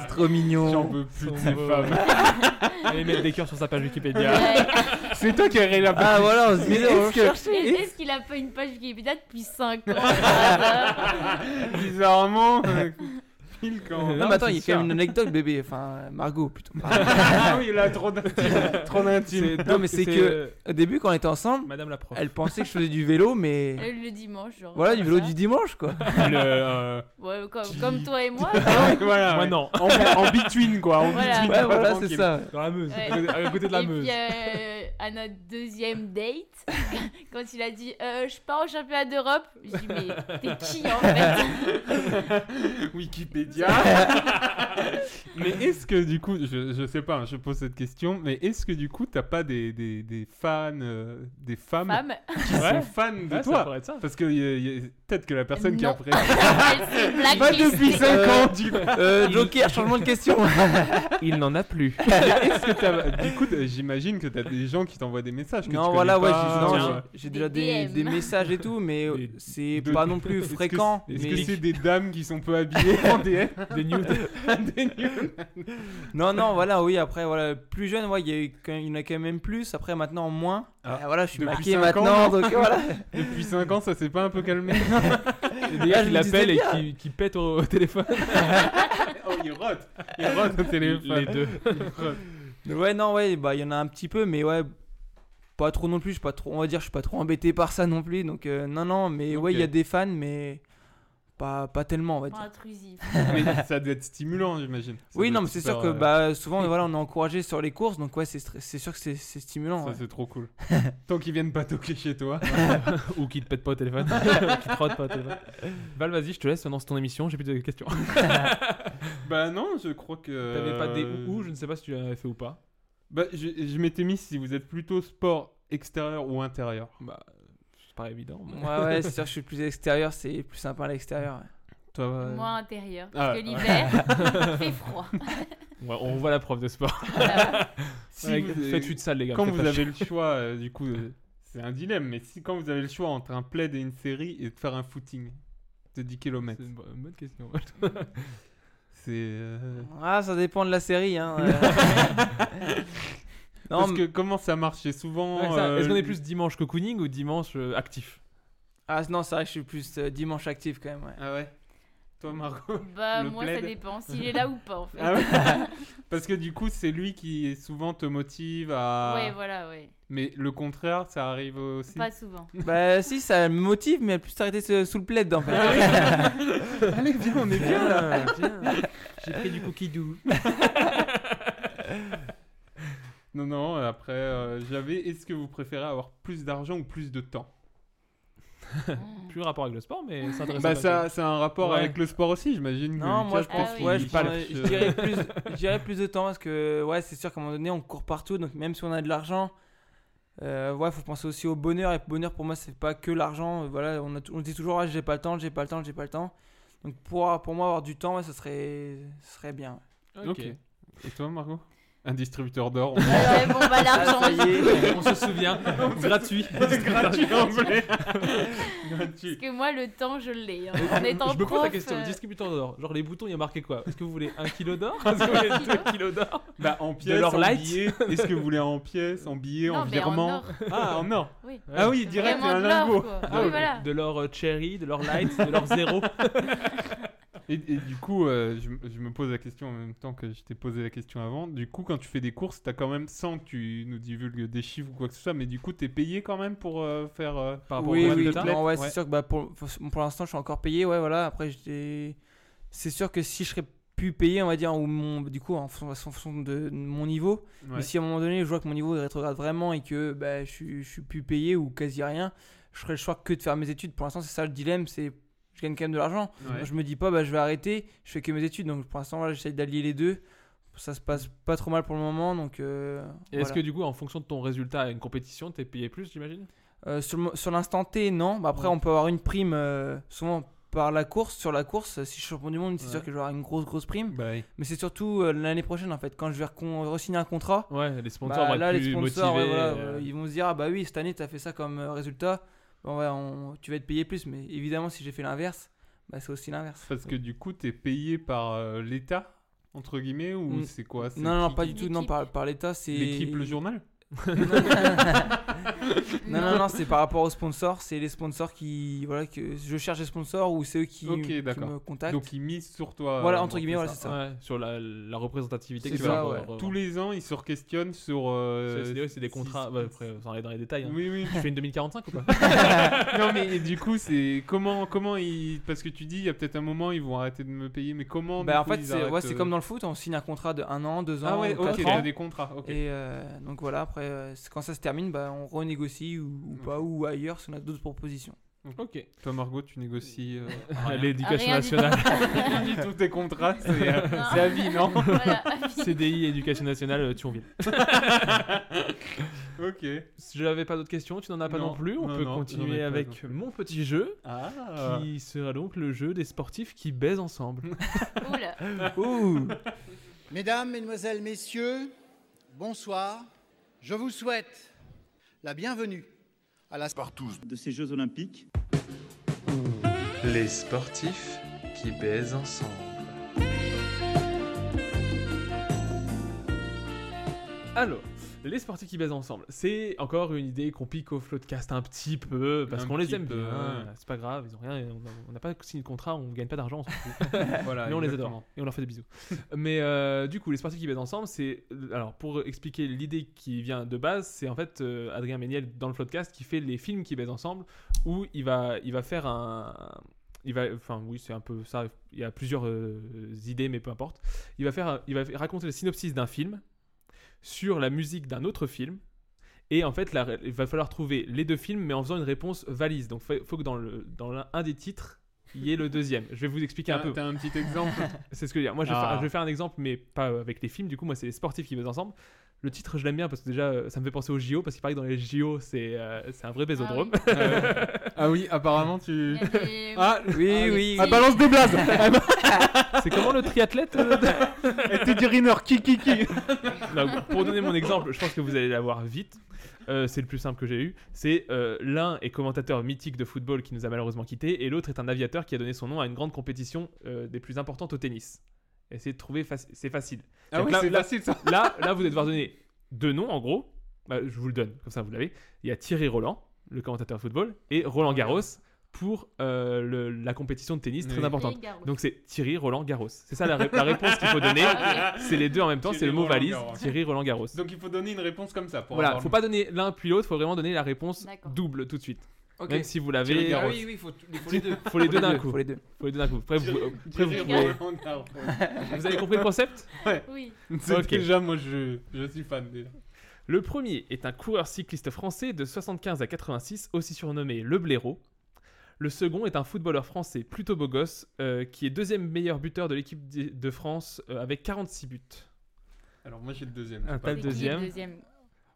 K: c'est trop mignon.
M: J'en veux plus de ces femmes.
H: Allez mettre des cœurs sur sa page Wikipédia.
I: Ouais.
M: C'est toi qui as la
K: Ah, voilà, on se
M: Mais
K: disait, on
M: est-ce que-
I: Et Est-ce qu'il a pas une page Wikipédia depuis 5 ans
M: Bizarrement, euh, pile quand.
K: Non, mais attends, il y a quand même une anecdote, bébé. Enfin, Margot plutôt.
M: Ah oui, là, trop d'intime. Trop d'intime.
K: non, mais c'est que au début, quand on était
A: Bah,
K: ensemble,
H: euh, Madame la prof.
K: elle pensait que je faisais du vélo, mais.
I: Euh, Le dimanche, genre.
K: Voilà, du
I: comme
K: vélo
I: ça.
K: du dimanche quoi.
H: Le, euh,
I: Ouais, comme, comme toi et moi.
M: voilà,
H: Moi,
M: ouais.
H: non.
M: En, en between, quoi. En
I: Voilà.
M: between,
K: Ouais,
M: pas
K: voilà,
M: tranquille.
K: c'est ça.
H: Dans la Meuse.
I: Ouais.
H: À côté- À côté de la
I: et
H: Meuse.
I: puis euh, à notre deuxième date, quand il a dit Euh, je pars au championnat d'Europe, j'ai dit mais t'es qui en fait
M: Wikipédia.
A: mais est-ce que du coup, je, je sais pas, hein, je pose cette question, mais est-ce que du coup, t'as pas des, des, des fans, euh, des femmes,
I: Femme.
A: qui sont fans de
H: Ouais, Ah, ça
A: toi
H: pourrait être ça.
A: Parce que y a- y a- peut-être que la personne qui
I: Non.
A: a
I: Elle s'est
A: apprécié. pas depuis
I: blacklistée.
A: 5
K: Euh,
A: ans, du
K: euh, Joker, changement de question.
H: Il n'en a plus.
A: Est-ce que t'as- Du coup, t'as- j'imagine que t'as des gens qui t'envoient des messages. Que tu
K: Non,
A: connais
K: voilà, ouais,
A: pas,
K: j'ai- non,
A: euh,
K: j'ai- j'ai déjà des,
I: DM.
K: des messages et tout, mais euh, c'est
A: de-
K: pas non plus
A: Est-ce que
K: fréquent.
A: c'est- Est-ce que
K: mais-
A: c'est des dames qui sont peu habillées en DM
H: Des news.
A: Des nudes.
K: Non, non, voilà, oui, après, voilà, plus jeune, ouais, il y, a eu quand- il y en a quand même plus, après, maintenant, moins.
A: Ah,
K: Euh, voilà, je suis
A: depuis
K: maqué
A: cinq ans,
K: maintenant,
A: non
K: donc voilà.
A: Depuis 5 ans, ça s'est pas un peu calmé
H: Des gars
K: je
H: qui
K: me disais
H: l'appellent et
K: bien.
H: qui, qui pètent au, au téléphone.
A: Oh, il rote Il rote au téléphone.
H: Les deux.
A: Il rote.
K: Mais ouais, non, ouais, bah, il y en a un petit peu, mais ouais, pas trop non plus, je suis pas trop, on va dire, je suis pas trop embêté par ça non plus, donc euh, non, non, mais ouais,
A: Ok.
K: il y a des fans, mais pas, pas tellement, on va
I: Pas
K: dire.
I: intrusif.
A: Mais ça doit être stimulant, j'imagine. Ça
K: Oui,
A: doit
K: non, mais
A: être
K: c'est
A: super,
K: sûr que
A: euh,
K: bah, souvent, voilà, on est encouragé sur les courses, donc ouais, c'est stra- c'est sûr que c'est c'est stimulant.
A: Ça,
K: ouais.
A: c'est trop cool. Tant qu'ils viennent pas toquer chez toi.
H: Ou qui te pètent pas au téléphone. qui te rotent pas au téléphone. Val, vas-y, je te laisse, annonce ton émission, j'ai plus de questions.
A: bah non, je crois que.
H: T'avais pas des
A: euh,
H: ou, ou, je ne sais pas si tu l'avais fait ou pas.
A: Bah, je, je m'étais mis si vous êtes plutôt sport extérieur ou intérieur.
H: Bah, c'est pas évident. mais-
K: Ouais, ouais, c'est sûr que je suis plus extérieur, c'est plus sympa à l'extérieur. ouais.
A: Toi, euh,
I: Moi intérieur.
A: Ah,
I: Parce que l'hiver, il fait froid.
H: Ouais, on voit la prof de sport.
A: si
H: Ouais,
A: vous-
H: Faites une salle, les gars.
A: Quand
H: faites
A: vous
H: pas
A: avez le choix, euh, du coup, euh, c'est un dilemme, mais si quand vous avez le choix entre un plaid et une série et de faire un footing de 10
H: chier.
A: km,
H: C'est une bo- une bonne question.
A: Oh, c'est. euh,
K: Ah, ça dépend de la série. Hein. euh. non,
A: Parce
K: mais-
A: que comment ça marche C'est souvent.
H: Ouais, ça,
A: euh,
H: Est-ce qu'on est plus dimanche cocooning ou dimanche euh, actif
K: ah, non c'est vrai que je suis plus euh, dimanche actif quand même. ouais.
A: Ah ouais Toi, Margot
I: Bah,
A: Le
I: moi,
A: plaid.
I: ça dépend s'il est là ou pas, en fait.
A: Ah ouais Parce que du coup, c'est lui qui souvent te motive à.
I: Ouais, voilà, ouais.
A: Mais le contraire, ça arrive aussi.
I: Pas souvent.
K: bah, si, ça me motive, mais elle plus s'arrêter sous- sous le plaid en fait.
A: Ah Allez, viens, on est bien là
H: J'ai pris du cookie doux.
A: Non, non, après, euh, j'avais. Est-ce que vous préférez avoir plus d'argent ou plus de temps
H: Plus rapport avec le sport, mais c'est intéressant.
A: Bah,
H: parce
A: ça, ça a un rapport
H: Ouais.
A: avec le sport aussi, j'imagine. que
K: non, moi je
A: Lucas,
K: pense
I: Ah
K: que
I: oui.
K: ouais,
A: il
K: je, prendrais-
A: cherche,
K: je
A: euh,
K: dirais plus, je dirais plus de temps parce que ouais, c'est sûr qu'à un moment donné, on court partout, donc même si on a de l'argent. euh, ouais, faut penser aussi au bonheur. Et bonheur pour moi, c'est pas que l'argent. euh, Voilà, on, a t- on se dit toujours, ah, j'ai pas le temps, j'ai pas le temps, j'ai pas le temps. Donc pour, pour moi, avoir du temps, ouais, ça serait, ça serait bien.
H: que-
A: Ok. Et toi, Margot Un distributeur d'or.
I: Alors, ouais, bon, bah, l'argent,
K: Ah, ça y est.
H: on se souvient, gratuit.
A: C'est gratuit en vrai. gratuit.
I: Parce que moi, le temps, je l'ai. hein. En étant
H: Je me pose la
I: prof,
H: question,
I: euh,
H: distributeur d'or. Genre les boutons, il y a marqué quoi Est-ce que vous voulez un kilo d'or Est-ce que vous voulez deux kilos d'or
A: Bah, en pièces,
H: l'or
A: en
H: light.
A: billets. Est-ce que vous voulez en pièces, en billets, en
I: Non, mais en
A: virement
I: or.
A: Ah, en or.
I: Oui.
A: Ah oui, direct,
I: Vraiment
A: un
I: de l'or,
A: lingot.
I: quoi. Ah oui, voilà.
H: De l'or euh, cherry, de l'or light, de l'or zéro.
A: Et, et du coup, euh, je, m- je me pose la question en même temps que je t'ai posé la question avant. Du coup, quand tu fais des courses, t'as quand même, sans que tu nous divulgues des chiffres ou quoi que ce soit, mais du coup, t'es payé quand même pour euh, faire. euh,
H: Par rapport
K: Oui,
H: au
K: oui,
H: résultat.
K: non,
A: Ouais.
K: ouais, c'est sûr que bah, pour, faut- pour l'instant, je suis encore payé. Ouais, voilà. Après, j'étais- c'est sûr que si je serais plus payé, on va dire, ou mon, du coup, en fon- en fonction de mon niveau, mais
A: ouais.
K: si à un moment donné, je vois que mon niveau est rétrograde vraiment et que bah, je, suis- je suis plus payé ou quasi rien, je ferais le choix que de faire mes études. Pour l'instant, c'est ça le dilemme, c'est je gagne quand même de l'argent.
A: Ouais.
K: Je me dis pas, bah, je vais arrêter, je fais que mes études. Donc pour l'instant, voilà, j'essaye d'allier les deux. Ça se passe pas trop mal pour le moment, donc. euh,
H: Et Est-ce
K: voilà.
H: que du coup, en fonction de ton résultat à une compétition, t'es payé plus, j'imagine
K: Euh, sur le mo- sur l'instant T, non. Bah, après,
H: Ouais.
K: on peut avoir une prime euh, souvent par la course. Sur la course, euh, si je suis champion du monde, c'est
A: Ouais.
K: sûr que je vais avoir une grosse, grosse prime.
A: Bah oui.
K: Mais c'est surtout euh, l'année prochaine, en fait, quand je vais recon- re-signer un contrat.
H: Ouais, les sponsors
K: bah,
H: vont être
K: là, les
H: plus
K: sponsors,
H: motivés.
K: ouais, voilà,
H: euh,
K: euh, ils vont se dire Ah, bah oui, cette année, tu as fait ça comme euh, résultat. Bon, ouais, on- tu vas être payé plus. Mais évidemment, si j'ai fait l'inverse, bah, c'est aussi l'inverse.
A: Parce que du coup, t'es payé par euh, l'État, entre guillemets, ou
K: Mm.
A: c'est quoi c'est
K: Non, non,
A: qui-
K: pas du tout. Non,
I: L'équipe.
K: par, par l'État, c'est.
A: L'équipe, le journal
K: Non, non, non, c'est par rapport aux sponsors. C'est les sponsors qui. Voilà, que je cherche les sponsors ou c'est eux qui,
A: Ok,
K: qui
A: d'accord.
K: me contactent.
A: Donc, ils misent sur toi.
K: Voilà,
A: euh,
K: entre
A: dans
K: guillemets,
A: tout
K: voilà, c'est ça.
H: ouais, sur la, la représentativité
K: C'est
H: que
K: ça,
H: tu vas
K: ouais.
H: avoir. euh,
A: Tous les ans, ils se questionnent sur. euh,
H: C'est- c'est des- ouais, c'est des
A: si-
H: contrats. bah, après, sans aller dans les détails. hein.
A: Oui, oui.
H: Tu fais une 2045 ou pas
A: non mais et du coup c'est comment comment ils parce que tu dis il y a peut-être un moment ils vont arrêter de me payer mais comment
K: Bah, en fait, c'est ouais,
H: euh.
K: c'est comme dans le foot, on signe un contrat de 1 an, 2 ans,
A: ah ouais
K: ou quatre
A: euh, ok il y
K: ans.
A: a des contrats ok
K: Et euh, donc voilà, après, euh, c'est- quand ça se termine, bah, on renégocie ou, ou pas, ou ailleurs si on a d'autres propositions.
H: Ok.
M: Toi, Margot, tu négocies euh,
H: à l'éducation Ah, nationale.
A: Tu dis tous tes contrats, c'est euh, c'est à vie, non
I: Voilà, à vie.
H: CDI, éducation nationale, euh, Thionville.
M: Ok.
H: Je n'avais pas d'autres questions, tu n'en as pas non,
M: Non,
H: plus. On
M: non,
H: peut
M: non, j'en ai
H: continuer
M: pas non
H: avec
M: plus.
H: mon petit jeu,
M: Ah.
H: qui sera donc le jeu des sportifs qui baisent ensemble.
I: Oula.
H: Ouh.
N: Mesdames, Mesdemoiselles, Messieurs, bonsoir. Je vous souhaite la bienvenue à la Spartouze de ces Jeux Olympiques.
O: Les sportifs qui baisent ensemble.
H: Alors, les sportifs qui baisent ensemble, c'est encore une idée qu'on pique au Floodcast un petit peu, parce
M: Un
H: qu'on les
M: petit
H: aime bien.
M: peu, ouais.
H: C'est pas grave, ils ont rien, on a- on n'a pas signé de contrat, on gagne pas d'argent, on s'en fout.
M: Voilà,
H: Mais on les
M: exactement.
H: adore, et on leur fait des bisous. Mais euh, du coup, les sportifs qui baisent ensemble, c'est. Alors, pour expliquer l'idée qui vient de base, c'est en fait euh, Adrien Méniel dans le Floodcast qui fait les films qui baisent ensemble, où il va, il va faire un. Il va, enfin oui, c'est un peu ça. Il y a plusieurs euh, idées, mais peu importe. Il va faire, il va raconter le synopsis d'un film, sur la musique d'un autre film. Et en fait, la- il va falloir trouver les deux films, mais en faisant une réponse valise. Donc, il faut que dans, le, dans l'un- un des titres, il y ait le deuxième. Je vais vous expliquer un
M: T'as-
H: peu.
M: t'as un petit exemple
H: C'est ce que je veux dire. Moi, je vais,
M: Ah.
H: faire, je vais faire un exemple, mais pas avec les films. Du coup, moi, c'est les sportifs qui baisent ensemble. Le titre, je l'aime bien parce que déjà, euh, ça me fait penser aux JO. Parce qu'il paraît que dans les JO, c'est, euh, c'est un vrai baisodrome.
M: Ah oui. Ah oui, apparemment, tu- Il y a des- Ah, oui,
H: Ah
M: oui,
H: Ah,
M: oui.
H: balance des blazes C'est comment le triathlète euh,
A: Teddy Riner, qui, qui, qui
H: Non, pour donner mon exemple, je pense que vous allez l'avoir vite. Euh, c'est le plus simple que j'ai eu. C'est euh, l'un est commentateur mythique de football qui nous a malheureusement quittés, et l'autre est un aviateur qui a donné son nom à une grande compétition euh, des plus importantes au tennis. Essayez de trouver, faci- c'est facile.
M: Ah
H: Donc
M: oui,
H: là-
M: c'est
H: là-
M: facile, ça.
H: Là, là, vous allez devoir donner deux noms en gros. Bah, je vous le donne, comme ça vous l'avez. Il y a Thierry Roland, le commentateur football, et Roland Garros pour euh, le- la compétition de tennis très
M: Oui.
H: importante.
M: Thierry Garros.
H: Donc c'est Thierry Roland Garros. C'est ça la, ré- la réponse qu'il faut donner.
I: Ah
H: C'est les deux en même temps, c'est le mot valise. Thierry Roland Garros.
M: Donc il faut donner une réponse comme ça. Pour
H: Voilà,
M: avoir
H: faut
M: le-
H: pas donner l'un puis l'autre, faut vraiment donner la réponse double tout de suite.
M: Ok.
H: Même si vous
M: Thierry
H: l'avez.
M: Garros. Ah oui, oui, faut- il faut les deux.
H: Faut les deux d'un
M: Faut
H: coup.
M: les deux.
H: Faut les deux d'un coup. Après, vous,
M: Thierry-
H: après, vous,
M: Thierry
H: pouvez-
M: Roland Garros.
H: vous avez compris le concept
M: Ouais.
I: Oui.
M: C'est
H: Ok.
M: Déjà, moi, je, je suis fan déjà.
H: Le premier est un coureur cycliste français de 75 à 86, aussi surnommé Le Blaireau. Le second est un footballeur français plutôt beau gosse, euh, qui est deuxième meilleur buteur de l'équipe d- de France euh, avec 46 buts.
M: Alors moi, j'ai le deuxième.
H: Ah, t'as le
M: C'est qui le
H: deuxième.
I: deuxième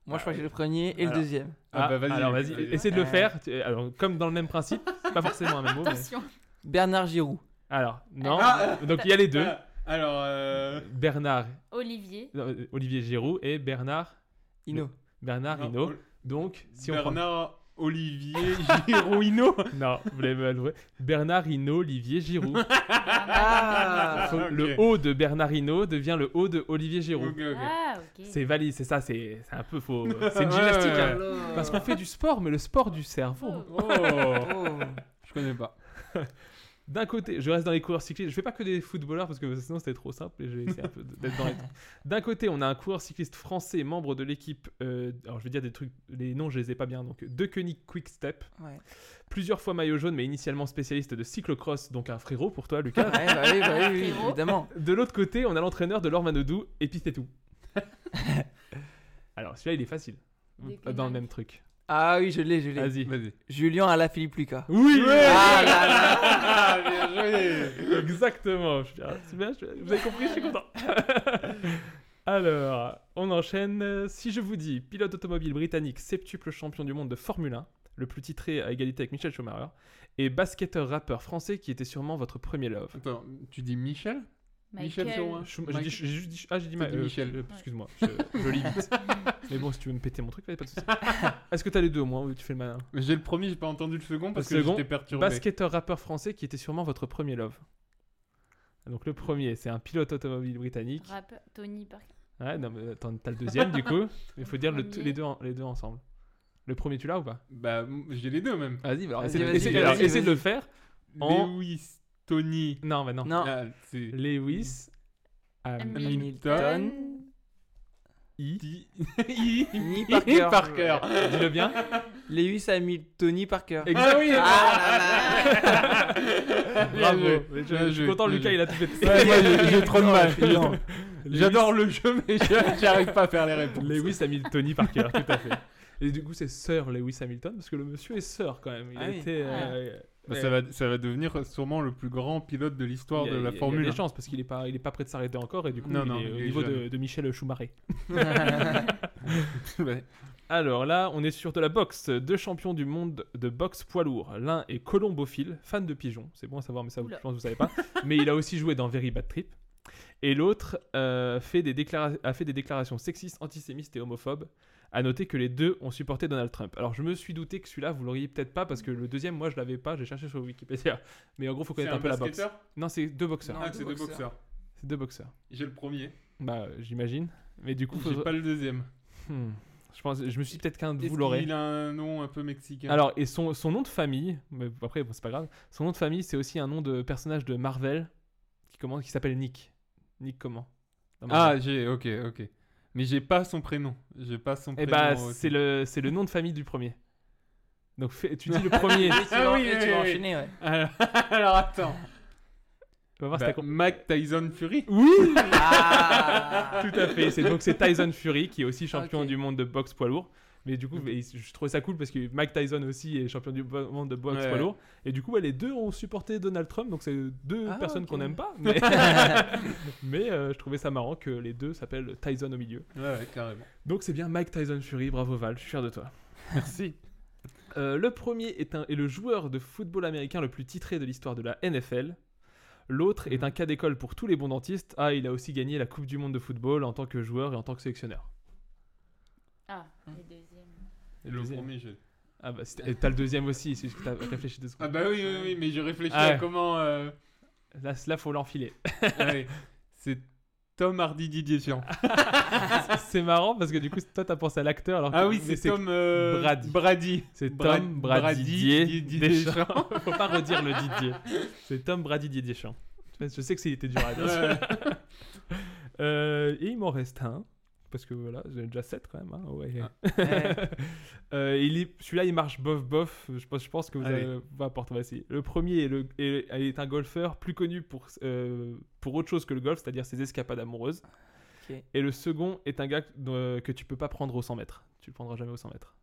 K: Moi, je crois que j'ai le premier et
H: Alors-
K: le deuxième.
H: Ah, bah vas-y. Alors vas-y,
K: vas-y.
H: essaie de le
K: Euh.
H: faire. Tu- Alors comme dans le même principe, c'est pas forcément un même mot. mais-
K: Attention. Bernard Giroud.
H: Alors non.
K: Ah, euh,
H: Donc il y a les deux.
K: ah,
M: Alors euh,
H: Bernard.
I: Olivier.
H: Non, euh, Olivier Giroud et Bernard.
K: Hinault.
H: Bernard
M: Non,
H: Hinault.
M: Ol-
H: Donc Ah, si on prend...
M: Bernard, Olivier, Girouino.
H: Non, vous l'avez mal trouvé. Bernard Hinault, Olivier Giroud. bah.
M: Ah,
H: Faut-
M: ok.
H: Le haut de Bernard Hinault devient le haut de Olivier Giroud.
M: Ok, ok.
I: Ah, ok.
H: C'est valide, c'est ça, c'est c'est un peu faux.
M: Ouais,
H: C'est une gymnastique.
M: ouais,
H: hein.
M: ouais.
H: Parce qu'on fait du sport, mais le sport du cerveau.
M: Oh.
K: Oh.
M: Je connais pas.
H: D'un côté, je reste dans les coureurs cyclistes. Je fais pas que des footballeurs parce que sinon c'était trop simple et je vais essayer un peu d'être dans les. D'un côté, on a un coureur cycliste français, membre de l'équipe. euh, alors je vais dire des trucs, les noms je les ai pas bien. Donc De Koenig Quick Step,
K: Ouais.
H: plusieurs fois maillot jaune, mais initialement spécialiste de cyclocross, donc un frérot pour toi, Lucas.
K: Ouais, bah oui, bah oui, oui, Frérot. évidemment.
H: De l'autre côté, on a l'entraîneur de Lormanodou, Epistetou. alors celui-là, il est facile. Dans le même truc.
K: Ah oui, je l'ai, je l'ai.
H: Vas-y.
K: Julien à la Philippe Lucas.
H: Oui
K: Ah là là.
M: ah,
H: Exactement. Je suis- ah, c'est bien, je- vous avez compris, je suis content. Alors, on enchaîne. Si je vous dis pilote automobile britannique, septuple champion du monde de Formule 1, le plus titré à égalité avec Michel Schumacher, et basketteur rappeur français qui était sûrement votre premier love.
M: Attends, tu dis Michel
I: Michel Michael. Schumacher.
H: Schum- j'ai dit- j'ai juste dit- ah, j'ai dit,
M: T'as
H: ma-
M: dit
H: euh,
M: Michel.
H: euh, Excuse-moi, je, je lis vite. Mais bon, si tu veux me péter mon truc, vas-y, pas de soucis. Est-ce que t'as les deux au moins ou tu fais le malin
M: Mais J'ai le premier, j'ai pas entendu le second parce
H: Le
M: que
H: second,
M: j'étais perturbé.
H: Basketteur rappeur français qui était sûrement votre premier love. Donc le premier, c'est un pilote automobile britannique.
I: Rappeur Tony Parker.
H: Ouais, non, mais attends, t'as le deuxième du coup. Il faut dire le- les, deux, en- les deux ensemble. Le premier, tu l'as ou pas
M: Bah, m- j'ai les deux même.
H: Vas-y, bah, alors,
M: Vas-y,
H: essaie, de-
M: vas-y,
H: essaie-
M: vas-y,
H: alors,
M: vas-y.
H: essaie de le faire en.
M: Lewis, Tony.
H: Non, mais non.
M: Non. Ah, c'est-
H: Lewis. euh,
M: Hamilton.
H: I.
M: I.
K: Tony
M: I.
K: Parker.
M: Parker.
H: Dis-le bien.
K: Lewis Hamilton, Tony Parker.
M: Exact. Ah oui,
K: Ah là là.
H: Bravo. Je-
M: Bien joué,
H: je
M: bien
H: suis
M: joué,
H: content,
M: bien
H: Lucas,
M: joué.
H: il a tout fait.
M: Ouais, moi, j'ai- j'ai trop de
H: Non,
M: mal.
H: je suis dedans.
M: J'adore le jeu, mais je- j'arrive pas à faire les réponses.
H: Lewis Hamilton, Tony Parker, tout à fait. Et du coup, c'est Sir Lewis Hamilton, parce que le monsieur est Sir quand même. Il
M: Ah
H: a
M: oui.
H: été.
M: Ah.
H: euh,
M: Bah,
H: euh,
M: ça, va, ça va devenir sûrement le plus grand pilote de l'histoire
H: il y a-
M: de la
H: il y a-
M: Formule
H: Il y a
M: 1.
H: des chances, parce qu'il est pas, il est pas prêt de s'arrêter encore, et du coup,
M: Non,
H: il
M: non,
H: est
M: il
H: au
M: est
H: niveau de,
M: jeune.
H: de Michel Schumacher.
M: Ouais.
H: Alors là, on est sur de la boxe. Deux champions du monde de boxe poids lourd. L'un est colombophile, fan de pigeons. C'est bon à savoir, mais ça, vous- je pense que vous savez pas. mais il a aussi joué dans Very Bad Trip. Et l'autre euh, fait des déclara- a fait des déclarations sexistes, antisémites et homophobes. À noter que les deux ont supporté Donald Trump. Alors je me suis douté que celui-là, vous l'auriez peut-être pas, parce que le deuxième, moi, je l'avais pas. J'ai cherché sur Wikipédia. Mais en gros, faut connaître
M: C'est
H: un,
M: un
H: peu la boxe.
M: basketteur
H: Non, c'est deux boxeurs.
M: Non, Ah, deux c'est deux boxeurs. boxeurs.
H: C'est deux boxeurs.
M: J'ai le premier.
H: Bah, euh, j'imagine. Mais du coup,
M: J'ai pas le deuxième.
H: Hmm. Je pense, je me suis dit peut-être qu'un de
M: Est-ce
H: vous l'aurez.
M: qu'il a un nom un peu mexicain.
H: Alors, et son, son nom de famille, mais après, bon, c'est pas grave. Son nom de famille, c'est aussi un nom de personnage de Marvel qui commence, qui s'appelle Nick. Nick comment Dans
M: Ah,
H: Marvel.
M: j'ai, ok, ok. Mais j'ai pas son prénom. J'ai pas son
H: Eh
M: prénom.
H: bah,
M: euh, aussi.
H: c'est le, c'est le nom de famille du premier. Donc, fais- tu dis le premier.
M: Ah oui, oui, oui. Alors, alors, attends.
H: On va voir si
M: Bah,
H: t'as compris.
M: Mac Tyson Fury
H: Oui
M: Ah.
H: Tout à fait. C'est donc c'est Tyson Fury qui est aussi champion du monde de boxe poids lourd. Mais du coup, et je trouvais ça cool parce que Mike Tyson aussi est champion du bo- monde de boxe
M: Ouais.
H: poids lourd. Et du coup, ouais, les deux ont supporté Donald Trump, donc c'est deux
M: Ah,
H: personnes
M: ok.
H: qu'on n'aime pas. Mais, mais, euh, je trouvais ça marrant que les deux s'appellent Tyson au milieu.
M: Ouais, ouais, carrément.
H: Donc c'est bien Mike Tyson Fury, bravo Val, je suis fier de toi. Merci. Euh, le premier est, un- est le joueur de football américain le plus titré de l'histoire de la NFL. L'autre
M: Mhm.
H: est un cas d'école pour tous les bons dentistes. Ah, il a aussi gagné la Coupe du Monde de football en tant que joueur et en tant que sélectionneur.
I: Ah, le deuxième.
M: Le premier, je-
H: Ah bah, si t'as- et t'as le deuxième aussi, c'est juste que t'as réfléchi deux secondes.
M: Ah bah oui, oui, oui, mais j'ai réfléchi
H: Ah
M: à
H: ouais.
M: comment. euh,
H: Là, là faut l'enfiler.
M: ouais. Ah C'est Tom Hardy Didier Jean.
H: c'est marrant parce que du coup, toi t'as pensé à l'acteur alors que
M: Ah oui,
H: mais
M: c'est Tom euh,
H: Brady. C'est
M: Bra-
H: Tom Brady,
M: Didier
H: Deschamps.
M: Deschamps.
H: Faut pas redire le Didier. C'est Tom Brady Didier Deschamps. Je sais que c'était était dur à dire. Euh, et il m'en reste un. Parce que voilà, j'ai déjà 7 quand même. hein, ouais.
M: Ah.
H: Euh, il est- Celui-là, il marche bof bof. Je pense, je pense que vous
M: Allez.
H: avez pas apporté. On va essayer. Le premier est, le- est- est un golfeur plus connu pour, euh, pour autre chose que le golf, c'est-à-dire ses escapades amoureuses.
K: Ok.
H: Et le second est un gars que- euh, que tu peux pas prendre au 100 mètres. Tu le prendras jamais au 100 mètres.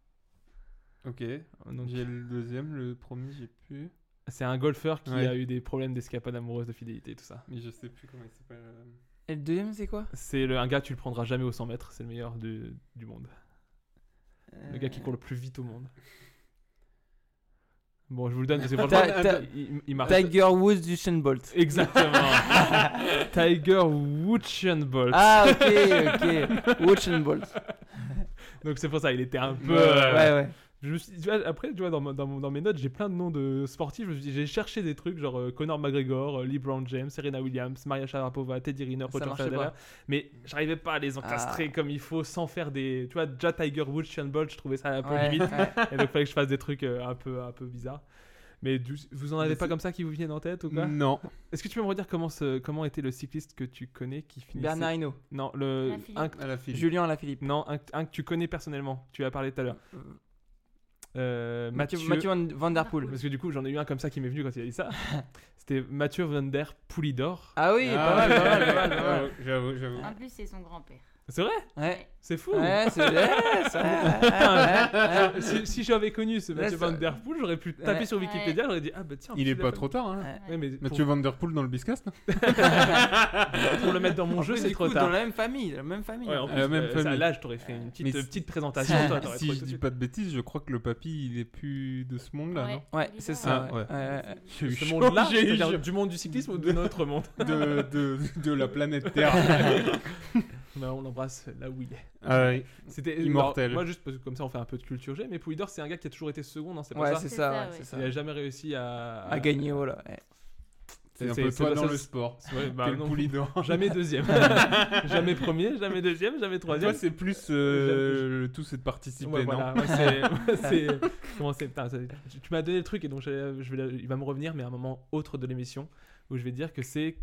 M: Ok.
H: Donc-
M: J'ai le deuxième, le premier, j'ai pu.
H: C'est un golfeur qui
M: Ouais.
H: a eu des problèmes d'escapade amoureuse, de fidélité, tout ça.
M: Mais je sais plus comment il s'appelle. euh.
K: Et le deuxième, c'est quoi
H: C'est le- un gars, tu le prendras jamais au 100 mètres, c'est le meilleur du, du monde. Le gars qui
K: Euh.
H: court le plus vite au monde. Bon, je vous le donne, parce que franchement,
K: Ta- ta-
H: il, il marche.
K: Tiger Woods du Shane Bolt.
H: Exactement. Tiger Woodshenbolt.
K: Ah, ok, ok. Woodshenbolt.
H: Donc c'est pour ça, il était un peu.
K: Ouais,
H: euh,
K: ouais.
H: Je me suis, tu vois, après, tu vois, dans, ma- dans mon- dans mes notes, j'ai plein de noms de sportifs. Je me suis dit, j'ai cherché des trucs genre euh, Conor McGregor, euh, LeBron James, Serena Williams, Maria Sharapova, Teddy Riner, Roger
K: marchait
H: Federer.
K: pas. Ah.
H: Mais j'arrivais pas à les encastrer comme il faut sans faire des. Tu vois, déjà Tiger Woods, Sean Bolt, je trouvais ça un peu
K: Ouais,
H: limite.
K: ouais.
H: Et donc, fallait que je fasse des trucs euh, un peu, un peu bizarres. Mais du- vous en avez
M: Mais
H: pas
M: c'est-
H: comme ça qui vous viennent en tête ou quoi
K: Mm.
M: Non.
H: Est-ce que tu peux me redire comment, ce- comment était le cycliste que tu connais qui finissait
K: Bernard Hinault.
H: Non,
I: Ah,
H: le.
K: Alaphilippe.
H: un que-
M: Alaphilippe.
K: Julien Alaphilippe.
H: Non, un, que- un que tu connais personnellement. Tu as parlé tout à l'heure. Euh,
K: Mathieu-
H: Mathieu,
K: Mathieu Van- Van Der Poel.
H: Parce que du coup, j'en ai eu un comme ça qui m'est venu quand il a dit ça. C'était Mathieu Van Der Poulidor.
K: Ah oui, pas mal, pas mal, pas mal, pas mal.
M: Ah, J'avoue, j'avoue.
P: En plus, c'est son grand-père.
H: C'est vrai
K: Ouais.
H: C'est fou Ah,
K: Ouais, c'est- ouais, ça- ouais, ouais, ouais.
H: Si, si j'avais connu ce
K: Ouais,
H: Mathieu
K: ça-
H: Van Der Poel, j'aurais pu taper
K: Ouais.
H: sur Wikipédia, j'aurais dit Ah bah tiens,
M: Il
H: je
M: est
H: l'ai
M: pas
H: fait.
M: trop tard, hein.
H: Ouais, mais pour-
M: Mathieu Van Der Poel dans le Biscast
H: Pour le mettre dans mon
K: En
H: jeu,
K: plus,
H: c'est
K: du
H: trop
K: coup,
H: tard.
K: Dans la même famille, la même famille.
H: Ouais, en plus,
M: Euh, même
H: euh, ça,
M: famille.
H: là, je t'aurais fait une petite,
M: Mais
H: euh,
M: si-
H: petite présentation. toi, t'aurais
M: Si
H: trouvé tout
M: je
H: de
M: dis
H: suite.
M: pas de bêtises, je crois que le papy il est plus de ce monde là,
H: Ouais,
M: non
K: Ouais, c'est ça,
M: Ah,
K: ouais. Ouais, ouais.
M: J'ai eu
H: Ce
M: chaud,
H: monde-là,
M: j'ai eu
H: c'est-à-dire
M: chaud.
H: du monde du cyclisme ou de notre monde
M: de, de, de la planète Terre.
H: Bah, on l'embrasse là où il est.
M: Ah oui.
H: C'était euh,
M: Immortel.
H: Alors, moi, juste parce que comme ça, on fait un peu de culture G. Mais Poulidor, c'est un gars qui a toujours été second, hein, c'est pas
K: Ouais,
H: ça
K: c'est ça, ouais, c'est ça.
H: Il a jamais réussi à,
K: À gagner, voilà, ouais.
M: C'est un peu toi dans le sport.
H: Ouais, bah,
M: T'es le
H: non.
M: Poulidor.
H: Jamais deuxième. jamais premier, jamais deuxième, jamais troisième.
M: Toi, c'est plus euh, le tout, c'est de participer,
H: Ouais,
M: non
H: voilà, ouais, c'est- ouais, c'est- comment c'est- putain, ça- tu, tu m'as donné le truc et donc je, je vais, la- il va me revenir, mais à un moment autre de l'émission où je vais dire que c'est.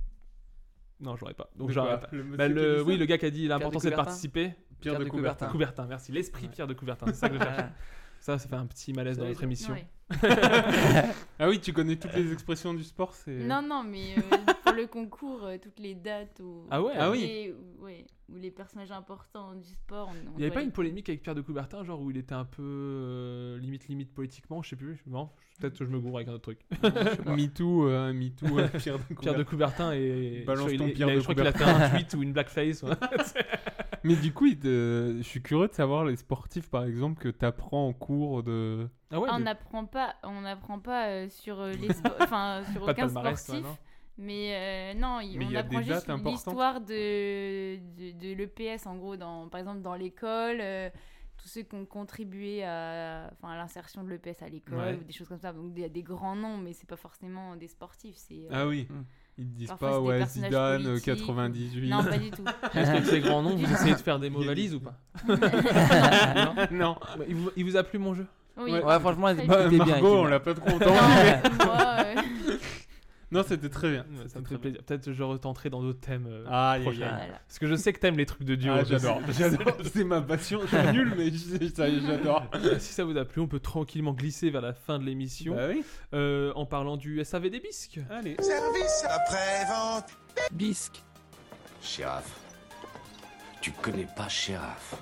H: Non, j'aurais pas. Donc
M: De
H: j'aurais
M: quoi
H: pas.
M: Le
H: Bah,
M: monsieur
H: le-
M: qui a dit
H: oui,
M: ça
H: le gars qui a dit
M: Pierre
H: l'important
M: de
H: c'est de
M: Coubertin.
H: participer.
M: Pierre de Coubertin.
H: Coubertin, merci. L'esprit Pierre de Coubertin, c'est ça que je cherchais. Ça, ça fait un petit malaise dans
M: Ça
H: notre
M: veut
H: émission.
M: dire- ah oui, tu connais toutes les expressions du sport, c'est.
I: Non, non, mais euh, pour le concours, euh, toutes les dates. Ou...
M: Ah ouais Ah oui.
I: Et- ouais. où les personnages importants du sport. on- on
H: Il n'y avait
I: doit
H: pas
I: les-
H: une polémique avec Pierre de Coubertin, genre où il était un peu euh, limite limite politiquement, je sais plus. Non, peut-être que je me gourre avec un autre truc.
M: MeToo, euh, MeToo, euh, Pierre de
H: Pierre de Coubertin et
M: Balance
H: je
M: ton
H: crois qu'il-
M: Pierre
H: il a-
M: de
H: Je crois qu'il a fait
M: Coubertin.
H: un tweet ou une blackface. ouais.
M: Mais du coup, il te- je suis curieux de savoir les sportifs, par exemple, que t'apprends en cours de.
I: Ah, on n'apprend pas, on n'apprend pas euh, sur euh, les spo- enfin sur
M: Pas de
I: aucun
M: palmarès, toi,
I: sportif.
M: non
I: mais euh, non, il-
M: Mais il
I: on
M: y a
I: apprend
M: des dates
I: juste
M: importantes
I: l'histoire de, de, de l'EPS en gros, dans, par exemple dans l'école, euh, tous ceux qui ont contribué à, enfin, à l'insertion de l'EPS à l'école
M: Ouais.
I: ou des choses comme ça. Donc il y a des grands noms, mais c'est pas forcément des sportifs. C'est euh,
M: Ah oui. Ils te disent
I: parfois,
M: pas,
I: c'est des
M: ouais,
I: personnages
M: Zidane, euh,
I: politiques ou-
M: 98.
I: Non, pas du tout.
H: Est-ce que ces grands noms,
I: Du
H: vous
I: tout.
H: essayez de faire des mots valises ou pas
M: Non.
H: Ouais, Il vous, il vous a plu mon jeu
I: Oui.
K: Ouais, Ouais, franchement, elle
M: Bah,
K: était bien. elle était
M: Margot, on
K: bien.
M: l'a pas trop entendu. mais-
I: euh,
M: Non, c'était très bien.
H: Ouais, Ça me fait plaisir. Peut-être que je retenterai dans d'autres thèmes euh,
M: Ah, aïe, aïe,
H: prochains.
M: aïe.
H: Parce que je sais que t'aimes les trucs de duo.
M: Ah,
H: je
M: j'adore,
H: sais.
M: j'adore. C'est ma passion. Je suis nul, mais je- ça y est, j'adore.
H: si ça vous a plu, on peut tranquillement glisser vers la fin de l'émission.
M: Bah oui.
H: Euh, en parlant du SAV des bisques.
M: Allez.
B: Service après-vente.
C: Bisque. Shérif. Tu connais pas Shérif.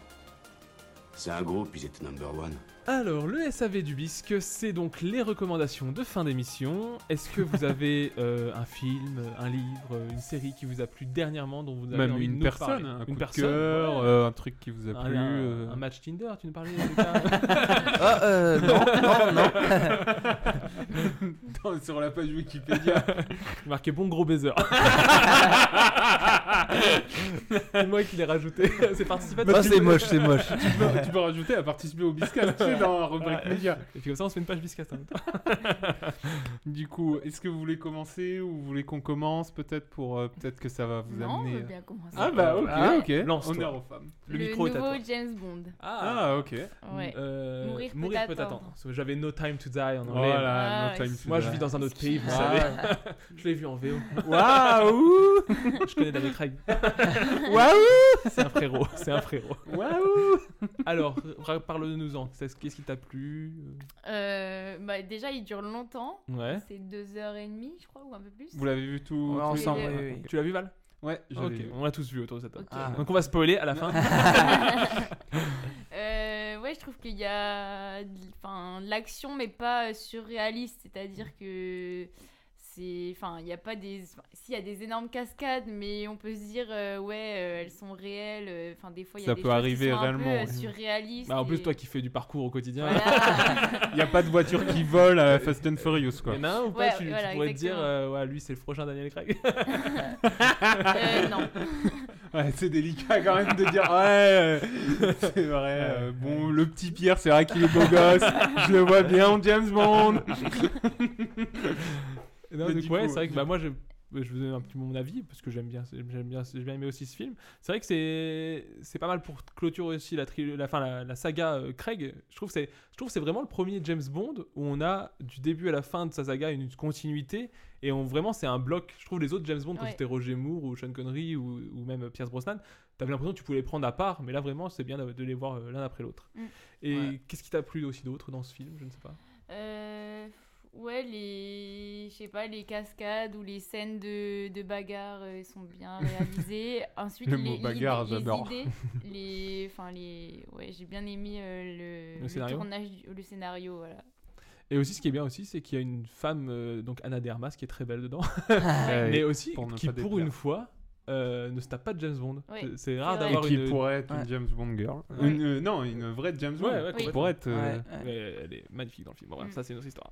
C: C'est un groupe, ils étaient number one.
H: Alors, le SAV du bisque, c'est donc les recommandations de fin d'émission. Est-ce que vous avez euh, un film, un livre, une série qui vous a plu dernièrement, dont vous avez
M: Même
H: envie de
M: une
H: nous
M: personne, hein,
H: parler
M: un coup
H: Une
M: de
H: personne,
M: cœur,
H: ouais. Ah
M: euh, un truc qui vous a
H: Un-
M: plu.
H: Un,
M: euh.
H: un match Tinder, tu nous parlais
K: Ah, euh, non, non,
M: non. Non, sur la page Wikipédia.
H: Marqué bon gros baiser. c'est moi qui l'ai rajouté. C'est participatif.
K: Ah, c'est moche, c'est moche.
M: tu, peux, tu peux rajouter à participer au biscast tu sais, dans la rubrique
H: Ouais.
M: média.
H: Et puis comme ça, on se fait une page biscast en même temps.
M: Du coup, est-ce que vous voulez commencer ou vous voulez qu'on commence peut-être pour euh, peut-être que ça va vous
I: Non, on
M: amener
I: veut bien commencer.
M: Ah bah ok,
I: Ah,
M: ok.
H: lance-toi.
M: Honneur aux femmes.
I: Le, nouveau James Bond.
M: Ah, ok.
I: Ouais.
H: Euh,
I: Mourir peut
H: mourir peut
I: attendre.
H: attendre. Parce que J'avais No Time to Die en anglais.
M: Voilà,
I: Ah, No ouais. Time to
H: Moi, je
I: Die.
H: vis dans un autre pays, vous savez.
M: Ah.
H: je l'ai vu en VO.
M: Waouh
H: Je connais David Craig.
M: Waouh
H: C'est un frérot, c'est un frérot.
M: Waouh
H: Alors, ra- parle-nous-en. C'est- Qu'est-ce qui t'a plu
I: Euh, bah, déjà, il dure longtemps.
H: Ouais.
I: C'est deux heures et demie, je crois, ou un peu plus.
M: Hein Vous l'avez vu tout
K: Ouais,
M: tous
K: ensemble,
M: les deux
K: oui, oui, oui.
H: Tu l'as vu, Val
M: Ouais, je l'ai
H: Ok,
M: vu.
H: on l'a tous vu autour de cette table.
M: Ok. Ah.
H: Donc, on va spoiler à la fin.
I: Euh, ouais, je trouve qu'il y a de- enfin, de l'action, mais pas euh, surréaliste. C'est-à-dire que c'est. Enfin, il n'y a pas des. enfin, Si, il y a des énormes cascades, mais on peut se dire, euh, ouais, euh, elles sont réelles. euh, Enfin, des fois, il y a
M: Ça
I: des
M: peut
I: choses qui
M: arriver
I: sont un peu,
M: réellement,
I: euh,
M: ouais.
I: surréalistes.
H: Bah, en plus,
I: et-
H: toi qui fais du parcours au quotidien.
M: Il n'y a pas de voiture qui vole à Fast and Furious, quoi.
H: Il y en a un ou pas
I: Ouais,
H: tu, tu
I: voilà,
H: pourrais te
I: exactement.
H: dire, euh, ouais, lui c'est le prochain Daniel Craig.
I: Euh, non.
M: Ouais, c'est délicat quand même de dire, ouais, euh, c'est vrai. euh, bon, le petit Pierre, c'est vrai qu'il est beau gosse. Je le vois bien en James Bond.
H: non,
M: Mais
H: donc,
M: du
H: ouais,
M: coup,
H: c'est vrai que
M: du
H: bah, moi je, je vous donne un petit peu mon avis parce que j'aime bien, j'aime bien, j'ai bien aimé aussi ce film. C'est vrai que c'est, c'est pas mal pour clôturer aussi la, tri- la, fin, la, la saga euh, Craig. Je trouve que c'est, je trouve que c'est vraiment le premier James Bond où on a du début à la fin de sa saga une continuité et on vraiment c'est un bloc. Je trouve les autres James Bond quand
I: Ouais.
H: c'était Roger Moore ou Sean Connery ou, ou même Pierce Brosnan, t'avais l'impression que tu pouvais les prendre à part, mais là vraiment c'est bien de de les voir euh, l'un après l'autre.
I: Mm.
H: Et qu'est-ce qui t'a plu aussi d'autre dans ce film Je ne sais pas.
I: Euh, ouais, les, je sais pas, les cascades ou les scènes de, de bagarre euh, sont bien réalisées. Ensuite,
M: Le
I: les,
M: mot
I: l'idée-
M: bagarre,
I: les
M: j'adore.
I: idées, les, enfin les, ouais, j'ai bien aimé euh, le,
H: Le scénario
I: tournage, du- le scénario, voilà.
H: Et aussi, ce qui est bien aussi, c'est qu'il y a une femme, euh, donc Anna Dermas, qui est très belle dedans,
A: Ah,
M: Ouais.
H: mais aussi
M: Pour ne
H: qui,
M: pas
H: pour
M: déplaire.
H: une fois, euh, ne se tape pas de James Bond.
I: Oui,
H: C'est-
I: c'est
H: C'est rare
I: vrai.
H: d'avoir
M: Et qui
H: une.
M: pourrait être
H: Ouais.
M: une James Bond girl.
H: Ouais.
M: Une, euh, non, une vraie James Bond.
H: Ouais, ouais,
M: qui
H: complètement.
M: pourrait être. euh,
H: Ouais, ouais, Elle est magnifique dans le film. Bon, bref,
I: Mm.
H: ça, c'est une autre histoire.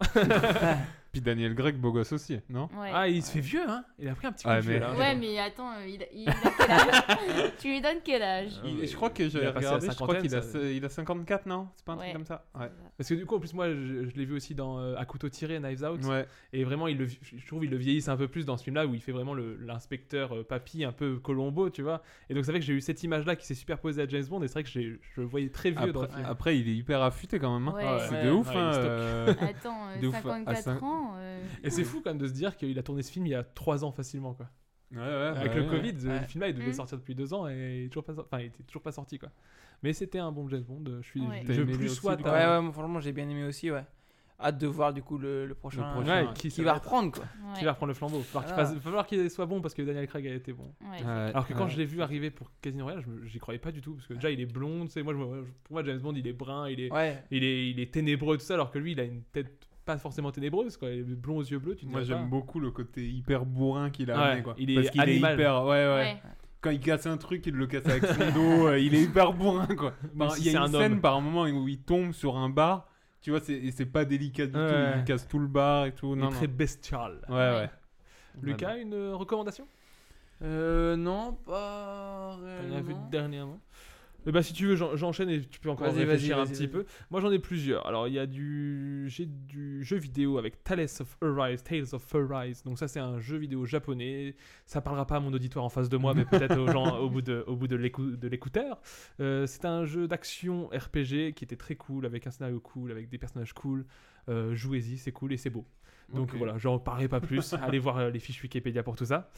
M: Puis Daniel Greg, beau gosse aussi, non
I: Ouais.
H: Ah, il se fait vieux, hein Il a pris un petit coup
M: Ouais,
H: de vieux,
M: mais-
H: là.
I: ouais, mais attends, euh, il, il a quel âge Tu lui donnes quel
H: Ah,
I: âge
M: Ah Il- je crois que j'avais
H: a passé la
M: regardé, je crois qu'il a,
H: cinquantaine, ça.
M: ce- il a 54, non C'est pas un
I: Ouais.
M: truc comme ça Ouais.
H: Parce que du coup, en plus, moi, je, je l'ai vu aussi dans euh, À couteau tiré, Knives Out.
M: Ouais.
H: Et vraiment, il le, je trouve il le vieillissent un peu plus dans ce film-là où il fait vraiment le- l'inspecteur euh, papy, un peu Colombo, tu vois. Et donc, c'est vrai que j'ai eu cette image-là qui s'est superposée à James Bond. Et c'est vrai que j'ai- je le voyais très vieux
M: Après,
H: dans le film.
M: après, il est hyper affûté quand même. hein.
I: Ouais.
M: C'est
H: Ouais,
M: de ouf.
H: ouais, il
M: hein,
H: est stock.
M: euh,
I: Attends, euh,
M: de ouf, à
I: 54
M: cinq-
I: ans. euh,
H: Et c'est fou quand même de se dire qu'il a tourné ce film il y a 3 ans facilement quoi.
M: Ouais, ouais,
H: Avec
M: bah
H: le
M: ouais.
H: Covid, le
K: Ouais.
H: film là il devait
I: Mm.
H: sortir depuis 2 ans et il est toujours pas sorti. Enfin, il était toujours pas sorti quoi. Mais c'était un bon James Bond, je suis
I: Ouais.
H: je,
M: T'as aimé
H: plus
M: lui aussi,
H: sois
M: du
K: Ouais,
H: ta-
K: ouais, moi, franchement, j'ai bien aimé aussi, ouais. hâte de voir du coup le, le prochain,
H: Le prochain,
K: euh,
H: ouais,
K: qui,
H: ça
K: va
H: être.
K: reprendre quoi.
H: Qui va reprendre le flambeau. Il va
K: Voilà.
H: falloir qu'il fasse- falloir qu'il soit bon parce que Daniel Craig a été bon.
K: Ouais,
M: c'est Ouais,
H: Alors que quand
M: ouais.
H: je l'ai vu arriver pour Casino Royale, je me- j'y croyais pas du tout parce que déjà il est blond, tu sais, moi je me- pour moi James Bond il est brun, il est,
K: Ouais.
H: il est il est ténébreux tout ça alors que lui il a une tête pas forcément ténébreuse quoi, il est blond aux yeux bleus, tu te
M: Moi,
H: dirais
M: j'aime
H: pas.
M: beaucoup le côté hyper bourrin qu'il a
H: Ouais,
M: amené, quoi.
H: il est
M: Parce qu'il est
H: animal.
M: hyper. Ouais, ouais.
H: Ouais.
M: Quand il casse un truc, il le casse avec son dos. euh, il est hyper bourrin, quoi.
H: Même
M: Par-
H: si
M: Il y
H: c'est
M: a
H: un
M: une scène
H: homme.
M: par moment où il tombe sur un bar. Tu vois, c'est et c'est pas délicat du
H: Ouais.
M: tout. Il casse tout le bar et tout.
H: Il
M: Non,
H: est
M: non.
H: très bestial.
M: Ouais, ouais.
H: Lucas, une euh, recommandation
K: Euh, non, pas
H: T'en as vu
K: réellement.
H: dernièrement Eh ben, si tu veux, j'en- j'enchaîne et tu peux encore
K: Vas-y,
H: réfléchir
K: vas-y,
H: un
K: vas-y,
H: petit
K: vas-y.
H: peu. Moi, j'en ai plusieurs. Alors, il y a du... J'ai du jeu vidéo avec Tales of Arise, Tales of Arise. Donc ça, c'est un jeu vidéo japonais. Ça parlera pas à mon auditoire en face de moi, mais peut-être aux gens au bout de, au bout de l'écou- de l'écouteur. Euh, c'est un jeu d'action RPG qui était très cool, avec un scénario cool, avec des personnages cool. Euh, Jouez-y, c'est cool et c'est beau. Donc
M: Ok.
H: voilà, j'en parlerai pas plus. Allez voir euh, les fiches Wikipédia pour tout ça.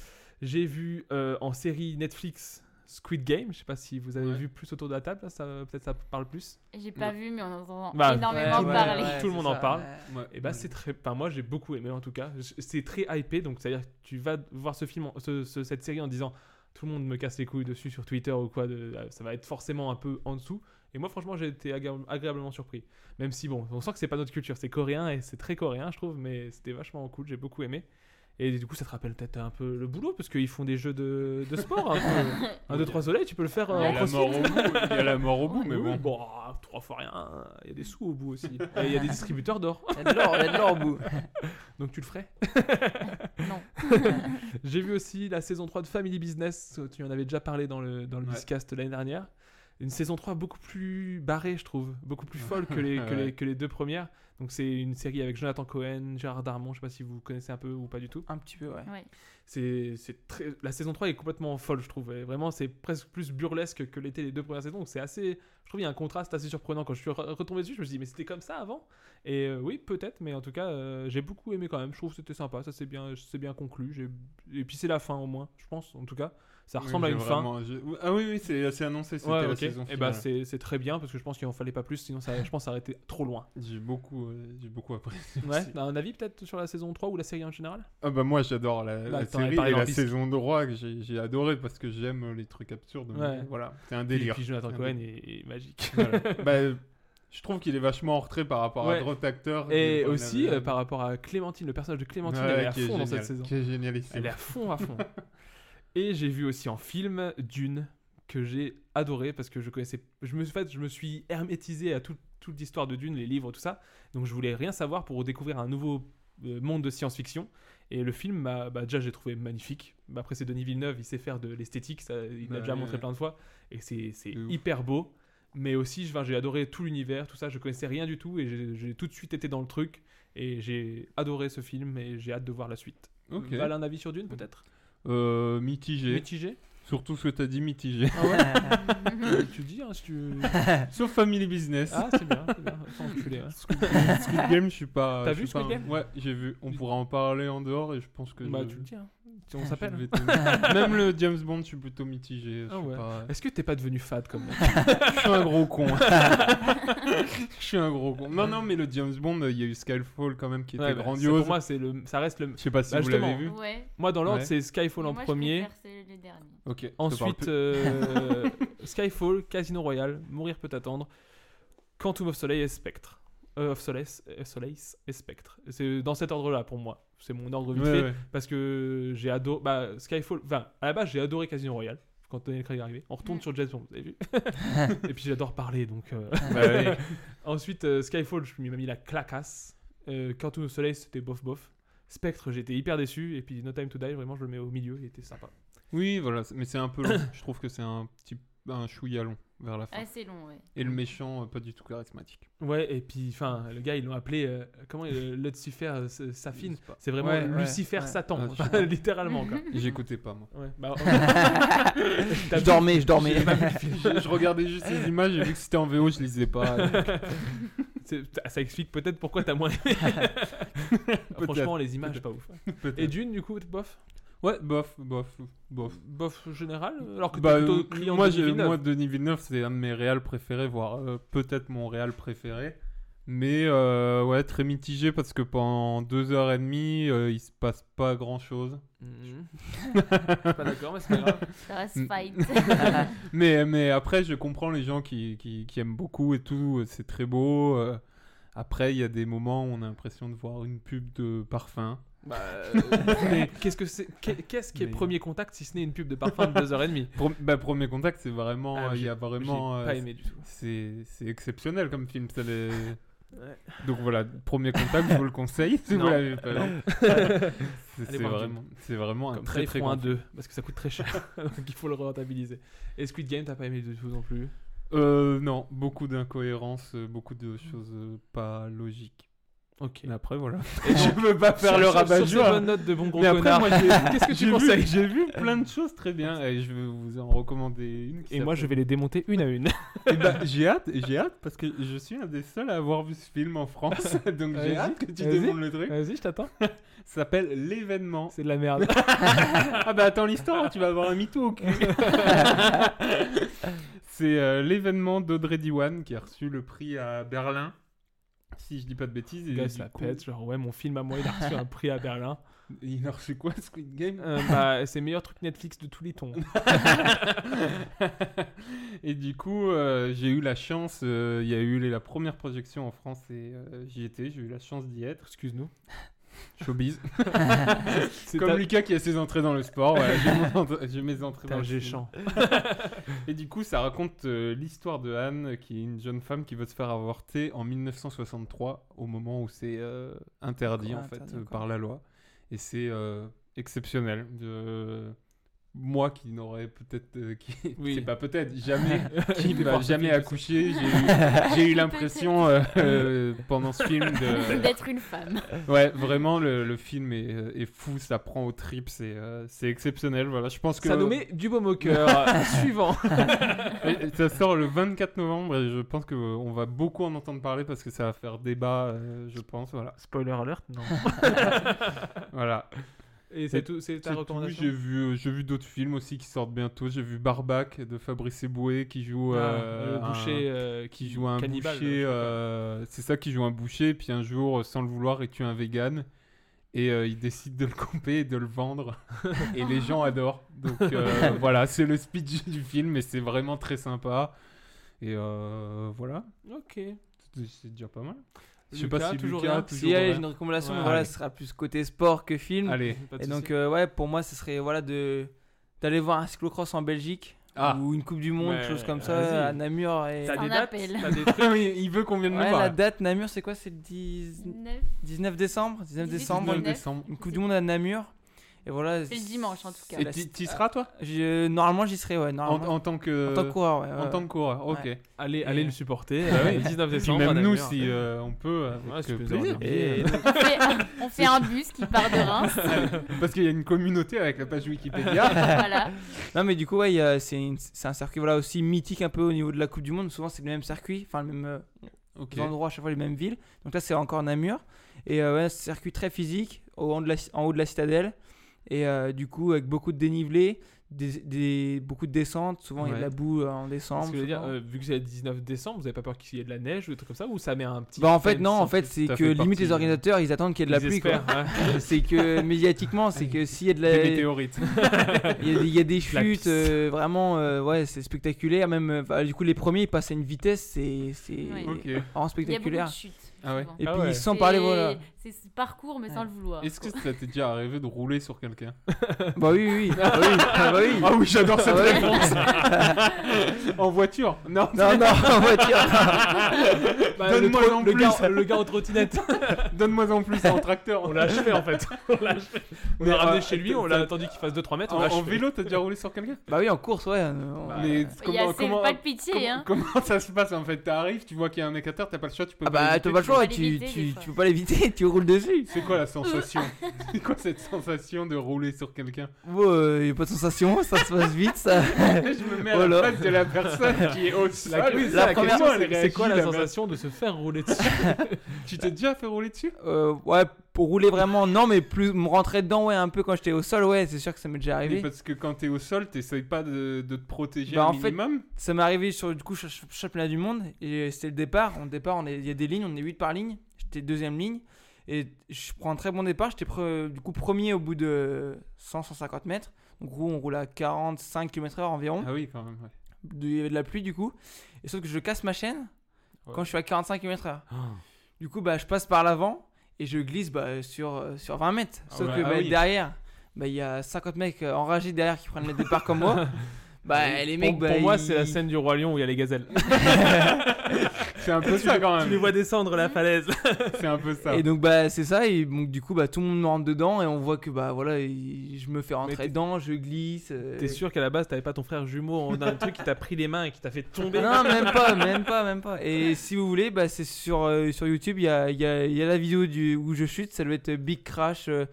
H: J'ai vu euh, en série Netflix Squid Game. Je sais pas si vous avez vu plus autour de la table. là, ça peut-être ça parle plus.
I: J'ai pas vu, mais on en entend
H: Bah,
I: énormément
H: tout le monde-
I: parler.
H: tout le monde en parle.
M: Ouais.
H: Et bah c'est très. Enfin moi j'ai beaucoup aimé en tout cas. J- C'est très hypé donc c'est à dire que tu vas voir ce film, en- ce- ce- cette série en disant tout le monde me casse les couilles dessus sur Twitter ou quoi. de- euh, ça va être forcément un peu en dessous. Et moi franchement j'ai été agréable- agréablement surpris. Même si bon on sent que c'est pas notre culture, c'est coréen et c'est très coréen je trouve. Mais c'était vachement cool, j'ai beaucoup aimé. Et du coup, ça te rappelle peut-être un peu le boulot, parce qu'ils font des jeux de, de sport. hein. un, deux, trois soleils, tu peux le faire. euh,
M: Il y a
H: en
M: la
H: crossfit.
M: mort au bout, il y a la mort au bout, mais
H: Oui,
M: bon.
H: bah, trois fois rien, il y a des sous au bout aussi. Et il y a des distributeurs d'or.
K: Il y a de l'or, il y a de l'or au bout.
H: Donc tu le ferais
K: Non.
H: J'ai vu aussi la saison 3 de Family Business, euh, tu en avais déjà parlé dans le, dans le
M: Ouais.
H: Bizcast l'année dernière. Une saison 3 beaucoup plus barrée, je trouve, beaucoup plus folle que les, que
M: Ouais.
H: les, que les deux premières. Donc c'est une série avec Jonathan Cohen, Gérard Darmon, je sais pas si vous connaissez un peu ou pas du tout.
K: Un petit peu, ouais.
I: Ouais.
H: C'est c'est très... La saison 3 est complètement folle, je trouve. Et vraiment, c'est presque plus burlesque que l'étaient les deux premières saisons. Donc c'est assez... Je trouve qu'il y a un contraste assez surprenant. Quand je suis re- retombé dessus, je me suis dit, mais c'était comme ça avant Et euh, oui, peut-être, mais en tout cas, euh, j'ai beaucoup aimé quand même. Je trouve que c'était sympa. Ça, c'est bien, c'est bien conclu. J'ai- Et puis c'est la fin, au moins, je pense, en tout cas. Ça
M: Oui,
H: ressemble à
M: j'ai
H: une
M: vraiment-
H: fin.
M: j'ai- Ah oui, oui, c'est c'est annoncé, c'était
H: Ouais,
M: la
H: ok.
M: saison
H: Et bah
M: finale.
H: c'est c'est très bien parce que je pense qu'il en fallait pas plus, sinon ça, je pense ça aurait été trop loin.
M: J'ai beaucoup, euh, j'ai beaucoup apprécié.
H: Ouais, t'as un avis peut-être sur la saison 3 ou la série en général
M: Ah bah moi j'adore la,
H: Là,
M: la
H: t'en avais
M: série
H: parlé
M: et
H: dans
M: la
H: Bisc.
M: saison de roi que j'ai j'ai adoré parce que j'aime euh, les trucs absurdes. mais
H: Ouais.
M: Voilà, c'est un
H: Puis-
M: délire.
H: puis Jonathan
M: Un
H: Cohen
M: délire.
H: est- est magique.
M: Voilà. Bah, je trouve qu'il est vachement en retrait par rapport
H: Ouais.
M: à d'autres acteurs.
H: Et
M: Enfin,
H: aussi
M: la-
H: euh, par rapport à Clémentine, le personnage de Clémentine,
M: oh, Ouais,
H: elle est à
M: qui est
H: fond dans cette
M: génial,
H: saison.
M: qui est génialissime.
H: Elle est à fond, à fond. Et j'ai vu aussi en film Dune que j'ai adoré parce que je connaissais, je me, en fait, je me suis hermétisé à tout- toute l'histoire de Dune, les livres, tout ça. Donc je voulais rien savoir pour découvrir un nouveau euh, monde de science-fiction. Et le film, m'a- bah, déjà, j'ai trouvé magnifique. Bah, après, c'est Denis Villeneuve, il sait faire de l'esthétique, ça, il
M: Bah,
H: l'a déjà
M: ouais,
H: montré
M: ouais.
H: plein de fois. Et c'est c'est hyper beau. Mais aussi, je- enfin, j'ai adoré tout l'univers, tout ça. Je connaissais rien du tout et j'ai- j'ai tout de suite été dans le truc. Et j'ai adoré ce film et j'ai hâte de voir la suite.
M: Ok.
H: Val, un avis sur Dune, peut-être
M: Euh, mitigé.
H: Mitigé
M: Surtout ce que t'as dit mitigé.
H: ouais Tu dis, hein, si tu.
M: Sauf Family Business.
H: Ah, c'est bien, c'est bien. Sans enculé, ouais.
M: Squid Game- Squid Game, je suis pas.
H: T'as
M: je
H: vu
M: suis pas
H: Squid
M: un-
H: Game
M: Ouais, j'ai vu. On pourra en parler en dehors et je pense que.
H: Bah,
M: je-
H: tu le dis, hein. Tu-
M: Je
H: On s'appelle.
M: vais te- Même le James Bond, je suis plutôt mitigé. je
H: Ah
M: suis
H: ouais.
M: pas-
H: Est-ce que t'es pas devenu fade comme
M: Je suis un gros con. Je suis un gros con. Non, non, mais le James Bond, il y a eu Skyfall quand même qui était
H: Ouais, bah, c'est
M: grandiose.
H: Pour moi, c'est le, ça reste le.
M: Je sais pas si
H: Bah,
M: vous
H: justement,
M: l'avez vu.
I: Ouais.
H: Moi, dans l'ordre,
M: Ouais.
H: c'est Skyfall en
I: Moi, je
H: premier.
I: préfère c'est les derniers.
M: Ok. je te parle
H: Ensuite,
M: plus.
H: euh, Skyfall, Casino Royale, Mourir peut attendre, Quantum of Soleil et Spectre. Euh, of Solace, euh, Solace et Spectre. C'est dans cet ordre-là pour moi. C'est mon ordre euh, vite
M: Ouais,
H: fait.
M: ouais.
H: Parce que j'ai adoré. Bah, Skyfall. Enfin, à la base, j'ai adoré Casino Royale. Quand Daniel Craig est arrivé. On retourne sur James Bond, vous avez vu Et puis j'adore parler, donc. euh,
M: Bah ouais.
H: Ensuite, euh, Skyfall, je m'y ai mis la clacasse. Euh, Quantum of Soleil, c'était bof bof. Spectre, j'étais hyper déçu. Et puis No Time to Die, vraiment, je le mets au milieu, il était sympa.
M: Oui, voilà, c'est- mais c'est un peu long. je trouve que c'est un petit un chouïa long vers la fin.
I: Ah, c'est long, ouais.
M: Et le méchant, euh, pas du tout charismatique.
H: Ouais, et puis, enfin, le gars, ils l'ont appelé, euh, comment, euh, Lucifer euh, S- Safin.
M: sais pas.
H: C'est vraiment
M: Ouais, ouais,
H: Lucifer
M: ouais.
H: Satan,
M: Ah, je sais pas.
H: littéralement, quoi.
M: J'écoutais pas, moi.
H: Ouais, bah,
K: Je dormais, je dormais.
H: J'ai pas vu le film.
M: je, je regardais juste les images et vu que c'était en VO, je lisais pas. euh, donc.
H: C'est- Ça explique peut-être pourquoi t'as moins aimé. Franchement, les images, pas ouf.
M: Peut-être.
H: Et Dune, du coup, bof
M: Ouais, bof, bof, bof.
H: Bof général Alors que
M: Bah,
H: t'es plutôt
M: euh,
H: client
M: moi,
H: de
M: j'ai-
H: Villeneuve.
M: moi, Denis Villeneuve, c'est un de mes réals préférés, voire euh, peut-être mon réal préféré.
A: Mais euh, ouais, très mitigé parce que pendant deux heures et demie, euh, il se passe pas grand chose.
H: Mm-hmm. Je suis pas d'accord, mais c'est pas grave.
I: Ça se fight.
A: mais, mais après, je comprends les gens qui, qui, qui aiment beaucoup et tout, euh, c'est très beau. euh, Après, il y a des moments où on a l'impression de voir une pub de parfum.
H: Bah, euh, mais qu'est-ce que c'est qu'est- Qu'est-ce qui est
A: Mais-
H: premier contact si ce n'est une pub de parfum de 2h30
A: Pro- bah, premier contact, c'est vraiment.
H: Ah,
A: euh, il y
H: j'ai-
A: a vraiment.
H: j'ai pas
A: euh,
H: aimé du tout.
A: C'est c'est exceptionnel comme film. ça les-
H: Ouais.
A: Donc voilà, premier contact, je vous le conseille si vous
H: Non.
A: l'avez pas vu.
H: Allez
A: C'est c'est
H: voir le film.
A: vraiment, c'est vraiment un
H: Comme ça,
A: très
H: ils
A: très
H: font un
A: grand
H: 2 parce que ça coûte très cher. donc il faut le rentabiliser. Et Squid Game, t'as pas aimé du tout non plus
A: Euh, non, beaucoup d'incohérences, euh, beaucoup de choses euh, pas logiques.
H: Ok.
A: Mais après, voilà.
H: Et
A: je
H: donc,
A: veux pas faire
H: sur-
A: le
H: sur- sur
A: rabat
H: ces bonnes notes de bon gros
A: Mais après,
H: connard.
A: moi, j'ai-
H: Qu'est-ce que tu
A: j'ai vu-
H: conseilles
A: J'ai vu plein de choses très bien et je vais vous en recommander une. qui
H: Et moi, je
A: s'appelle-
H: vais les démonter une à une.
A: Eh ben, j'ai hâte, j'ai hâte parce que je suis un des seuls à avoir vu ce film en France, donc
H: Vas-y,
A: j'ai hâte que tu
H: vas-y,
A: demandes le truc.
H: Vas-y, je t'attends.
A: Ça s'appelle l'événement.
H: C'est de la merde.
A: ah bah attends l'histoire, tu vas avoir un mytho au cul. C'est euh, l'événement d'Audrey Diwan qui a reçu le prix à Berlin. Si je dis pas de bêtises, et
H: Gars,
A: du
H: ça
A: coup-
H: pète. Genre, ouais, mon film à moi, il a reçu un prix à Berlin.
A: Il a reçu quoi, Squid Game
H: Euh, bah, c'est meilleur truc Netflix de tous les temps.
A: et du coup, euh, j'ai eu la chance. euh, Il y a eu les- la première projection en France et euh, j'y étais. J'ai eu la chance d'y être.
H: Excuse-nous.
A: Showbiz.
H: C'est
A: Comme
H: ta-
A: Lucas qui a ses entrées dans le sport. voilà, j'ai, mon entrée- j'ai mes entrées
H: T'as
A: dans le
H: Géchant.
A: sport. et du coup, ça raconte euh, l'histoire de Anne, qui est une jeune femme qui veut se faire avorter en 1963, au moment où c'est euh, interdit
H: Encore
A: en fait
H: interdit,
A: euh,
H: encore.
A: par la loi. Et c'est euh, exceptionnel. Je- Moi qui n'aurais peut-être, euh, qui
H: Oui.
A: c'est pas peut-être, jamais, qui
H: Des
A: m'a
H: parties
A: jamais
H: de-
A: accouché, j'ai eu- j'ai eu, l'impression euh, euh, pendant ce film de-
I: D'être une femme.
A: Ouais, vraiment le, le film est, euh, est fou, ça prend aux tripes, c'est euh, c'est exceptionnel. Voilà, je pense que
H: Ça nommait du baume au cœur. Euh, Suivant.
A: Et ça sort le 24 novembre et je pense que euh, on va beaucoup en entendre parler parce que ça va faire débat, euh, je pense. Voilà.
H: Spoiler alert, non.
A: voilà.
H: Et c'est tout- c'est ta
A: tout.
H: recommandation
A: J'ai vu, euh, j'ai vu d'autres films aussi qui sortent bientôt. J'ai vu Barbac de Fabrice Eboué qui joue
H: Ah,
A: euh,
H: le
A: un-
H: boucher, euh,
A: qui
H: qui-
A: joue un
H: cannibale,
A: boucher. euh, c'est ça qui joue un boucher. Puis un jour, euh, sans le vouloir, il tue un vegan. Et euh, il décide de le couper et de le vendre. et les gens adorent. Donc euh, voilà, c'est le speech du film. Et c'est vraiment très sympa. Et euh, voilà.
H: Ok.
A: C'est- C'est déjà pas mal. Je sais
H: Lucas,
A: pas si
H: toujours
A: Lucas,
H: rien
A: toujours
K: Si allez,
A: rien.
K: j'ai une recommandation,
A: Ouais,
K: mais voilà,
A: allez.
K: ce sera plus côté sport que film.
A: Allez.
H: Pas de
K: Et
H: souci.
K: donc, euh, ouais, pour moi, ce serait voilà, de d'aller voir un cyclocross en Belgique
A: Ah.
K: ou une Coupe du Monde,
H: Ouais,
K: chose comme
H: vas-y.
K: ça, à Namur. Et...
H: T'as
K: Ah,
I: C'est
H: des
I: un
H: dates
I: appel.
H: T'as des trucs
A: Oui, il veut qu'on vienne le
K: Ouais,
A: voir.
K: la date Namur, c'est quoi C'est le 10...
I: 19.
K: 19 décembre 19
I: 18,
K: décembre,
A: 19 décembre.
K: une Coupe du Monde à Namur. Et voilà.
I: C'est le dimanche, en tout cas.
A: Et t'y t'y seras, toi
K: Je- Normalement, j'y serai, ouais.
A: en,
K: Normalement.
A: en tant que.
K: Ah, En tant que coureur, ouais, ouais,
A: En tant que
K: ouais.
A: coureur, ok.
K: Ouais.
H: Allez,
K: Et-
H: allez le supporter.
A: Bah oui.
H: euh, 19
A: Puis
H: décembre.
A: même
H: à
A: nous,
H: Namur.
A: si euh, on peut, avec
H: hein. Ouais, si
A: euh,
H: tu peux nous
A: plaisir.
H: organiser,
A: Et-
H: euh,
I: On fait, on fait un bus qui part de Reims.
A: Parce qu'il y a une communauté avec la page Wikipédia.
I: voilà.
K: Non, mais du coup, ouais, il y a- c'est une- c'est un circuit voilà, aussi mythique un peu au niveau de la Coupe du Monde. Souvent, c'est le même circuit, enfin, le même euh,
A: Ok.
K: les endroits, à chaque fois les mêmes villes. Donc là, c'est encore Namur. Et euh, ouais, c'est un circuit très physique, au haut de la, en haut de la citadelle. Et euh, du coup, avec beaucoup de dénivelé, des, des- beaucoup de descentes. Souvent, il y a de la
H: Ouais.
K: boue euh, en
H: Parce
K: décembre.
H: que je veux dire,
K: souvent.
H: euh, vu que c'est le 19 décembre, vous avez pas peur qu'il y ait de la neige ou des trucs comme ça Ou ça met un petit.
K: Bah en fait
H: suspense
K: non, en
H: un
K: fait
H: peu
K: c'est
A: Ça
K: que
A: fait
K: limite
A: partie-
K: les organisateurs ils attendent qu'il y ait de la
H: Ils
K: pluie quoi.
H: espèrent, hein,
K: c'est que médiatiquement c'est que s'il y a de la
A: Des météorites.
K: il y a des- il y a des
H: La
K: chutes
H: piste.
K: euh, vraiment euh, ouais c'est spectaculaire même euh, bah, du coup les premiers ils passent à une vitesse c'est c'est
I: Ouais.
A: Ok.
K: vraiment
I: Il y a beaucoup de
K: spectaculaire.
I: chutes.
A: Ah ouais.
I: souvent.
K: Et
H: Ah
K: puis
H: ouais.
K: sans
I: C'est-
K: parler voilà.
I: C'est ce parcours, mais sans le vouloir.
A: Est-ce que ça t'est déjà arrivé de rouler sur quelqu'un
K: Bah oui oui. Ah oui. Ah bah oui.
A: Ah oui, j'adore cette
K: Ah ouais.
A: réponse. en voiture Non.
K: Non non en voiture.
H: Bah, le
A: Donne-moi
H: tro-
A: en
H: le
A: plus.
H: gars- le gars en trottinette.
A: Donne-moi en plus en tracteur.
H: On l'a achevé en fait. On l'a achevé. On
A: Mais,
H: l'a ramené
A: euh,
H: chez lui,
A: t'as-
H: on l'a
A: t'as-
H: attendu qu'il fasse 2-3 mètres,
A: En,
H: on l'a
A: en
H: achevé.
A: vélo, t'as déjà roulé sur quelqu'un
K: Bah oui en course ouais. euh, on-
A: Mais
I: Il y a
A: comment,
I: c'est
A: comment,
I: pas de pitié,
A: comment-
I: hein.
A: comment ça se passe en fait T'arrives, tu vois qu'il y a un mec à terre, t'as pas le choix, tu peux pas
K: Ah bah
A: l'éviter,
K: t'as pas le
A: tu-
K: choix
I: peux
K: tu
I: l'éviter, des
K: tu
I: fois.
K: tu peux pas l'éviter tu roules dessus.
A: C'est quoi la sensation C'est quoi cette sensation de rouler sur quelqu'un
K: Bon il y a pas de sensation ça se passe vite ça.
A: Je me mets à
K: Voilà.
A: la place de la personne qui est au sol.
H: La,
A: Oui, c'est
H: la
A: question,
H: première
A: elle
H: c'est c'est quoi
A: réagit,
H: la
A: meuf.
H: sensation de se faire rouler dessus
A: Tu t'es déjà fait rouler dessus
K: Euh, ouais, pour rouler vraiment, non, mais plus me rentrer dedans, ouais, un peu quand j'étais au sol, ouais, c'est sûr que ça m'est déjà arrivé.
A: Mais parce que quand t'es au sol, t'essayes pas de, de te protéger
K: Bah,
A: un
K: en fait,
A: minimum.
K: ça m'est arrivé sur du coup cha- cha- championnat du monde et c'était le départ. On départ, on est- il y a des lignes, on est 8 par ligne. J'étais deuxième ligne et je prends un très bon départ. J'étais pre- du coup premier au bout de 100-150 mètres. Donc roue, on roule à 45 km/h environ.
A: Ah oui, quand même. ouais.
K: De- Il y avait de la pluie du coup et sauf que je casse ma chaîne quand
A: Ouais.
K: je suis à 45 km/h.
A: Ah.
K: Du coup, bah, je passe par l'avant et je glisse bah, sur, euh, sur 20 mètres.
A: Ah
K: Sauf
A: ouais,
K: que
A: ah
K: bah,
A: oui.
K: derrière, bah, il y a 50 mecs euh, enragés derrière qui prennent le départ comme moi. Bah, les mecs,
H: pour,
K: bah,
H: pour moi,
K: ils-
H: c'est la scène du Roi Lion où il y a les gazelles.
A: c'est un peu ça, quand même.
H: Tu les vois descendre la falaise.
A: c'est un peu ça.
K: Et donc bah c'est ça et donc du coup bah tout le monde me rentre dedans et on voit que bah voilà il- je me fais rentrer dedans, je glisse. euh,
H: T'es sûr qu'à la base, t'avais pas ton frère jumeau en un truc qui t'a pris les mains et qui t'a fait tomber
K: Non même pas, même pas, même pas. Et si vous voulez bah c'est sur euh, sur YouTube il y a, il y a- il y a la vidéo du où je chute, ça doit être Big Crash euh,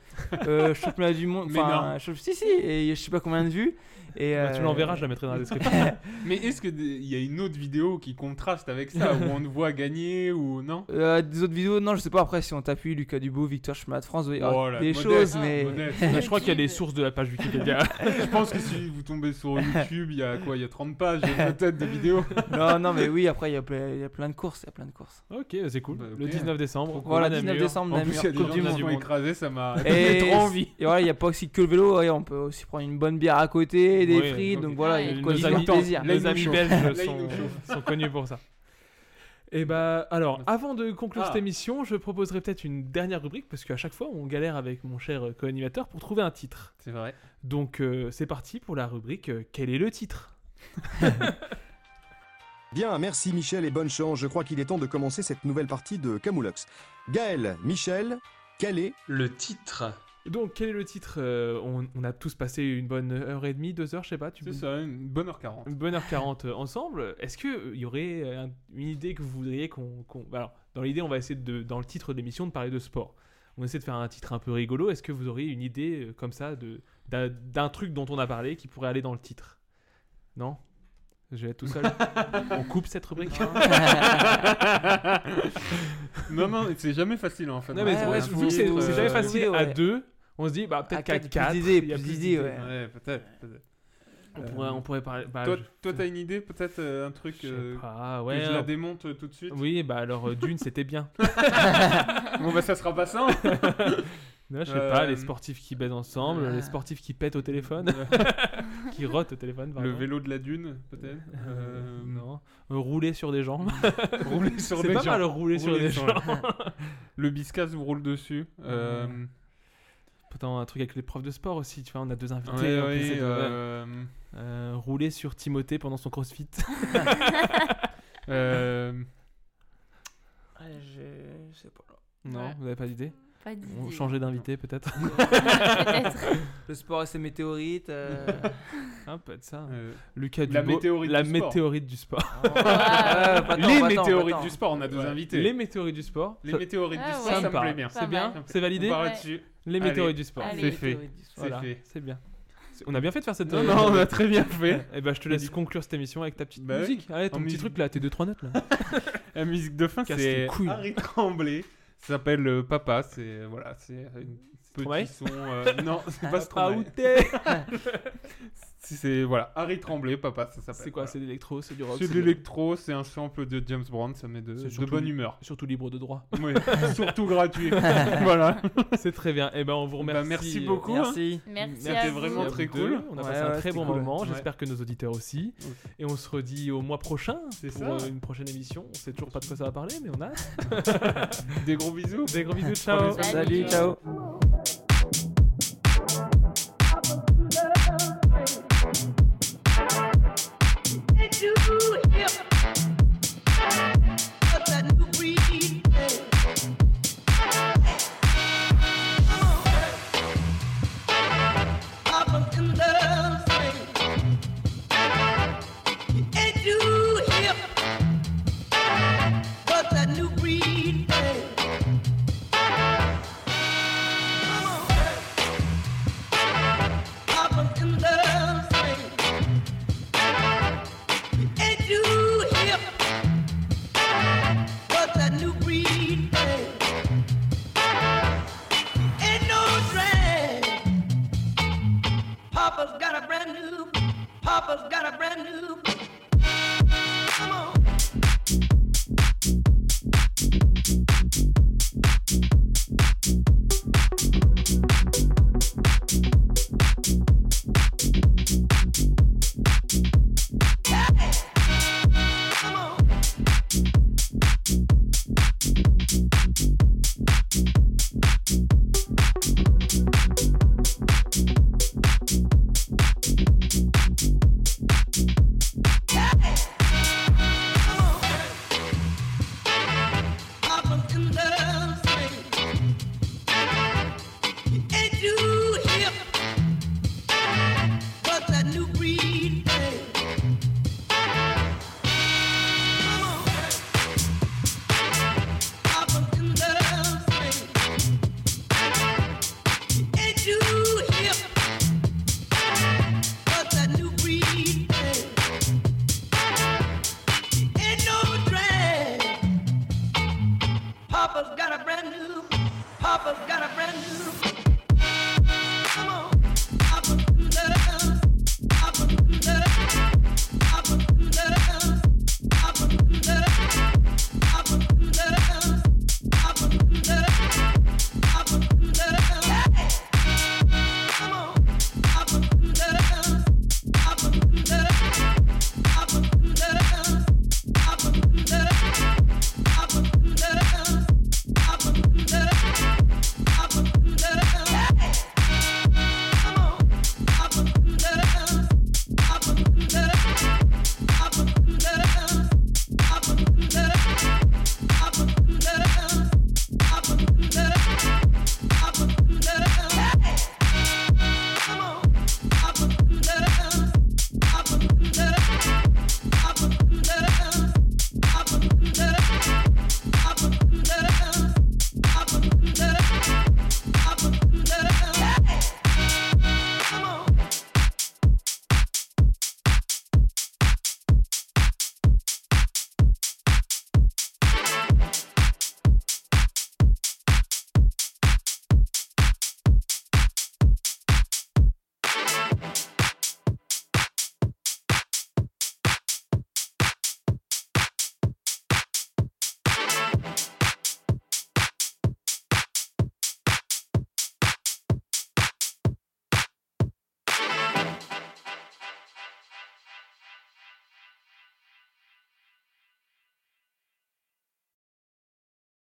K: euh, championnat du monde.
H: Mais
K: Enfin
H: non.
K: champ- si si et je sais pas combien de vues. Et
H: Bah, tu
K: euh,
H: l'enverras, je la mettrai dans la description.
A: Mais est-ce qu'il y a une autre vidéo qui contraste avec ça, où on te voit gagner ou non
K: Euh, des autres vidéos, non, je sais pas. Après, si on t'appuie, Lucas Dubo, Victoire Chemin de France, il doit y avoir
A: Oh là,
K: des
A: modeste,
K: choses, mais.
A: modeste.
H: Je crois qu'il y a les sources de la page Wikipédia.
A: Je pense que si vous tombez sur YouTube, il y a quoi Il y a 30 pages peut-être de vidéos.
K: non, non, mais oui, après, il y, a plein- il y a plein de courses. Il y a plein de courses.
H: Ok, c'est cool.
A: Bah, ok.
H: Le 19 décembre.
K: Voilà,
H: Namur.
K: 19 décembre,
H: En plus,
K: Namur,
H: il y a des
K: Coupe
H: gens
K: du
H: qui
K: Monde.
H: se font écraser.
A: Écrasé, ça m'a
K: Et,
A: donné trop envie.
K: et voilà, il n'y a pas aussi que le vélo, ouais, on peut aussi prendre une bonne bière à côté, des
H: Oui,
K: frites,
H: ok.
K: donc voilà, bah, il y a de quoi
H: Nos
K: se faire
H: amis-
K: plaisir.
H: nos amis belges
A: Là, il nous
H: sont, sont connus pour ça. Et bah alors, avant de conclure
A: Ah.
H: cette émission, je proposerai peut-être une dernière rubrique parce qu'à chaque fois, on galère avec mon cher euh, co-animateur pour trouver un titre.
A: C'est vrai.
H: Donc euh, c'est parti pour la rubrique euh, Quel est le titre
J: Bien, merci Michel et bonne chance. Je crois qu'il est temps de commencer cette nouvelle partie de Camoulox. Gaël, Michel, quel est
Q: le titre
H: Donc quel est le titre Euh, on, on a tous passé une bonne heure et demie, deux heures, je sais pas. Tu...
A: C'est ça, une bonne heure 40.
H: Une bonne heure 40 ensemble. Est-ce qu'il y aurait euh, un- une idée que vous voudriez qu'on. qu'on- Alors, dans l'idée, on va essayer de, dans le titre de l'émission, de parler de sport. On essaie de faire un titre un peu rigolo. Est-ce que vous auriez une idée euh, comme ça de d'un- d'un truc dont on a parlé qui pourrait aller dans le titre Non Je vais être tout seul. on coupe cette rubrique.
A: non, non, c'est jamais facile en fait.
H: Non, mais c'est vrai, je vous dis que c'est
A: Faut,
H: c'est
A: euh,
H: jamais facile à
A: ouais.
H: deux. On se dit, bah,
A: À
K: Ah,
H: peut-être qu'à
A: quatre, plus
H: quatre.
A: d'idées,
H: il y a
A: plus
H: plus
A: d'idées,
H: d'idées.
A: ouais. Ouais, peut-être.
H: On, pourrait, on pourrait parler. bah,
A: toi,
H: je-
A: toi, t'as une idée peut-être euh, un truc euh,
H: pas,
A: que
H: ouais,
A: je la
H: euh,
A: démonte euh, tout de suite.
H: Oui, bah alors euh, Dune, c'était bien.
A: bon bah ça sera pas ça.
H: Non, je sais
A: Euh,
H: pas, les sportifs qui baisent ensemble, les sportifs qui pètent au téléphone, qui rotent au téléphone.
A: Euh, Le
H: pardon.
A: vélo de la dune peut-être. Euh,
H: non. Euh, Rouler sur des gens.
A: rouler sur des gens.
H: C'est pas mal rouler sur des gens.
A: le biscasse vous roule dessus. Euh,
H: Pourtant, un truc avec les profs de sport aussi, tu vois, on a deux invités.
A: Ouais,
H: on peut
A: ouais,
H: essayer de-
A: euh,
H: Euh, rouler sur Timothée pendant son crossfit.
A: euh,
K: Ouais, Ah, je- je sais pas.
H: Non,
K: Ouais.
H: vous avez pas d'idée
K: Pas d'idée.
H: On changer d'invité peut-être.
K: Le sport et ses météorites. euh.
H: Un peu de ça.
A: Euh,
H: Lucas
A: la
H: Dubo,
A: météorite
H: la
A: du sport.
H: météorite du sport.
K: Oh. Ouais, ouais, pas tant,
A: Les
K: pas tant,
A: météorites
K: pas
A: du
K: tant.
A: sport, on a deux
H: Ouais.
A: invités.
H: Les météorites du sport.
A: Les
H: Ça-
A: météorites du
H: Ah
A: sport,
H: ouais.
A: ça me
H: Sympa.
A: plaît bien.
H: C'est bien,
A: Ça me plaît.
H: c'est validé.
A: On part là-dessus.
H: Les
A: Allez.
H: météorites du sport.
A: Allez. C'est fait. C'est
H: Voilà,
A: fait.
H: C'est bien. C'est- On a bien fait de faire cette.
A: Non, non, on a très bien fait.
H: Et bah, je te laisse conclure cette émission avec ta petite
A: Bah oui.
H: musique. Allez, ton
A: En
H: petit
A: musique.
H: truc là, tes deux trois notes là.
A: La musique de fin,
H: Casse
A: c'est
H: les couilles.
A: Harry Tremblay. Ça s'appelle euh, Papa. C'est voilà, c'est une
H: Stromae
A: petit son. euh, non, c'est pas
H: Papa
A: Stromae.
H: outé.
A: c'est voilà, Harry Tremblay, Papa. Ça s'appelle.
H: C'est quoi C'est de l'électro, c'est du rock.
A: C'est de l'électro, c'est un sample de James Brown, ça met de, de
H: surtout
A: bonne
H: li-
A: humeur.
H: Surtout libre de droit.
A: Oui, surtout gratuit. voilà.
H: C'est très bien. Et ben on vous remercie.
A: Bah, merci beaucoup, Merci. hein. Merci
H: C'était
A: à vous.
H: vraiment très
A: Merci à
H: cool.
A: vous deux.
H: On a
A: Ouais,
H: passé un
A: ouais,
H: très
A: c'était
H: bon
A: cool.
H: moment.
A: Ouais.
H: J'espère que nos auditeurs aussi. Et on se redit au mois prochain pour
A: ça.
H: euh, une prochaine émission. On sait toujours pas de quoi ça va parler, mais on a hâte.
A: Des gros bisous.
H: Des gros bisous. Ciao.
A: Prenez soin de vous.
I: Did you hear?